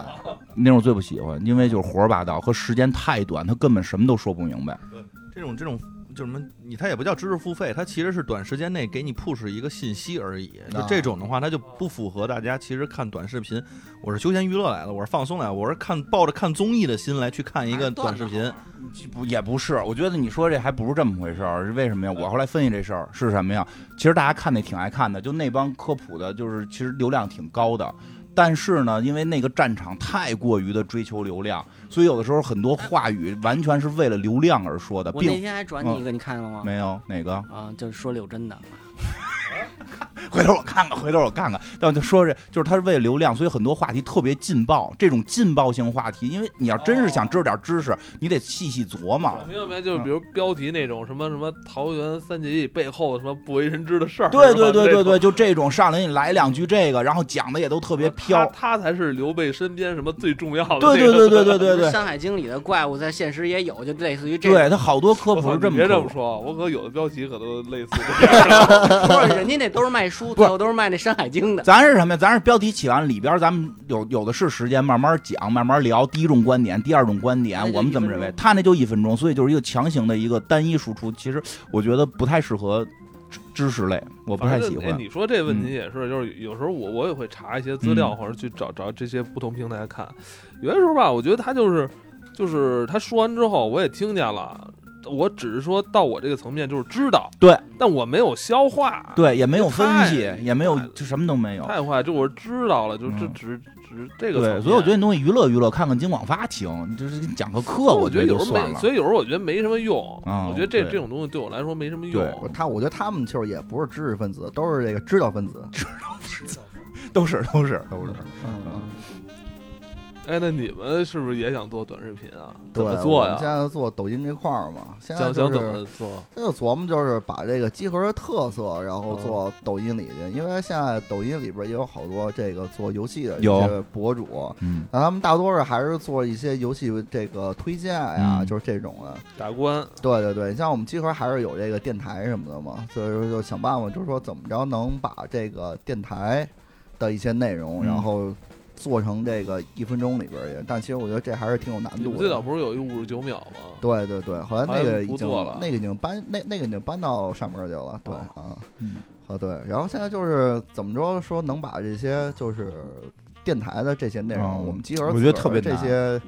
那种我最不喜欢，因为就是胡说八道和时间太短，他根本什么都说不明白。 这种这种就什么，你它也不叫知识付费，它其实是短时间内给你 push 一个信息而已。就啊这种的话，它就不符合大家其实看短视频，我是休闲娱乐来了，我是放松来了，我是看抱着看综艺的心来去看一个短视频。不也不是，我觉得你说这还不是这么回事儿，是为什么呀？我后来分析这事儿是什么呀？其实大家看的挺爱看的，就那帮科普的，就是其实流量挺高的。但是呢，因为那个战场太过于的追求流量，所以有的时候很多话语完全是为了流量而说的，我那并天还转你一个，你看见了吗？没有哪个。啊，就是说柳真的， 回头我看看，回头我看看。但我就说这，就是他是为了流量，所以很多话题特别劲爆。这种劲爆性话题，因为你要真是想知道点知识，你得细细琢磨。明白没？就是比如标题那种什么什么桃园三结义背后的什么不为人知的事儿，对是吧对对对这种对，就这种上来给你来两句这个，然后讲的也都特别飘。他他才是刘备身边什么最重要的。对对对对对对就是对，山海经》里的怪物在现实也有，就类似于这种。对他好多科 我普操是这你么别这科么普说，我可有的标题可都类似这样。不是人家那都是卖 书，最后都是卖那《山海经》的。咱是什么呀？咱是标题起完里边，咱们有有的是时间慢慢讲，慢慢聊。第一种观点，第二种观那点，就我们怎么一分认为？钟他那就一分钟，所以就是一个强行的一个单一输出。其实我觉得不太适合知知识类，我不太反正喜哎欢。嗯你说这问题也是，就是有时候我我也会查一些资料，或者去找找这些不同平台看。有的时候吧，我觉得他就是就是他说完之后，我也听见了，我只是说到我这个层面就是知道，对，但我没有消化，，对，也没有分太析，也没有太就什么都没有。太坏，就我知道了，就这嗯只只这个层对，面。所以我觉得你东西娱乐娱乐，看看金广发行，就是讲个课，所以我我觉得觉得就有时候算没，了。所以有时候我觉得没什么用。啊我觉得这对这种东西对我来说没什么用。对他我觉得他们就是也不是知识分子，都是这个知道分子。都是都是都是。嗯嗯。哎，那你们是不是也想做短视频啊？对，怎么做我们现呀？在做抖音这块儿嘛，现在想就想是怎么做？这就琢磨就是把这个集合的特色，然后哦做抖音里去，因为现在抖音里边也有好多这个做游戏的一有些博主，嗯，那他们大多数还是做一些游戏这个推荐呀，嗯就是这种的。打官对对对，像我们集合还是有这个电台什么的嘛，所以说就想办法，就是说怎么着能把这个电台的一些内容，嗯然后做成这个一分钟里边儿去。但其实我觉得这还是挺有难你度们的。最早不是有一五十九秒吗？对对对，后来那好个像已经不做了那个已经搬那那个已经搬到上面去了，对、啊，嗯啊对，然后现在就是怎么着说能把这些就是电台的这些内容，哦我们集合我觉得自个儿特别这难些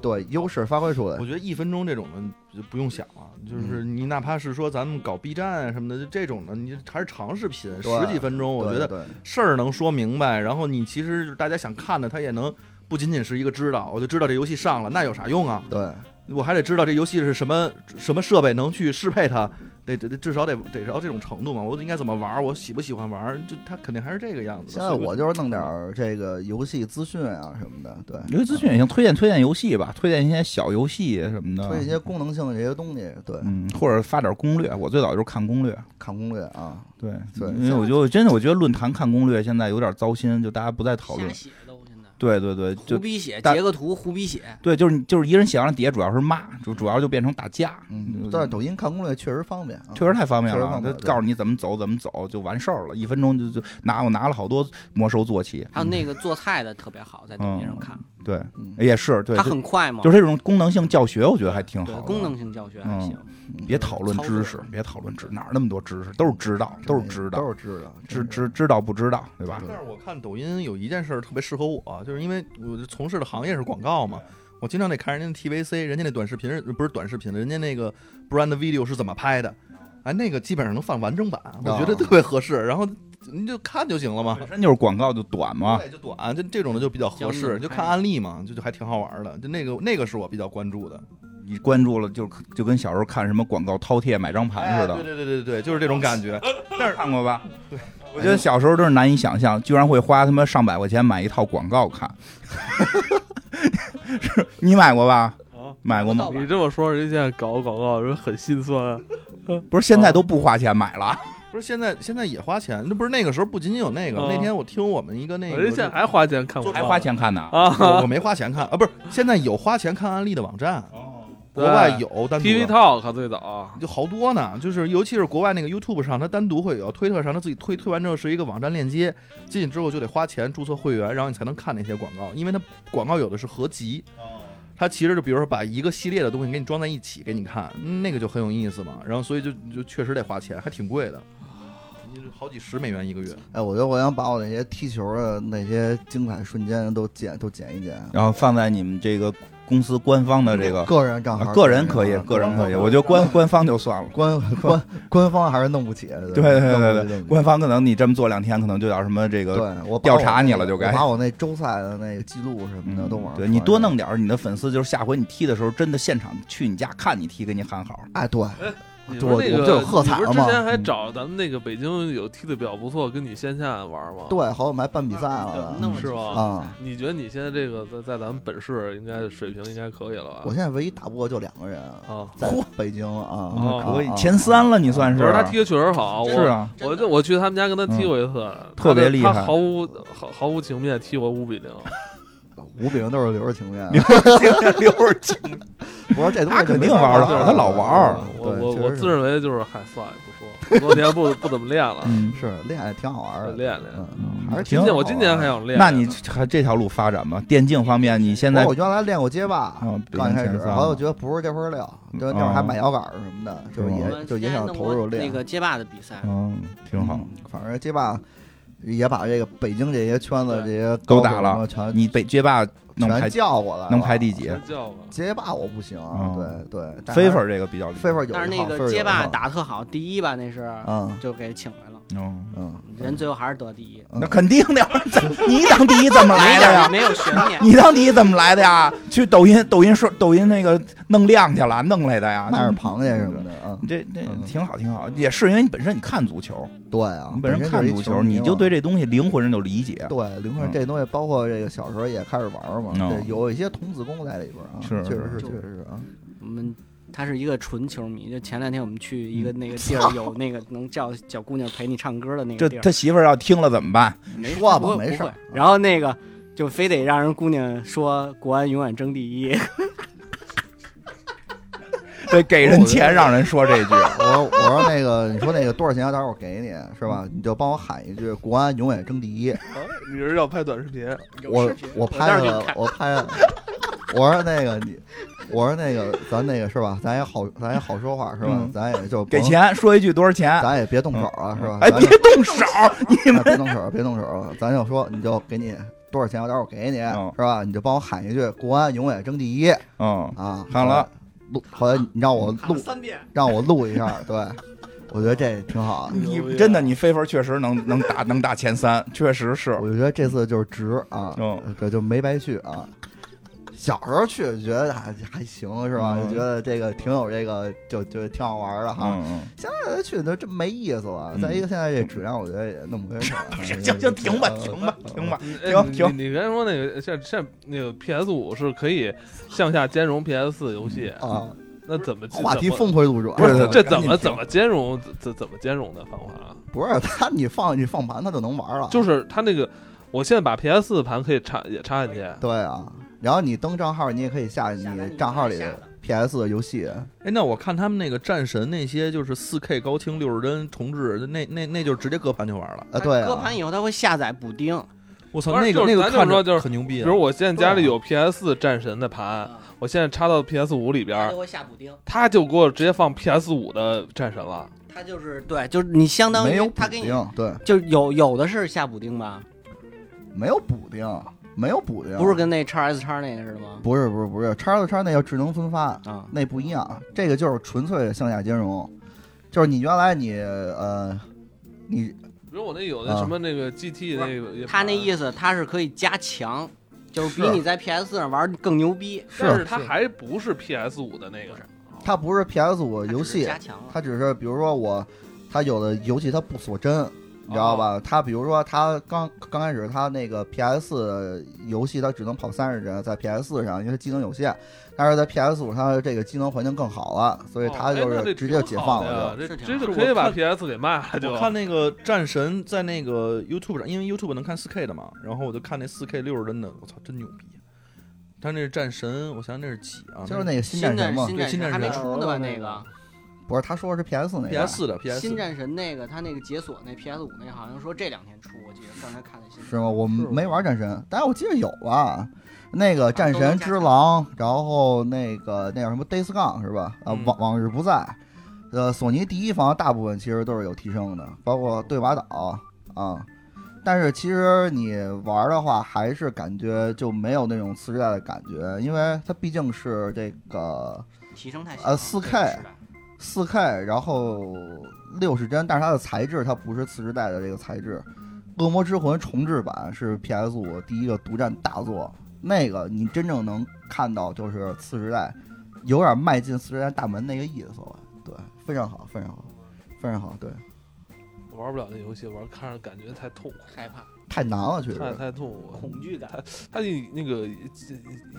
对嗯优势发挥出来我，觉得一分钟这种的就不用想了，就是你哪怕是说咱们搞 B 站啊什么的，就这种的，你还是长视频，对十几分钟，我觉对得对事儿能说明白，然后你其实大家想看的，他也能不仅仅是一个知道，我就知道这游戏上了，那有啥用啊？对我还得知道这游戏是什么什么设备能去适配它，得得得至少得得到这种程度嘛。我应该怎么玩儿？我喜不喜欢玩儿？就它肯定还是这个样子的。现在我就是弄点儿这个游戏资讯啊什么的，对，有些资讯也行，推荐推荐游戏吧，推荐一些小游戏什么的，推一些功能性的这些东西，对，嗯，或者发点攻略。我最早就是看攻略，看攻略啊，对对因为我觉得真的，我觉得论坛看攻略现在有点糟心，就大家不再 讨论瞎。写的，我现在对对对，胡就逼写，但截个图胡逼写。对，就是你就是一人写完了底下主要是骂，就主要就变成打架。嗯，但是抖音看攻略确实方便啊，确实太方便确实了方，他便对告诉你怎么走怎么走就完事儿了，一分钟就就拿我拿了好多魔兽坐骑，还有那个做菜的特别好，在抖音上看，对，嗯也是对，它就很快嘛，就是这种功能性教学，我觉得还挺好对的。功能性教学还行。别讨论操作知识，别讨论知哪儿那么多知识，都是知道，都是知道，都是知道，知知知道不知道，对吧？但是我看抖音有一件事儿特别适合我，就是因为我就从事的行业是广告嘛，我经常得看人家 TVC，人家那短视频是不是短视频，人家那个 brand video 是怎么拍的，哎，那个基本上能放完整版，我觉得特别合适，然后你就看就行了嘛。本身就是广告就短嘛，对，就短，就这种的就比较合教适，你就拍看案例嘛，就就还挺好玩的，就那个那个是我比较关注的，你关注了就就跟小时候看什么广告饕餮买张盘似哎对的，对对对对，就是这种感觉。但是看过吧？对，我觉得小时候真是难以想象，居然会花他妈上百块钱买一套广告看， 是你买过吧？啊，买过吗？你这么说，人家现在搞广告人很心酸。啊不是，现在都不花钱买了，不是现在现在也花钱，那不是那个时候不仅仅有那个，嗯那天我听我们一个那个人家现在还花钱看广告，还花钱看呢？啊 我我没花钱看啊，不是，现在有花钱看案例的网站，国对外有单独！TV 的 Talk 啊最早，就好多呢，就是尤其是国外那个 YouTube 上，它单独会有，推特上它自己推推完之后是一个网站链接，进去之后就得花钱注册会员，然后你才能看那些广告，因为它广告有的是合集，它其实就比如说把一个系列的东西给你装在一起给你看，那个就很有意思嘛。然后所以就就确实得花钱，还挺贵的，好几十美元一个月。哎，我觉得我想把我那些踢球的那些精彩瞬间都剪都剪一剪。然后放在你们这个公司官方的这个个人账号、啊个人可以，个人可以，我觉得官官方就算了。官官官方还是弄不起。对对对对对对官方可能你这么做两天，可能就叫什么这个，对我把调我查那你个了就我该把我那周赛的那个记录什么的都往上嗯对传你多上弄点儿，你的粉丝就是下回你踢的时候，真的现场去你家看你踢，给你喊好。哎，对，你我说那我这有个喝彩你不是吗之前还嗯找咱们那个北京有踢的比较不错，跟你线下玩吗？，对，好，我们还办比赛了弄了是吧？啊！你觉得你现在这个在在咱们本市应该水平应该可以了吧？我现在唯一打不过就两个人，啊，在北京啊，哦啊可以啊前三了，你算可是是他踢的确实好，是我啊，我就我去他们家跟他踢过一次，他特别厉害他毫无毫毫无情面踢我五比零，五比零都是留 着情面，六十几， 我说这东西他肯没定法玩儿儿了他老玩儿嗯对我啊我确我实自认为就是嗨，算了，不说，多年不不怎么练了，嗯，是是练也挺好玩儿的，练练嗯，还是挺今好玩年儿我今年还想练呢，那你还这条路发展吧。电竞方面，你现包在括我原来练过街霸哦，北哦刚京一开前始，三然后了我觉得不是这块料，就那会儿还买摇杆儿什么的，就嗯哦是是吗我也们就之也前想弄投过入练那个街霸的比赛，嗯挺好。嗯反正街霸也把这个北京这些圈子这些都高打手了什么全你被街霸能排嗯全叫过来了，能排第几别叫了，街霸我不行啊，哦对对，但飞还粉是儿这个比较厉害，飞粉儿有一但是那号个飞粉儿街有一霸号打特好，第一吧那是嗯就给请来了，嗯，嗯，人最后还是得第一，那肯定的呀，你当第一怎么来没的点呀？没有悬念。你当第一怎么来的呀？去抖音抖音说抖音那个弄量去了，弄来的呀。卖点螃蟹什么的，嗯，这这嗯挺好，挺好，也是因为你本身你看足球，对啊你，本身就看是一足球球，迷你嘛就对这东西灵魂上就理解。对零块嗯这东西，包括这个小时候也开始玩嘛，嗯对，有一些童子功在里边啊，是确实是就确实是啊，我们他是一个纯球迷，就前两天我们去一个那个地儿，有那个能叫小姑娘陪你唱歌的那这个地儿，他媳妇儿要听了怎么办？没说吧不会没事不儿啊会然后那个就非得让人姑娘说国安永远争第一，得给人钱让人说 这句。我我说那个，你说那个多少钱？啊到时候我给你，是吧？你就帮我喊一句“国安永远争第一哎你是要拍短视频？”。我我拍我到时候了给，我拍了。我说那个你，我说那个咱那个是吧？咱也好，咱也好说话是吧？嗯咱也就给甭，钱说一句多少钱？咱也别动手啊，是吧？哎，咱别就动 手！ 你哎别动手，别动手，咱就说你就给你多少钱？我到时候我给你，嗯是吧？你就帮我喊一句“国安永远争第一”嗯，啊！喊了，录，后来你让我录，三遍，让我录一下，对，我觉得这挺好的。你真的你飞分确实能能打能打前三，确实是。我就觉得这次就是值啊，嗯这就没白去啊。小时候去觉得还还行是吧？嗯就觉得这个挺有这个，就就挺好玩的哈。嗯嗯，现在去都真没意思了。嗯再一个，现在这质量我觉得也弄不回事儿 了。行行行，停吧哎停呃吧停吧。你停哎你停你你刚才说那个现现那个 PS 五是可以向下兼容 PS 四游戏，啊！那怎么话题怎么峰回路转，不对是对这赶怎紧么停怎么兼容？怎怎怎么兼容的方法？啊不是他你放你放盘他就能玩了，就是它那个，我现在把 PS 四盘可以插也插进去，对啊。然后你登账号，你也可以下你账号里的 PS 的游戏，哎，那我看他们那个战神那些就是四 K 高清六十帧重置，那那那就直接搁盘就玩了。啊对啊。搁盘以后他会下载补丁，我操，不是那就个是那个咱就看着说就是很牛逼比啊。如我现在家里有 PS 四战神的盘，他我现在插到 PS 五里边儿就，会下补丁。它就给我直接放 PS 五的战神了。他就是对，就是你相当没有于补他给你丁，对，就有有的是下补丁吧，没有补丁，没有补丁，不是跟那叉 S 叉那个似的吗？不是不是不是，叉 S 叉那叫智能分发，啊，那不一样，这个就是纯粹向下兼容，就是你原来你呃，你比如我那有那啊什么那个 GT 那个也盘，他那意思，思他是可以加强，就是比是你在 PS 上玩更牛逼，但是它还不是 PS 五的那个，它不是 PS 五游它只是戏，加强了。它只是比如说我，它有的游戏它不锁帧，你知啊道哦吧？它比如说它刚刚开始它那个 PS 游戏它只能跑三十帧，在 PS 上，因为它机能有限，但是在 PS 五它这个机能环境更好了，所以它哦哎就那是这直挺接好解放的呀了就。这是挺这好就的可以把我 PS 给卖了，就我看那个战神在那个 YouTube 上，因为 YouTube 能看 4K 的嘛，然后我就看那 4K 六十帧的，我操，真牛逼！他那是战神，我想那是几啊？就是那个新新嗯战神战嘛，新对战新神战还没神出呢吧？那个不是，他说的是 PS 那啊代 PS 四的 PS 新战神那个，他那个解锁那 PS 五那好像说这两天出，我记得刚才看的新闻。是吗？我是吗没玩战神，但是我记得有吧？那个战啊都神能加之狼，然后那个那叫什么 Days Gone 是吧？啊，嗯往往日不在。呃，索尼第一方大部分其实都是有提升的，包括对马岛啊。但是其实你玩的话，还是感觉就没有那种次时代的感觉，因为它毕竟是这个提升太小啊呃了 4K 这个时代四 K，然后六十帧，但是它的材质它不是次时代的这个材质。《恶魔之魂》重置版是 PS 五第一个独占大作，那个你真正能看到就是次时代，有点迈进次时代大门那个意思了。对，非常好，非常好，非常好。对，玩不了那游戏，玩看着感觉太痛苦，害怕太难了，确实。太太痛苦了。恐惧感，他那那个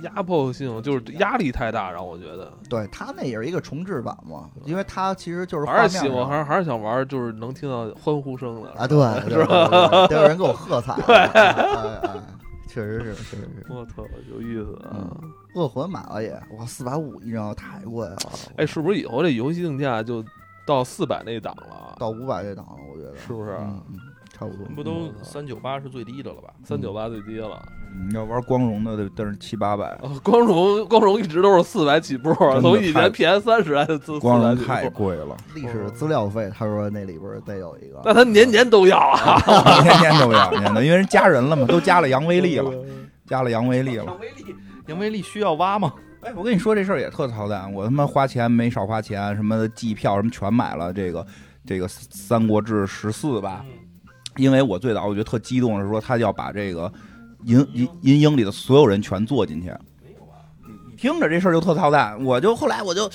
压迫性就是压力太大，让我觉得。对，它那也是一个重置版嘛，因为它其实就是画还面是喜欢，上还是还是想玩，就是能听到欢呼声的啊，对，对，对对得有人给我喝彩。对，哎哎确实是，确实是。我操，有意思嗯啊！恶魂买了也，哇，四百五一张，太贵了。哎，是不是以后这游戏定价就到四百那档了？啊到五百这档了，我觉得是不是？嗯，嗯差不多。不都三九八是最低的了吧？三嗯九八最低了，你要玩光荣的，得是七八百，呃光荣光荣一直都是四百起步，啊的从以太前 PS 三十还是四光荣400起太步，贵 了，历史资料费，他说那里边儿得有一个。但他年年都要啊， 天天都要，天天，因为人加人了嘛，都加了杨威利了，加了杨威利了。威力杨威利需要挖吗？哎，我跟你说这事儿也特操蛋，我他妈花钱没少花钱，什么机票什么全买了，这个这个《三国志十四》吧，因为我最早我觉得特激动是说他要把这个银银银鹰里的所有人全做进去，你听着这事儿就特操蛋，我就后来我就。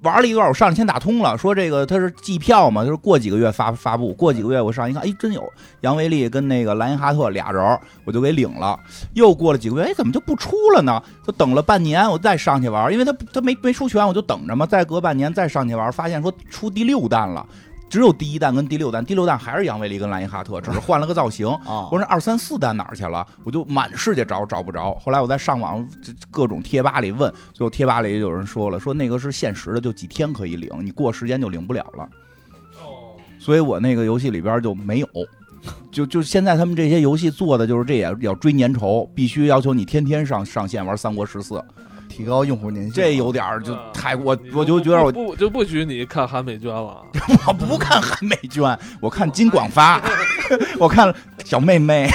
玩了一段，我上去先打通了，说这个它是季票嘛，就是过几个月发发布，过几个月我上一看，哎，真有杨威利跟那个莱因哈特俩人儿，我就给领了。又过了几个月，哎，怎么就不出了呢？就等了半年，我再上去玩，因为他他没没出全，我就等着嘛。再隔半年再上去玩，发现说出第六弹了，只有第一弹跟第六弹，第六弹还是杨威利跟莱因哈特，只是换了个造型。啊我说那二三四弹哪儿去了？我就满世界找找不着。后来我在上网这这各种贴吧里问，最后贴吧里有人说了，说那个是限时的，就几天可以领，你过时间就领不了了。哦所以我那个游戏里边就没有。就就现在他们这些游戏做的就是这也要追粘稠，必须要求你天天上上线玩《三国十四》，提高用户粘性，这有点儿就太我我就觉得我我不就不许你看韩美娟了，我不看韩美娟，我看金广发， 我看小妹妹。啊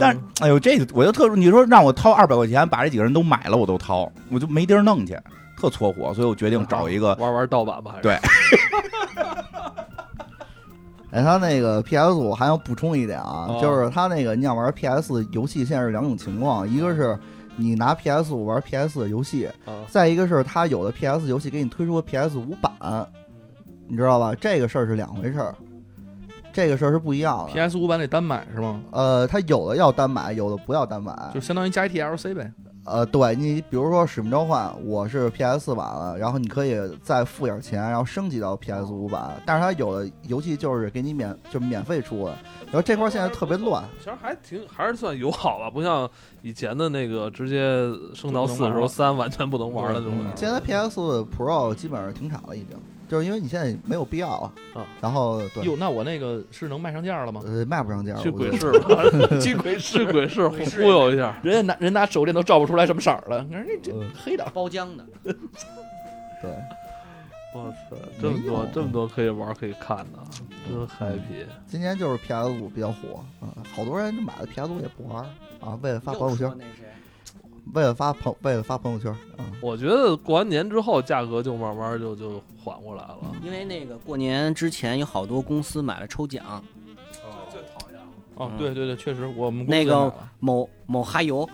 但是哎呦，这个我就特殊，你说让我掏二百块钱把这几个人都买了，我都掏，我就没地儿弄去，特搓火，所以我决定找一 个。玩玩盗版吧，还是对哎，它那个 PS 五还要补充一点啊，哦就是它那个你想玩 PS 游戏，现在是两种情况，一个是你拿 PS 五玩 PS 的游戏，啊，再一个是它有的 PS 游戏给你推出 PS 五版，你知道吧？这个事儿是两回事儿，这个事儿是不一样的。 PS 五版得单买是吗？呃，它有的要单买，有的不要单买。就相当于加一 DLC 呗。呃，对你比如说《使命召唤》，我是 PS 版了，然后你可以再付点钱，然后升级到 PS 五版。但是它有的游戏就是给你免，就免费出的。然后这块儿现在特别乱，其实还挺还是算友好吧，不像以前的那个直接升到四的时候三完全不能玩的嗯那种感觉。现在 PS Pro 基本上停产了，已经，就是因为你现在没有必要了啊。然后对，哟，那我那个是能卖上价了吗？呃，卖不上价，去我觉鬼得市 吧，去鬼市，鬼市忽悠一下。人家拿人拿手电都照不出来什么色儿了，你说这这黑的。包浆的，对。我操，这么没多有嗯这么多可以玩可以看的，啊真 happy。今年就是 PS 五比较火啊，好多人买了 PS 五也不玩儿啊，为了发朋友又圈说，那谁，啊为了发朋，为了发朋友圈啊。我觉得过完年之后价格就慢慢就就缓过来了。因为那个过年之前有好多公司买了抽奖，哦嗯，对对对，确实我们公司那也买个了某某哈游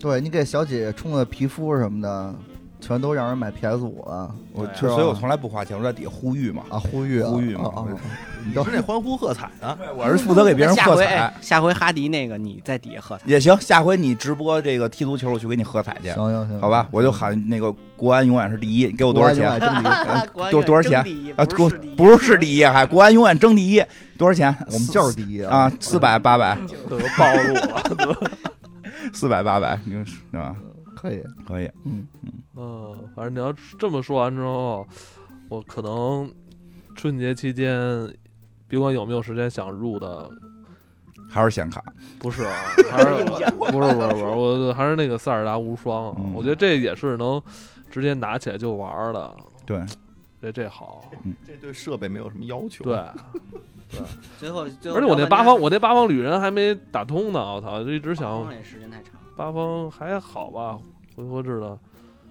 对你给小姐姐冲的皮肤什么的，全都让人买 PS 五了。我对啊所以，我从来不花钱，我在底下呼吁嘛。啊，呼吁啊呼吁啊嘛啊对啊你都不是那欢呼喝彩呢？哎我是负责给别人下喝回彩哎，下回哈迪那个你在底下喝彩，也行。下回你直播这个踢足球，我去给你喝彩去行，行行，好吧？我就喊那个国安永远是第一，你给我多少钱？国 安永远是第一多多少钱啊，啊给我不是是第一，还国安永远争第一，多少钱？我们就是第一四啊，四百八 百，都暴露了。 四百八百，你说是吧？可以。嗯可以，嗯，反正你要这么说完之后，我可能春节期间，别管有没有时间想入的，还是显卡。不是啊，还 是不是不是不是，我还是那个塞尔达无双啊，嗯我觉得这也是能直接拿起来就玩儿的，对，这这好，这对设备没有什么要求。对，，最后最后而且我那聊八半天方我那八方旅人还没打通呢，我操，就一直八想方也时间太长了。八方还好吧，回合制的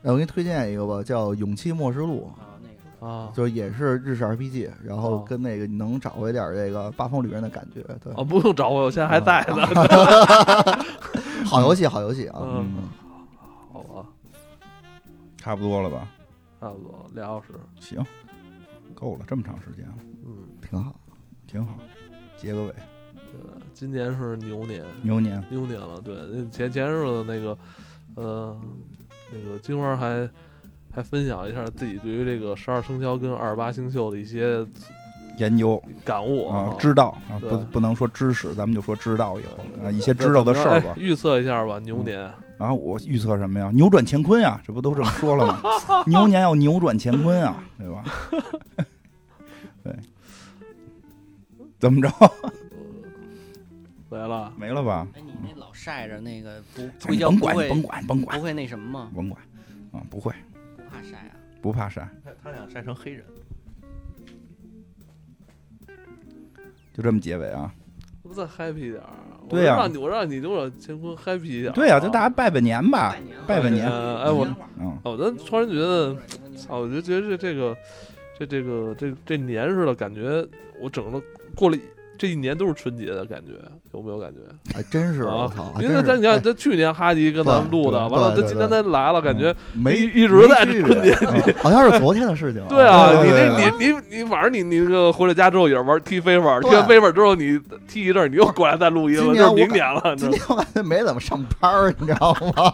哎，我给你推荐一个吧，叫《勇气末世录啊，那个啊》，。就是也是日式 RPG，然后哦跟那个能找回点儿这个八方旅人的感觉，对，哦，不用找我，我现在啊还在 呢。好游戏，好游戏啊！嗯，嗯，好吧，差不多了吧？差不多俩小时。行，够了，这么长时间了，嗯，挺好。挺好。结个尾，对，今年是牛年，牛年牛年了。对，那前前日子那个，呃，那个金花还还分享一下自己对于这个十二生肖跟二十八星宿的一些研究感悟啊，知道啊，对不不能说知识，咱们就说知道有啊一些对知道的事儿哎吧。嗯预测一下吧，牛年。然后我预测什么呀？扭转乾坤啊，这不都这么说了 吗？牛年要扭转乾坤啊，对吧？ 对，怎么着？来了，没了吧？哎，你那老晒着那个不哎会你叫甭不管，你会甭管，甭管不，会那什么吗？甭管啊，不会，不怕晒啊？不怕晒，他他想晒成黑人。就这么结尾啊。不再 happy 一点儿。啊我对呀让你我让你扭转乾坤 happy 一点儿啊。对啊，就大家拜拜年吧，年啊拜拜年。呃哎，我嗯，哦，咱突然觉得，啊，我就觉得这这个，这这个这这年似的，感觉我整个过了一这一年都是春节的感觉，有没有感觉？还真是，啊我操！还因真为是哎咱你看，咱去年哈迪跟咱们对录的，对完了对他对今天对嗯他来了，感觉没一一直在没区别啊好像是昨天的事情。对啊，你对那对你你你晚上你你那个回了家之后也是玩 踢飞粉，踢对完飞 粉之后你踢一阵儿，你又过来再录音今了，年就是我明感年了，你知今道吗天我感觉没怎么上班儿，你知道吗？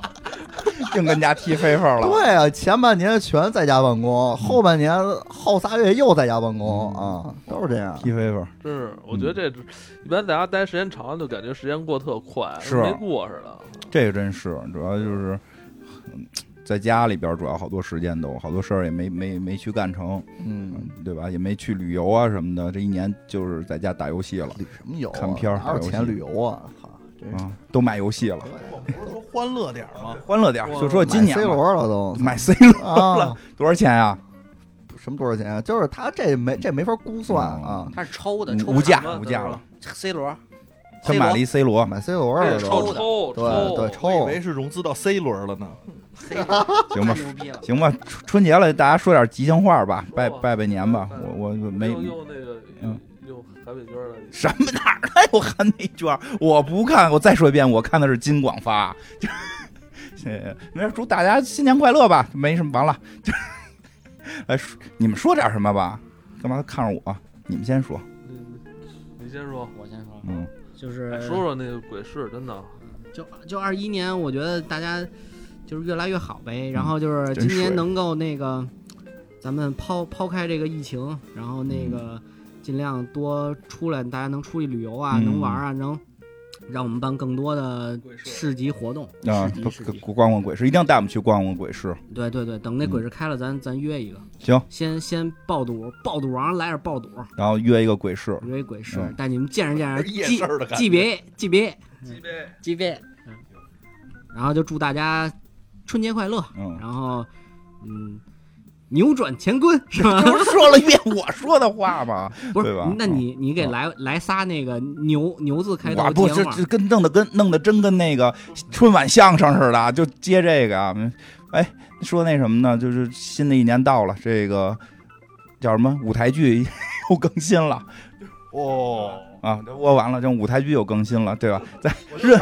净跟家踢飞炮了。嗯对啊，前半年全在家办公，后半年后仨月又在家办公啊，都是这样。踢飞炮，真是，我觉得这一般大家待时间长了就感觉时间过特快，是没过似的。这个真是，主要就是嗯在家里边，主要好多时间都好多事儿也没没没去干成，嗯嗯，，对吧？也没去旅游啊什么的，这一年就是在家打游戏了旅什么游啊？看片儿哪有打游钱戏旅游啊？操，真是。啊，都买游戏了，我不是说欢乐点儿吗？欢乐点儿。就说今年买 C 吧罗了都买 C 罗啊，多少钱呀？什么多少钱啊？就是他这没这没法估算啊。嗯他是抽的，抽无价什么无价了， C 罗他买了一 C 罗，买 C 罗了这抽都，抽抽对对，我哦以抽为是融资到 C 轮了呢。 ，C 罗行吧太，牛逼了，行吧，春春节了，大家说点吉祥话吧，拜说吧拜拜年吧。哦拜拜我我我没用用那个嗯用韩美娟的，什么哪儿还有韩美娟儿？我不看，我再说一遍，我看的是金广发。就是，呃没事，祝大家新年快乐吧，没什么，完了，就是，哎，说你们说点什么吧？干嘛看着我？你们先说，你你先说，我先说，嗯，就是哎说说那个鬼市，真的就就二一年，我觉得大家就是越来越好呗。然后就是嗯真今水年能够那个，咱们抛抛开这个疫情，然后嗯那个尽量多出来，大家能出去旅游啊，嗯能玩啊，能让我们办更多的鬼市市集活动。啊市集，市集逛逛鬼市，一定要带我们去逛逛鬼市。对对对，等那鬼市开了，咱咱约一个。行，先先爆肚，爆肚王来点爆肚，然后约一个鬼市，约一鬼市嗯，带你们见识见识夜，G 市儿的感觉 G B G B 鸡呗， G B，然后就祝大家春节快乐。嗯，然后，嗯，扭转乾坤是啊吧？ 这不是说了一遍我说的话吗？不是对吧，嗯那你你给来来仨那个牛牛字开头哇，的不，吉这祥话这，跟弄得跟弄得真跟那个春晚相声似的，就接这个啊。嗯哎，说那什么呢？就是新的一年到了，这个叫什么舞台剧 又更新了哦，啊！我完了，这舞台剧又更新了，对吧？在热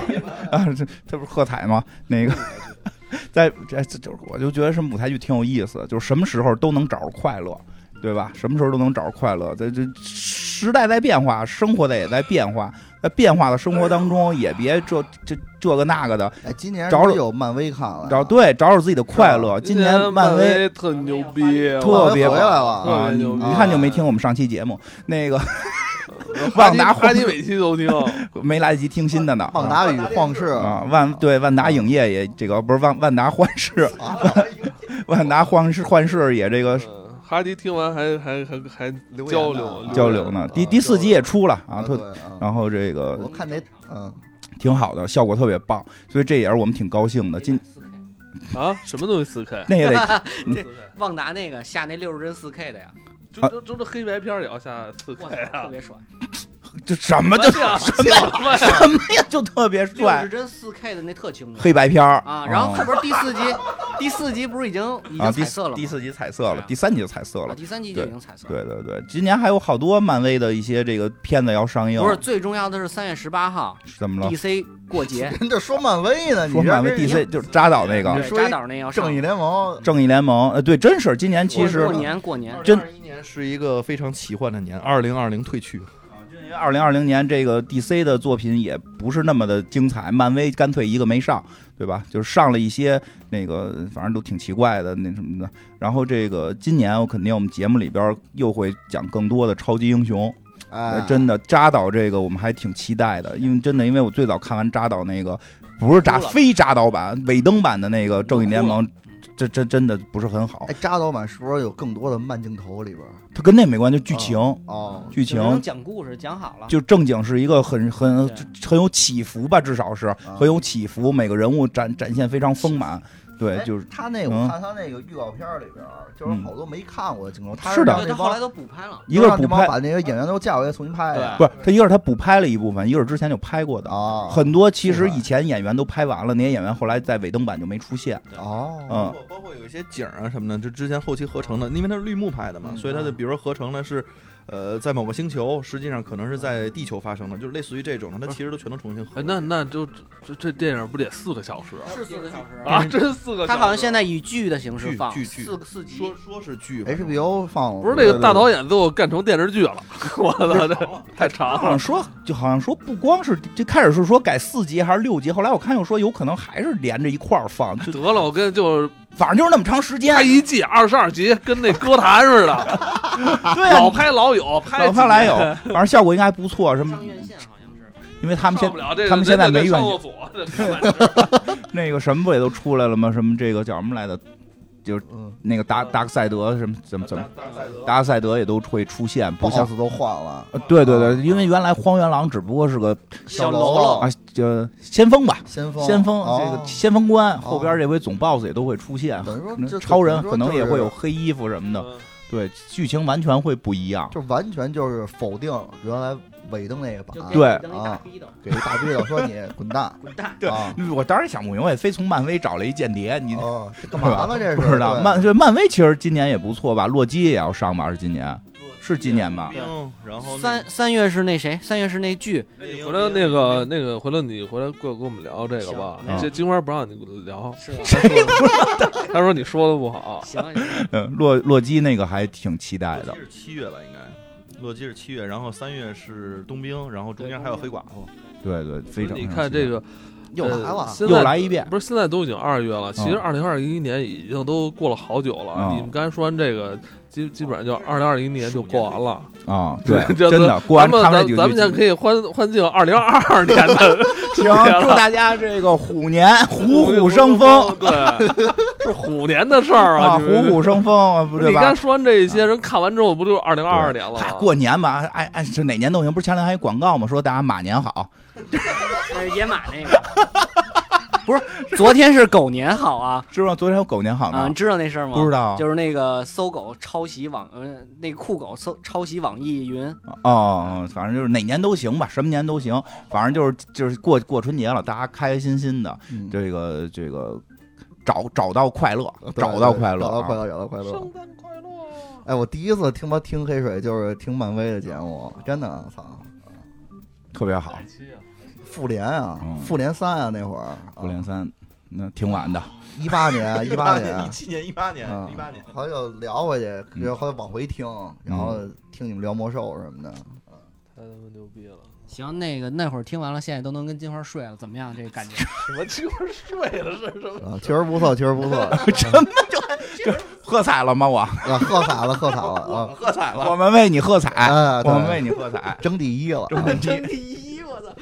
啊，这这不是喝彩吗？那个。在这这就是，我就觉得什么舞台剧挺有意思，就是什么时候都能找着快乐，对吧？什么时候都能找着快乐。这这时代在变化，生活在也在变化，在变化的生活当中，也别这这这个那个的，哎，今年找是找有漫威看了，找对找找自己的快乐。今年漫威特牛逼，特别回来棒了啊，特别你牛逼一看就没听我们上期节目，那个哈旺迪达哈迪每期都听，没来得及听新的呢。旺达与晃世啊，万对万达影业啊也这个不是万万达幻视，万达幻视幻视也这个嗯哈迪听完还还还还留言呢交流啊交流呢。第第四集也出了啊，特呃对啊然后这个我看那嗯， 挺好的，效果特别棒，所以这也是我们挺高兴的。今啊，什么东西四 K？那也得旺达那个下那六十帧四 K 的呀，就就就这黑白片儿也要下四 K 我操，特啊？别爽，这什么就什么呀什么呀什么呀，就特别六帅十，帧四 K 的那特清楚黑白片儿啊。然后后嗯边第四集，第四集不是已经已经啊，第彩四色了第吗？四集彩色了啊，第三集就彩色啊了。第三集就已经彩色了。对对对，今年还有好多漫威的一些这个片子要上映，不是最重要的是三月十八号怎么了？ DC 过节，人家说漫威呢，你说这漫威这 DC 就是扎导那个对对，扎导那要上正义联盟，正义联盟，呃，对，真是今年其实过年过年嗯真二一年是一个非常奇幻的年，二零二零退去，二零二零年这个 DC 的作品也不是那么的精彩，漫威干脆一个没上，对吧？就是上了一些那个，反正都挺奇怪的那什么的。然后这个今年我肯定我们节目里边又会讲更多的超级英雄，啊呃哎，真的扎导这个我们还挺期待的，因为真的因为我最早看完扎导那个不是扎哭了非扎导版尾灯版的那个正义联盟，这这真的不是很好哎，，扎导版是不是有更多的慢镜头里边儿？它跟那没关系，就剧情。哦，剧有人情讲故事讲好了，就正经是一个很很对很有起伏吧，至少啊是很有起伏，每个人物展展现非常丰满。对，哎就是他那嗯我看他那个预告片儿里边儿，就是好多没看过的镜头，他是的让对那他后帮来都补拍了，一个是让补那帮拍，把那些演员都叫过来重新拍啊的不是他一个是他补拍了一部分，一个是之前就拍过的。啊哦，很多其实是吧以前演员都拍完了，那些演员后来在尾灯版就没出现。哦，包嗯，括包括有一些景儿啊什么的，就之前后期合成的，因为它是绿幕拍的嗯嘛，所以它的比如说合成呢是。呃，在某个星球，实际上可能是在地球发生的，就是类似于这种，它其实都全都重新合哎，成。那那就这这电影不得四个小时啊？是四个小时啊，真四个小他时！好像现在以剧的形式剧放剧剧四个四集说，说是剧吧 HBO 放了不是那个大导演最后干成电视剧了，我操，这太长好像了。说就好像说不光是这开始是说改四集还是六集，后来我看又说有可能还是连着一块儿放，就得了，我跟就是反正就是那么长时间拍。一季二十二集，跟那歌坛似的，对啊，老你拍老有，老拍几年拍来有，反正效果应该还不错。什么上？院线好像是，因为他们现上不了这个他们现在没愿上意过锁，这这那个什么不也都出来了吗？什么这个叫什么来的？嗯，那个达达克赛德什么怎么怎么，大赛德达克赛德也都会出现，不像 boss 都换了，呃对对啊对，因为原来荒原狼只不过是个小喽喽啰啊，就先锋吧，先锋先锋这哦个先锋官，后边这回总 boss 也都会出现嗯等于说，这超人可能等于也说会有就是黑衣服什么的，个对，剧情完全会不一样。就完全就是否定原来尾灯那个就版，对给等一大啊逼的，给一大逼的说你滚蛋， 滚蛋！对啊，我当然想不明白，非从漫威找了一间谍，你 哦，这干嘛呢？这是不知道对漫这漫威其实今年也不错吧，洛基也要上吧，是今年是今年吧？兵，然后那三三月是那谁？三月是那剧，回头那个那个，回头你回来过来跟我们聊这个吧行。这金花不让你聊，是吧？ 他说你说的不好。行，行嗯，洛洛基那个还挺期待洛的基。是七月吧，应该。洛基是七月，然后三月是冬兵，然后中间还有黑寡妇。对对，非常。你看这个又来呃了，现在又来一遍，不是现在都已经二月了，其实嗯二零二一年已经都过了好久了。嗯你们刚才说完这个，基基本上就二零二一年就过完了。啊， 对，这真的过完咱们他们咱这咱们现在可以欢欢庆二零二二年的行， 年祝了大家这个虎年 虎 虎生风，对，是虎年的事儿啊，啊，虎虎生风，啊不不是。对你刚吧才？说完这一些人看完之后，不就二零二二年了嗨吗？过年吧，哎哎，是哪年都行。不是前两天还有广告吗？说大家马年好，那是野马那个， 不是昨天是狗年好啊知道昨天有狗年好啊！吗你？知道那事儿吗？不知道啊就是那个搜狗抄袭网，呃，那酷狗搜抄袭网易云，哦，反正就是哪年都行吧，什么年都行，反正就是就是过过春节了，大家开开心心的，嗯这个这个找找到快乐，对找到快乐，找到快啊，乐，找到快乐。诞快乐！哎，我第一次听他听黑水就是听漫威的节目，真的，操，特别好。复联啊嗯，复联三啊，那会儿，五连三，那挺晚 的。一八 年，啊一八一年，七年、一八年啊、、一八年。后来就聊回去，嗯然后往回听，然后听你们聊魔兽什么的。太他妈牛逼了！行，那个那会儿听完了，现在都能跟金花睡了，怎么样？这 感觉什么鸡巴睡了是什么？嗯啊，确实不错，确实不错， 喝彩了吗？我啊，喝彩了，喝 彩了喝彩了，我们为你喝彩，啊！哎，我们为对 你喝彩。争第一了，争第一，第一，我操！